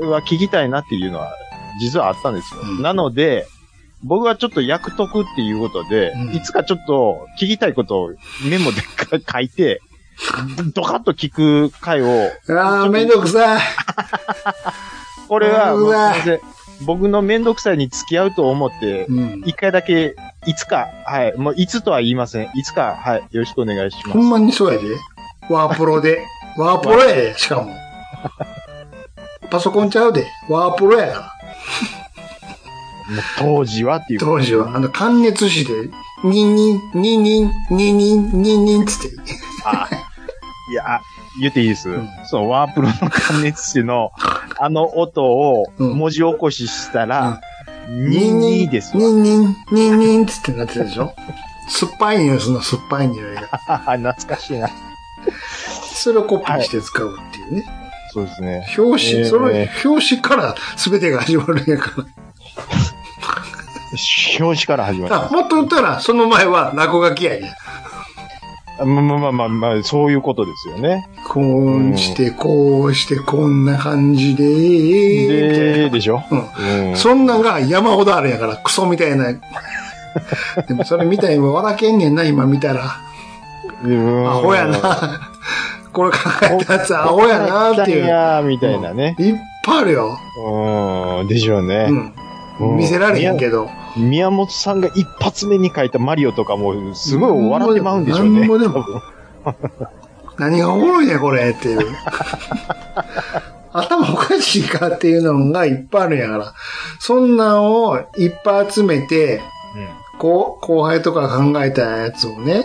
僕は聞きたいなっていうのは、実はあったんですよ。
うん
なので、僕はちょっと役得っていうことで、
うん
いつかちょっと聞きたいことをメモで書いて、ドカッと聞く回を、
ああ、めんどくさい。
これは、
う
もう
わ
すいません僕のめんどくさいに付き合うと思って、
うん。
一回だけ、いつか、はい、もういつとは言いません。いつか、はい、よろしくお願いします
ほ。んまにそうやで。ワープロで。ワープロやで、しかも。パソコンちゃうで。ワープロやから。
もう当時はっていう。
当時は、あの、関熱紙で、ニンニン、ニンニン、ニンニン、ニンニンつって。
あいや、言っていいです。そのワープロの関熱紙の、あの音を
うん
文字起こししたら、
ニンニ
22
ン、
です
ニ
わ。
ンニン、ニンニンつってなってたでしょ酸っぱい匂い、その酸っぱい匂いが。
懐かしいな。
それをコピーして使うっていうね。
そうですね。
表紙、
えー
その表紙から全てが始まるんやから。
表紙から始まり
あ、もっと言ったら、その前は落書きやね。
まあまあまあまあまあ、そういうことですよね。
こうして、こうして、こんな感じで、みたいな
で、でしょうん
そんなんが山ほどあるんやから、クソみたいな。 でもそれ見たら今笑けんねんな、今見たら。
うん
アホやな。これ考えたやつアホやなってい
お
う。
やみたいなね。
いっぱいあるよ。
うん、でしょうね。
うん。見せられへんけど。
宮本さんが一発目に書いたマリオとかも、すごい笑ってまうんでしょう
な
ね。
んぼでも
多 分
何がおもろいねん、これっていう。頭おかしいかっていうのがいっぱいあるんやから。そんなんをいっぱい集めて、こう、後輩とか考えたやつをね、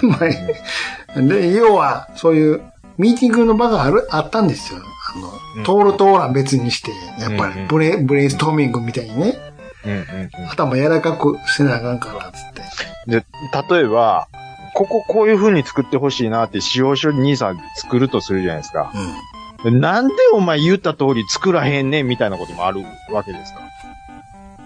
前で、要は、そういう、ミーティングの場がある、あったんですよ。あの、通る通らん別にして、やっぱりブレ、ブレイストーミングみたいにね、
うんうんうん
頭柔らかくせなあかんから、つって。
で、例えば、こここういう風に作ってほしいなって使用書兄さん作るとするじゃないですか。
うん。
なんでお前言った通り作らへんねんみたいなこともあるわけですか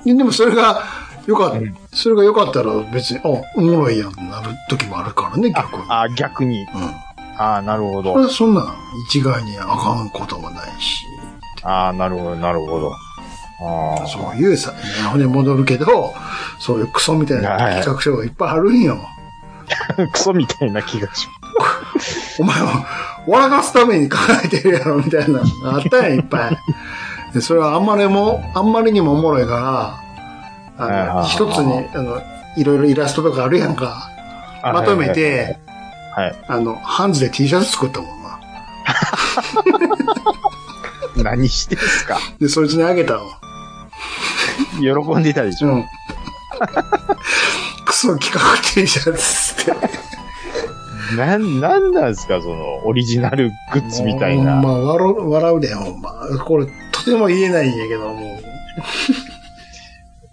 ででもそれが、よかった、
うん
それが良かったら別に、あ、おもろいやんってなる時もあるからね、逆に。
あ、逆に。
うん。
あなる
これ
ほど。
はそんなん一概にあかんこともないし、
あなるほど、なるほど。あー
そういうさ、骨戻るけど、そういうクソみたいな企画書がいっぱいあるんよ。
クソみたいな気がし
お前は笑かすために考えてるやろ、みたいな。あったやん、いっぱい。で、それはあんまりも、あんまりにもおもろいから、
はいはい
あ
は
の、
い
一つに、あの、いろいろイラストとかあるやんか。
ます。
まとめて、
はいはい
あの、ハンズで T シャツ作ったもんな。
何してんすか
で、そいつにあげたわ。
喜んでたでしょ。
うん。クソ企画 T シャツって。
なん、なんなんすかその、オリジナルグッズみたい
ほん
な。
ま笑う、笑うで、ほんま。これ、とても言えないんやけど、もう。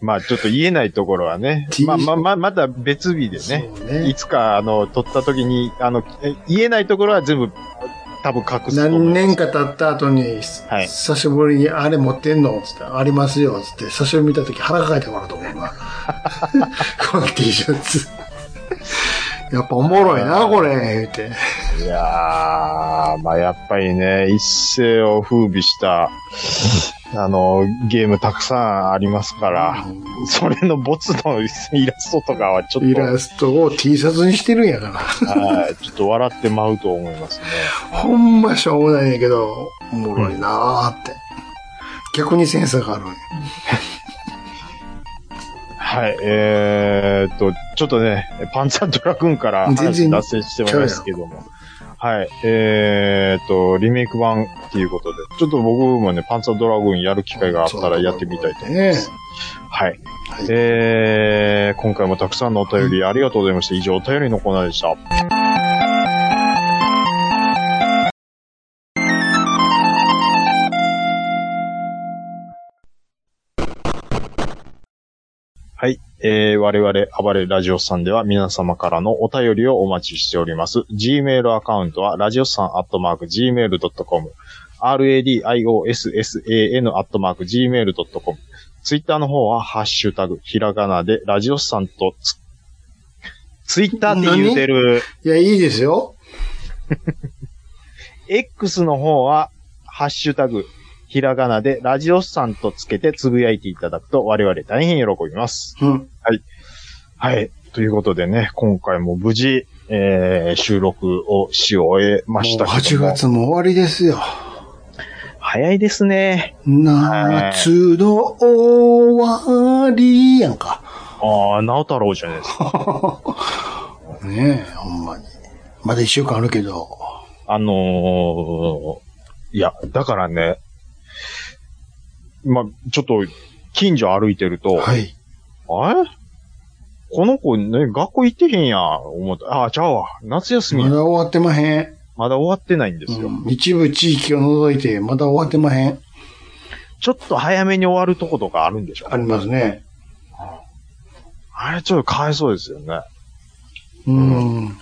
まあちょっと言えないところはね
T。
まあまあまあ、また別日でね。
そう
い
ね。
つか、あの、撮った時に、あの、え言えないところは全部、多分隠すと思
何
う。
年か経った後に、
はい
久しぶりにあれ持ってんのつって、ありますよ。つって、久しぶりに見た時腹抱えてもらうと思う な。この T シャツ。やっぱおもろいな、これ、言うて。
いやー、まあやっぱりね、一世を風靡した、あの、ゲームたくさんありますから、それのボツのイラストとかはちょっ
イ
と、
ラストを T シャツにしてるんやから。
はいちょっと笑ってまうと思いますね。
ほんましょうもないんやけど、おもろいなーって。逆にセンスがあるんや。
はい、えー、っと、ちょっとね、パンツァードラ君から
全
話
然
脱線してもらいますけども。はい、えー、っと、リメイク版っていうことで、ちょっと僕もね、パンツァードラ君やる機会があったらやってみたいと思います。はい。
はい
えー、今回もたくさんのお便りありがとうございました。以上、お便りのコーナーでした。はい。えー、我々、暴れラジオスさんでは皆様からのお便りをお待ちしております。Gmail アカウントは、ラジオスさんアットマーク Gmail.com、radiossan アットマーク Gmail.com、ツイッターの方は、ハッシュタグ、ひらがなで、ラジオスさんとつ、ツイッターって言うてる、
いや、いいですよ。
X の方は、ハッシュタグ、ひらがなで、ラジオスさんとつけてつぶやいていただくと、我々大変喜びます。
うん。
はい。ということでね、今回も無事、えー、収録をし終えましたけ
8
ども。
月も終わりですよ。
早いですね。
夏の終わりやん か。
ああ、直太郎じゃないですか。
ねえ、ほんまに。まだ1週間あるけど。
あのー、いや、だからね、まあ、ちょっと、近所歩いてると、
はい。
あれこの子ね、学校行ってへんやん、思った。ああ、ちゃうわ。夏休み
ま、だ終わってまへん。
まだ終わってないんで
う
すよ。
ん一部地域を除いて、まだ終わってまへん。
ちょっと早めに終わるとことかあるんでしょ
ありますね。
あれ、ちょっとかわいそうですよね。
うん。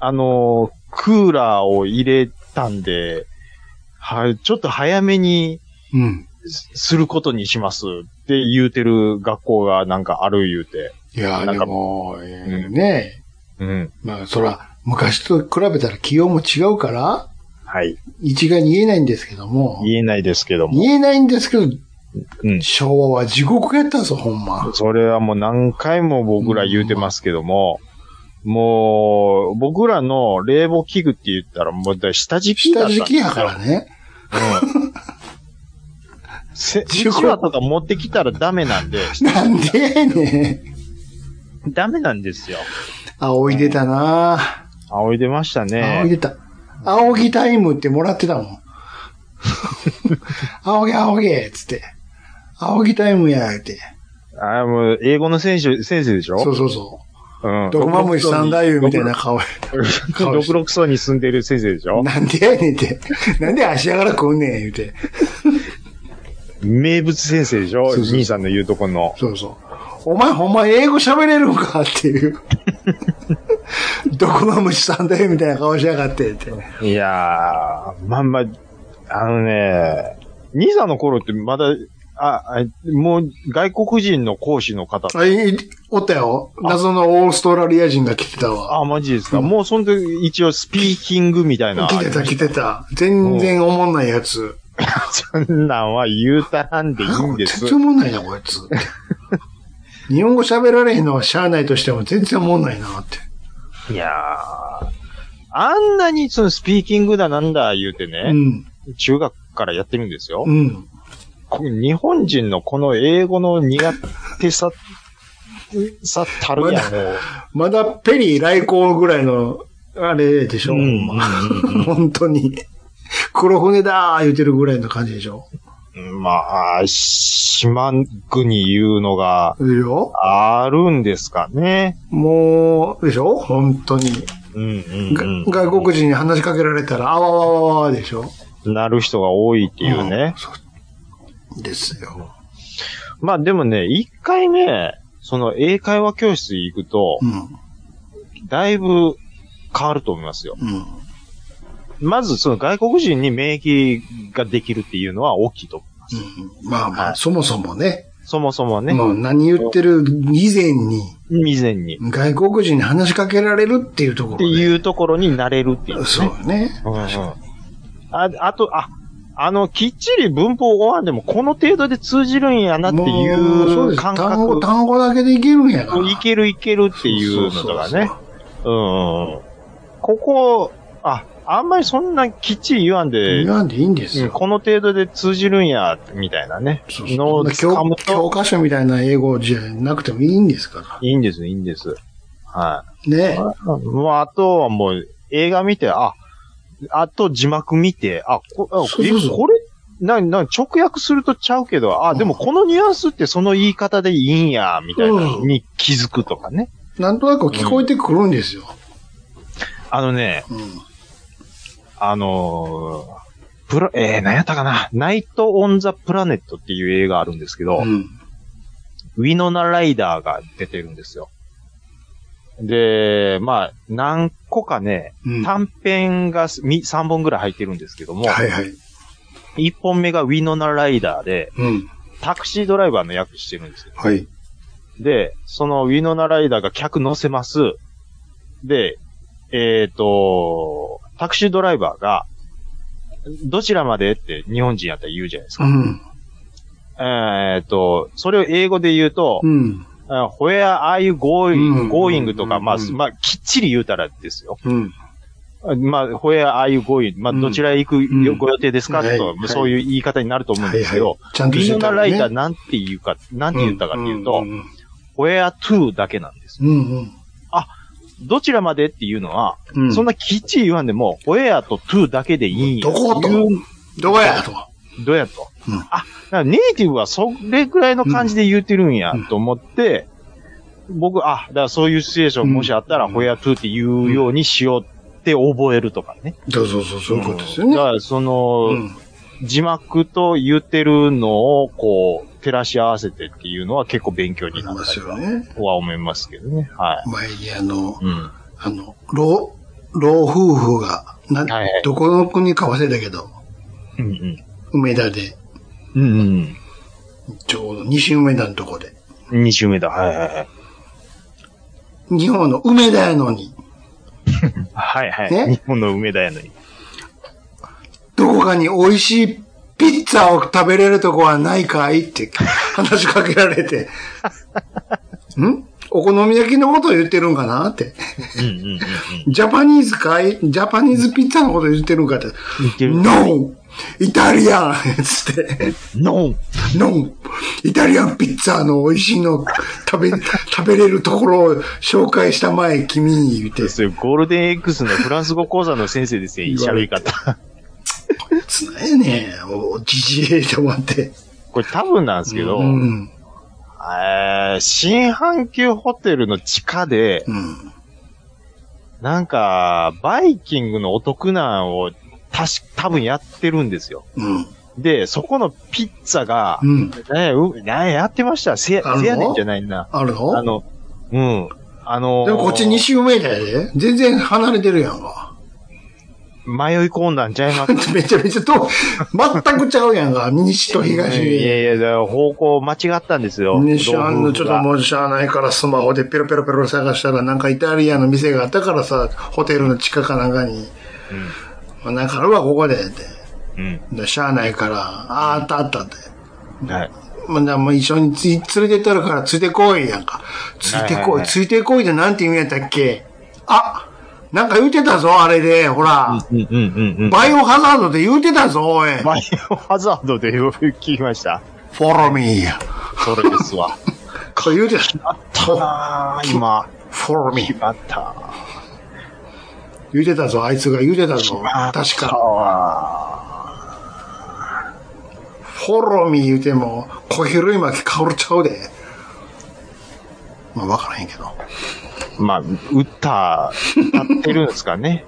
あのー、クーラーを入れたんで、はい、ちょっと早めに
うん。
すすることにしますって言うてる学校がなんかある言うて。
いやー、
なん
で
か
も、えーね
うん。
まあ、そら、昔と比べたら気温も違うから、
はい。
一概に言えないんですけども、
言えないですけども。
言えないんですけど、
うん。
昭和は地獄やったぞ、ほんま。
それはもう何回も僕ら言うてますけども、もう、僕らの冷房器具って言ったら、もうだから下敷きだ
下
ったん
敷
です
き
よ。
やからね。
うん。 せ、
地
1
獄
話とか持ってきたらダメなんで、
なんでやねん。
ダメなんですよ。
仰いでたな
仰いでました
仰い
ね。
でた。仰ぎタイムってもらってたも ん。仰げ仰げつって。仰ぎタイムやって。
あもう、英語の先生、先生でしょ
そうそうそ
うん
う。。ドクマムシ三大夫みたいな
ド
顔。
クロ。
顔
ド
し
クロクソに住んでる先生でしょ
なんでやねんって。なんで足やから来んねん言うて。
名物先生でしょ
そうそう
兄さんの言うとこの。
そうそう。お前ほんま英語喋れるんかって いう。ドクマムシ三大夫みたいな顔しやがってって。
いやー、まんま、あのね、兄さんの頃ってまだ、あ、あもう外国人の講師の方、
あ、いおったよ。謎のオーストラリア人が来てたわ。
あ、マジですか、もうその時一応スピーキングみたいな。
来てた来てた。全然おもんないやつ。
そんなんは言うたらんでいいんです
全。然おもんないな、こい つ。日本語喋られへんのはしゃあないとしても全然おもんないなって。
いやー。あんなにそのスピーキングだなんだ言うて
う
ね、
ん。
中学からやってるんですよ。
うん。
こ日本人のこの英語の苦手さ、さたるやん、もう。
まだペリー来航ぐらいの、あれでしょ、
う
ほん
ん
ま 本当に。黒船だー言うてるぐらいの感じでしょ。
まあ、島国言うのが
いるよ。
あるんですかね。
もう、でしょ本当に、
うんうん
が外国人に話しかけられたら、あわわわわわでしょ
国なる人が多いっていうね。
ですよ。
まあでもね、一回ね、その英会話教室行くと
う、ん。
だいぶ変わると思いますよ。
うん。
まずその外国人に免疫ができるっていうのは大きいと思う。
うんまあま
は
あ、
い
そもそもね、
そもそもね、
もう何言ってる以前に、
以前に。っ
外国人に話しかけられるっていうところ、
て
ね。
いうところになれるっていう、ね。
そうね。
うんうんあ、あと、あ、あの、きっちり文法を追わんでもこの程度で通じるんやなってい
もうそうで
う
す
感
単語、
覚。
単語だけでいけるんやから。
いけるいけるっていうのとかね。うんうんうん。ここ、あ、あんまりそんなきっちり言わんで、
言わんでいいんです
うん
よ。
この程度で通じるんや、みたいなね。
そう
のを
そう
掴む
教教
と、
科書みたいな英語じゃなくてもいいんですか
いいんです、いいんです。はい。
ら。ね。
もうあとはもう映画見て、あ、あと字幕見て、あ、こあ
そうそうそう
えこれ、な、な、直訳するとちゃうけど、あ、でもこのニュアンスってその言い方でいいんや、みたいなのに気づくとかね。
なんとなく聞こえてくるんですよ。
あのね、
うん。
あのープラ、えー、何やったかな。ナイト・オン・ザ・プラネットっていう映画あるんですけど、
うん。
ウィノナ・ライダーが出てるんですよ。で、まあ、何個かね、
うん。は
短編が3本ぐらい入ってるんですけども、
いはい。
一本目がウィノナライダーで、
うん。
タクシードライバーの役してるんですよ。
はい。
で、そのウィノナライダーが客乗せます。で、えっ、と、タクシードライバーが、どちらまでって日本人やったら言うじゃないです
う
か。
ん。
えっ、と、それを英語で言うと、
うん。
あ Where are you
う
going?
ん
going とか、
うん
まあ、
うん
まあ、きっちり言うたらですよ。
うん。
まあ、Where are you going? まあ、
うん
どちらへ行
ん
くご予定ですか、
はい
と、
はい
そういう言い方になると思うん
はい
です
は
けど、
い。ちゃんと
ビ
して
ー
た
ナ
ら
ラ
ね
イダーなんて言うか、なんて言ったかっていうと
ん、ん
where to だけなんです。
うんうん。
どちらまでっていうのは、
うん
そんなきっちり言わんでも、where と to だけでいいんや。
どこと
いう
どこやと。
どうやと。
うん
あ、だからネイティブはそれぐらいの感じで言うてるんやと思って、僕、あ、だからそういうシチュエーションもしあったら、
うん
ホヤトゥーって言うようにしようって覚えるとかね。
そうそうそう、そういうことですよ
だ
ね。
から、その、
うん。
字幕と言ってるのを、こう、照らし合わせてっていうのは結構勉強
あ
に
り
なっ
ま
た
す
り
よ
は
ね。
は思いますけどね。は
前にあの
い。、うん。
あの、老、老夫婦が、な
はいはい
どこの国か忘れたけど、
うん
梅田で、
うん。うん
ちょうど西梅田のとこで。
うん。二周目だ。はいはいはい。
日本の梅田やのに、
はいはい。
ね
日本の梅田やのに。
どこかに美味しいピッツァを食べれるとこはないかいって話しかけられて、 んお好み焼きのことを言ってるんかなって。
うんうんうんうん。
ジャパニーズかいジャパニーズピッツァのこと言ってるんかって。
似てる。
ノンイタリアン つって、
ノン
ノンイタリアンピッツァの美味しいの食べ、 食べれるところを紹介したまえ、君に言って。
ですよ。ゴールデン X のフランス語講座の先生ですよ。
言わ
喋
れ
り方。
つないねおじじえと思って。
これ多分なんですけど、
うん。
えー新阪急ホテルの地下で、
うん。
なんか、バイキングのお得なんを、たし、多分やってるんですよ。
うん。
で、そこのピッツァが
う、ん。
ね、う、ね、やってました。せや
ある、の
せやねんじゃないな。
あるの
あの、うん。あのー
でもこっち西梅田やで。全然離れてるやんか。
迷い込んだんちゃいます
めちゃめちゃと、全くちゃうやんか。西と
い
東。
やいや、だから方向間違ったんですよ。
西あんのちょっと
う
もうしゃあないからスマホでペロペロペロ探したらなんかイタリアの店があったからさ、ホテルの地下かなんかに、まあなんかあるわ、ここで。って
ん。
でしゃあないから、ああー、あったあったって。
うん。はい。
まあ、でも一緒につい連れてったるから、ついてこいやんか。ついて
はい
こ
はい
い、
はい
ついてこいってなんて意味やったっけあ、なんか言うてたぞ、あれで、ほら。
うんうんうんうん。
バイオハザードで言うてたぞ、おい。フ
バイオハザードでよく聞きました。
ォローミー。
それですわ。
こう言うて た。
あー今、
フォローミ
決
ー。
まった。
言うてたぞ、あいつが言うてたぞ。確か。
か。
フォローミー言うても、小広い巻き香るちゃうで。まあ、わからへんけど。
まあ、打った、歌ってるんですか ね。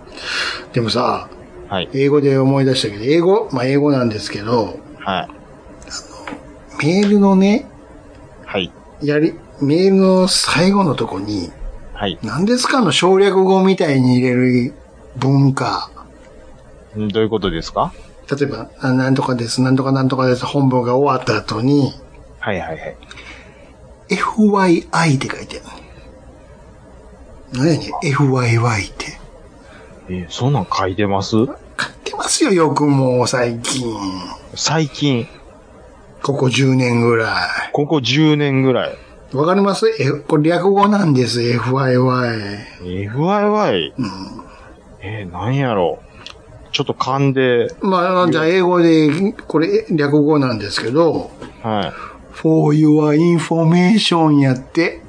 でもさ、
はい。
英語で思い出したけど、英語、まあ英語なんですけど、
はい。
メールのね、
はい。
やり、メールの最後のとこに、
はい。
何ですかの省略語みたいに入れる文化。
んどういうことですか
例えば、あなんとかです、なんとかなんとかです、本文が終わった後に、
はいはいはい。
FYI って書いてある。何やねん、FYY って。
えーそんなん書いてます
買ってますよ、よくもう最近。
最近、
ここ10年ぐら
ここ10年ぐらい。
い。わかります F- これ略語なんです、FYY。
FIY?
うん。
えー、なんやろう。ちょっと噛んで、
まあ、じゃあ英語で、これ略語なんですけど、
はい。
for your information やって、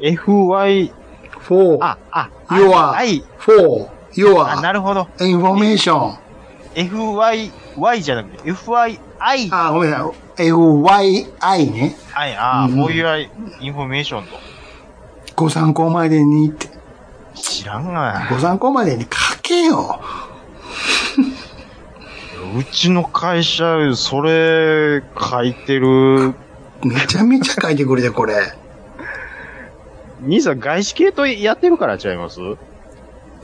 FY、
for,
あ、あ、
your,
はい
for,
あ、な
your
るほど。
information.
FYY じゃなくて FYI。は
あ、ごめんなさい。FYI ね。
い、ああ、
うん
FYI インフォメーションと。
ご参考までにって。
知らんが
ご参考までに書けよ。
な。うちの会社、それ、書いてる。
めちゃめちゃ書いてくれて、これ。
兄さん、外資系とやってるからちゃいます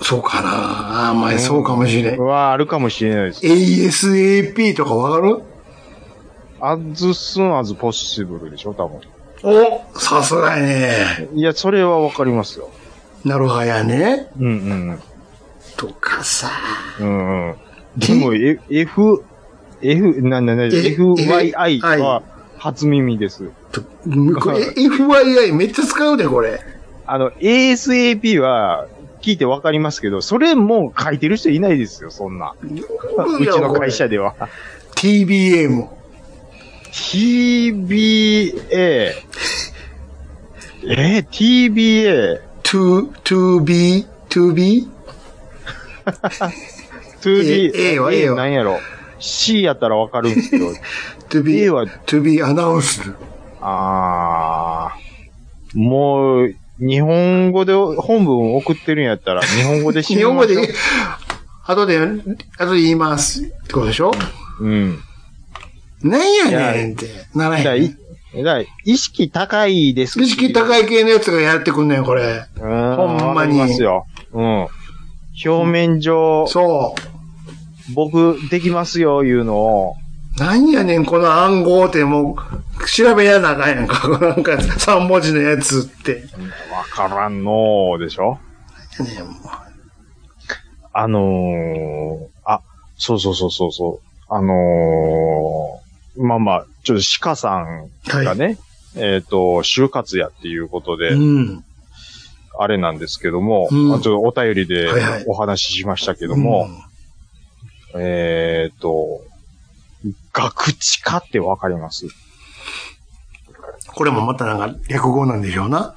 そうかなあ、まあ、そうかもしれん。
は、あるかもしれないです。
ASAP とかわかる
as soon as possible でしょ、多分。
おさすがやね。
いや、それはわかりますよ。
なるはやね。
うんうん。
とかさ。
うんうん。でも、え F、F、なんだなんだ、
え
FYI
はい
は初耳です。
とこれ FYI めっちゃ使うで、これ。
あの、ASAP は聞いてわかりますけど、それもう書いてる人いないですよ、そんな。うちの会社では。
TBA も。
TBA。えー、TBA。
to, to be, to be,
2B。
A A は A は
何やろ C やったらわかるんですけ ど、
to be,
A は、
to be announced.
あー、もう、日本語で本文送ってるんやったら、日本語で締
日
め
本
ま
語
しょう
で、後で、後で言いますってことでしょ
うん。
なんやねんって。なら
だから
へん。
いだから意識高いです
意識
い。
高い系のやつがやってくんねん、これ。
うん。
ほんまに
わかりますよ。うん。表面上、
そ
僕、できますよ、いうのを、
う。なんやねん、この暗号ってもう、調べやなあかんやんか。 なんか、3文字のやつって。
わからんのーでしょ
ねえも
あのー、あ、そうそうそうそうそう。あのー、まあまあ、ちょっと鹿さん
うは
が
い。
ね、えっ、と、就活やっていうことで、
うん。
あれなんですけども、
うん
まあちょっとお便りで
はいはい
お話ししましたけども、えっ、と、学知化ってわかります
これもまたなんか、略語なんでしょうな。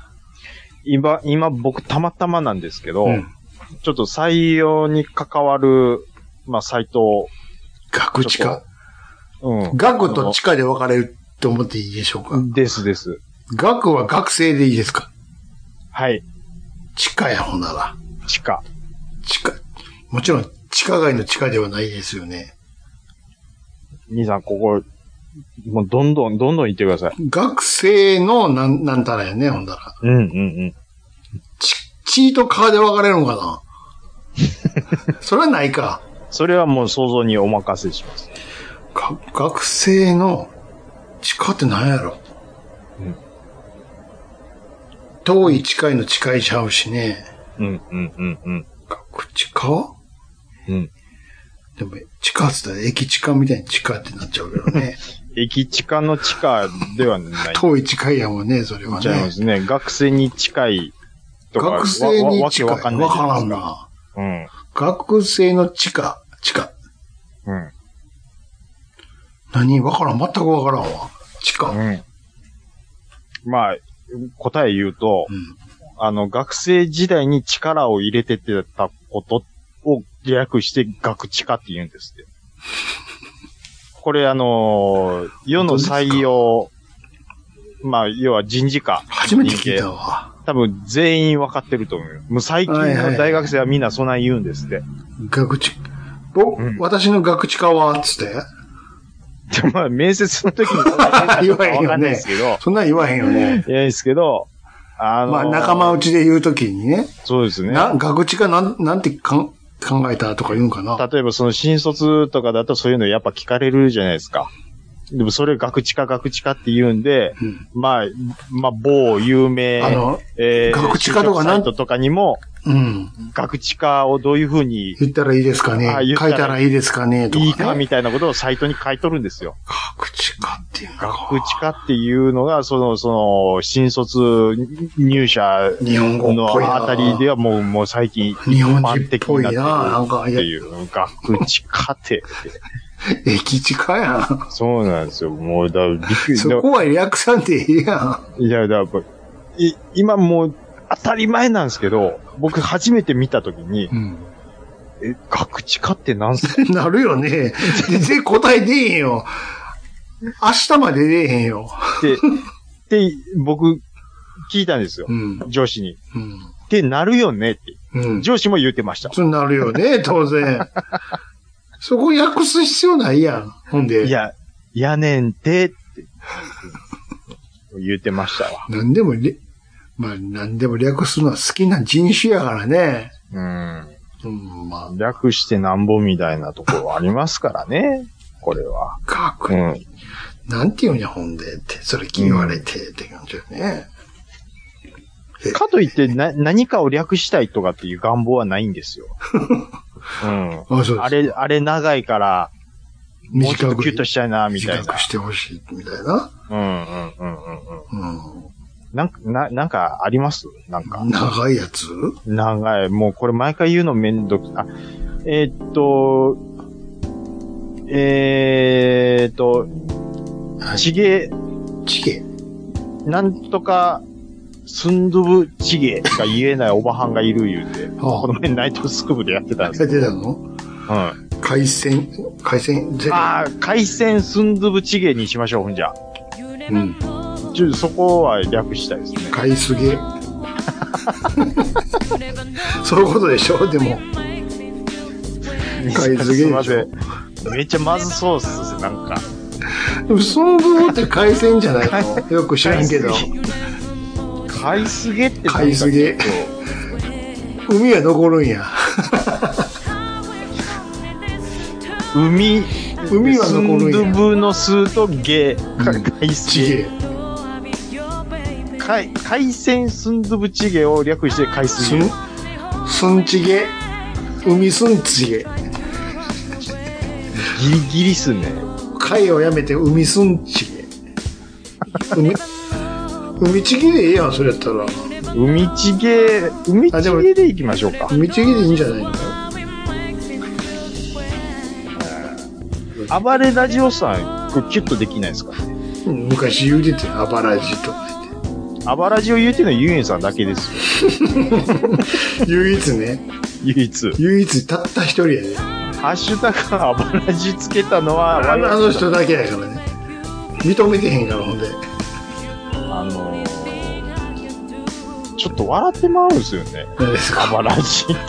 今、今僕たまたまなんですけど、
うん
ちょっと採用に関わる、まあ、サイトを、
学地下。
うん。
学と地下で分かれるって思っていいでしょうか。
ですです。
学は学生でいいですか
はい。
地下やほんなら。
地下。
地下。もちろん、地下街の地下ではないですよね。
兄さん、ここ、もうどんどん、どんどん行ってください。
学生のなん、なんたらやね、ほんだら。
うんうんうん。
ち、チートカーで分かれるのかな それはないか。
それはもう想像にお任せします。
か学生の地下って何やろ、
うん
遠い近いの近いちゃうしね。
うんうんうんうん。
学地下
うん。
でも、地下って言ったら駅地下みたいに地下ってなっちゃうけど ね。
駅地下の地下ではない。
遠い近いやもんね、それは
ちゃいま
ね。
すね。学生に近いとか、
学生
わわ
に
わけ
近い。
わ
わ
か
か
んないじゃない
ら
です
ん
か。
な。学生の地下、地下。何わからん。全くわからんわ。地下。
うん。うん。まあ、答え言うと、
うん
あの、学生時代に力を入れててたことを略して学知化って言うんですって。これあのー世の採用、まあ、要は人事課。
初めて聞いたわ。
多分全員分かってると思うよ。もう最近
はいはい
の大学生はみんなそんな言うんですって。
学地、僕、
うん
私の学地下は、つって。
でまあ、面接の時にそんな言うかわかんないですけど、
そんなん言わへんよね。
いや、ですけど、あのー
まあ、仲間内で言うときにね。
そうですね。
な、学地下なん、なんてかん考えたとか言うんかな。
例えばその新卒とかだとそういうのやっぱ聞かれるじゃないですか。でもそれ学知か学知かって言うんで、
うん
まあ、まあ某有名、
あの、
え
学知化とか
就職
な
サ
ん
イトとかにも、
うん。
学知かをどういうふうに
言ったらいいですかね
あ。言った
書
ら
いたらいいですかね。とか、ね。
いいかみたいなことをサイトに書いとるんですよ。
学地下っていうのか。
学知かっていうのが、その、その、新卒入社
日本語っぽいな
のあたりではもう、もう最近、
日本
般
人っ
的
ぽ
に
い
な
な。なんか、
って
い
るって
や、
いう、学知かって。
駅地下やん。
そうなんですよ。もう、だからびっくり。
そこは略さんでいいやん。
いや、だからい今もう当たり前なんですけど、僕初めて見たときに、え、学知化ってなんすか
なるよね。全然答え出えへんよ。明日まで出えへんよ。
って、 って僕聞いたんですよ
う。ん。
上司に。
うん。
ってなるよねって。
うん。
上司も言ってました。
そうなるよ ね、当然。そこ訳す必要ないやん。ほんで。
いや、やねんてって。言ってましたわ。
何でもれ、まあ、何でも略すのは好きな人種やからね。
うん。
うん、ま
略してなんぼみたいなところありますか らね。これは。
あ、かく、
うん。
なんて言うんや、ほんで、って。それ気言われて、って感じよね。
かといってな、何かを略したいとかっていう願望はない んですよ。うん。
あ、そうです。
あれ、あれ長いから、もうちょ
短
っと
く
キュッとしたいな、みたい
短
な
く。してほしい、みたいな。
うんうんうんうんうん。
うん。
なんか、な、なんかありますなんか。
長いやつ
長い。もうこれ毎回言うのめんどく、あ、えーっと、えーっと、ちげ、
チゲ。
なんとか、すんどぶちげしか 言えないおばはんがいる言うて、
あ
この前ナイトスクープでやってたん
あ
です
や
よ
ってたの
うん。
か海鮮、海鮮、ゼロ。
ああ、海鮮すんずぶチゲにしましょう、ほんじゃ。
うん。
ちょそこは略したいですね。
買いすぎ。そういうことでしょでも。買いすぎ
す
で
い
し
ませ
ょ
ん。めっちゃまずそうっす、なんか。
でも、そぶって海鮮じゃないのよく知らんけど。
買いすげってなんか
買いすぎ。海は残るんや。
海、
海は残るんや
スンドゥブの酢とゲ、か海
ちげ
水、海海鮮スンドゥブチゲを略して海
す
水
ん。すんちげ。海すんちげ。
ギリギリっすね。
貝をやめて海すんちげ。海、海ちげでええやん、それやったら。
海チゲ、海
あで
チ
も
ゲでいきましょうか。
海ちげでいいんじゃないの
暴れラジオさん、これキュッとできないですかね。
うん昔言うてて、あばらじとか言って。
暴ラジオ言うてるのはゆえんさんだけですよ。
唯一ね
唯一。
唯一たった一人やね
ハッシュタグは暴ラジつけたのは、
あのあの人だけやからね認めてへんからほんで
あのーちょっと笑ってまうんですよね。
何です
ア
か
バラジっていう。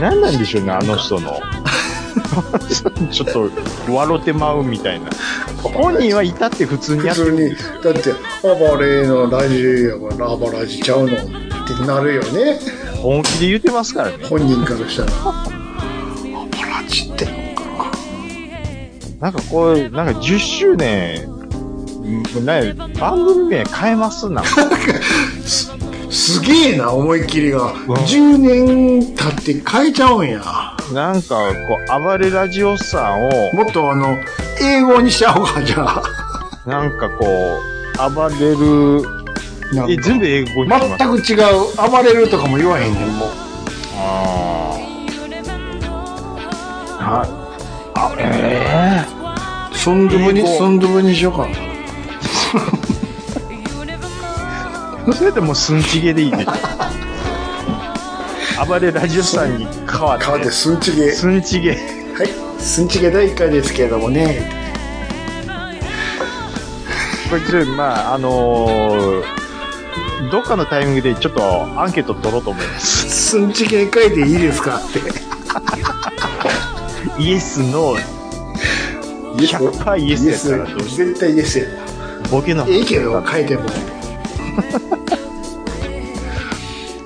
何なんでしょうね、あの人の。 ちょっと、笑ってまうみたいな。本人はいたって普通にや
普
ってる
通
ん
に
ですよ。
だってあばれのラジオやからあばらじちゃうのってなるよね
本気で言ってますからね。
本人からしたらあばらじって
なんかこう、なんか10周年、んなんや番組名変えま すなんか。
すげえな思いっきりが
わ
10年経って変えちゃうんや
なんか、こう、暴れラジオさんを、
もっとあの英語にしちゃおうかじゃあ
なんかこう、暴れる、
なん
え、
か
全部英語にします
全く違う暴れるとかも言わへんねんもう
あーあ。あ、え
スンドゥブに、スンドゥブにしようかな。
えそれでもうすんちげでい いでしょ。暴れラジオさんに変わって。
川でスンチゲ。
すんちげ。
はい。スンチゲ第1回ですけれどもね。
これちょっと、まあ、あのーどっかのタイミングでちょっとアンケート取ろうと思います。
スンチゲ回でいいですかって。
イエス、ノー、100%イエスやったらどうし
絶対イエスや。
ボケの
ええけど、書いても。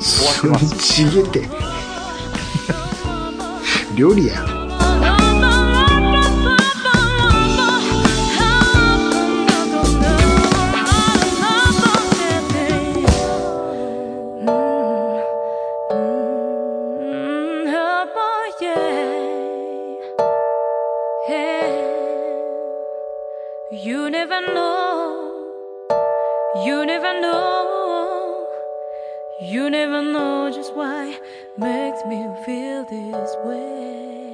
ス
終わってます
ンチゲって。料理や。
You never know, you never know. You never know just why makes me feel this way.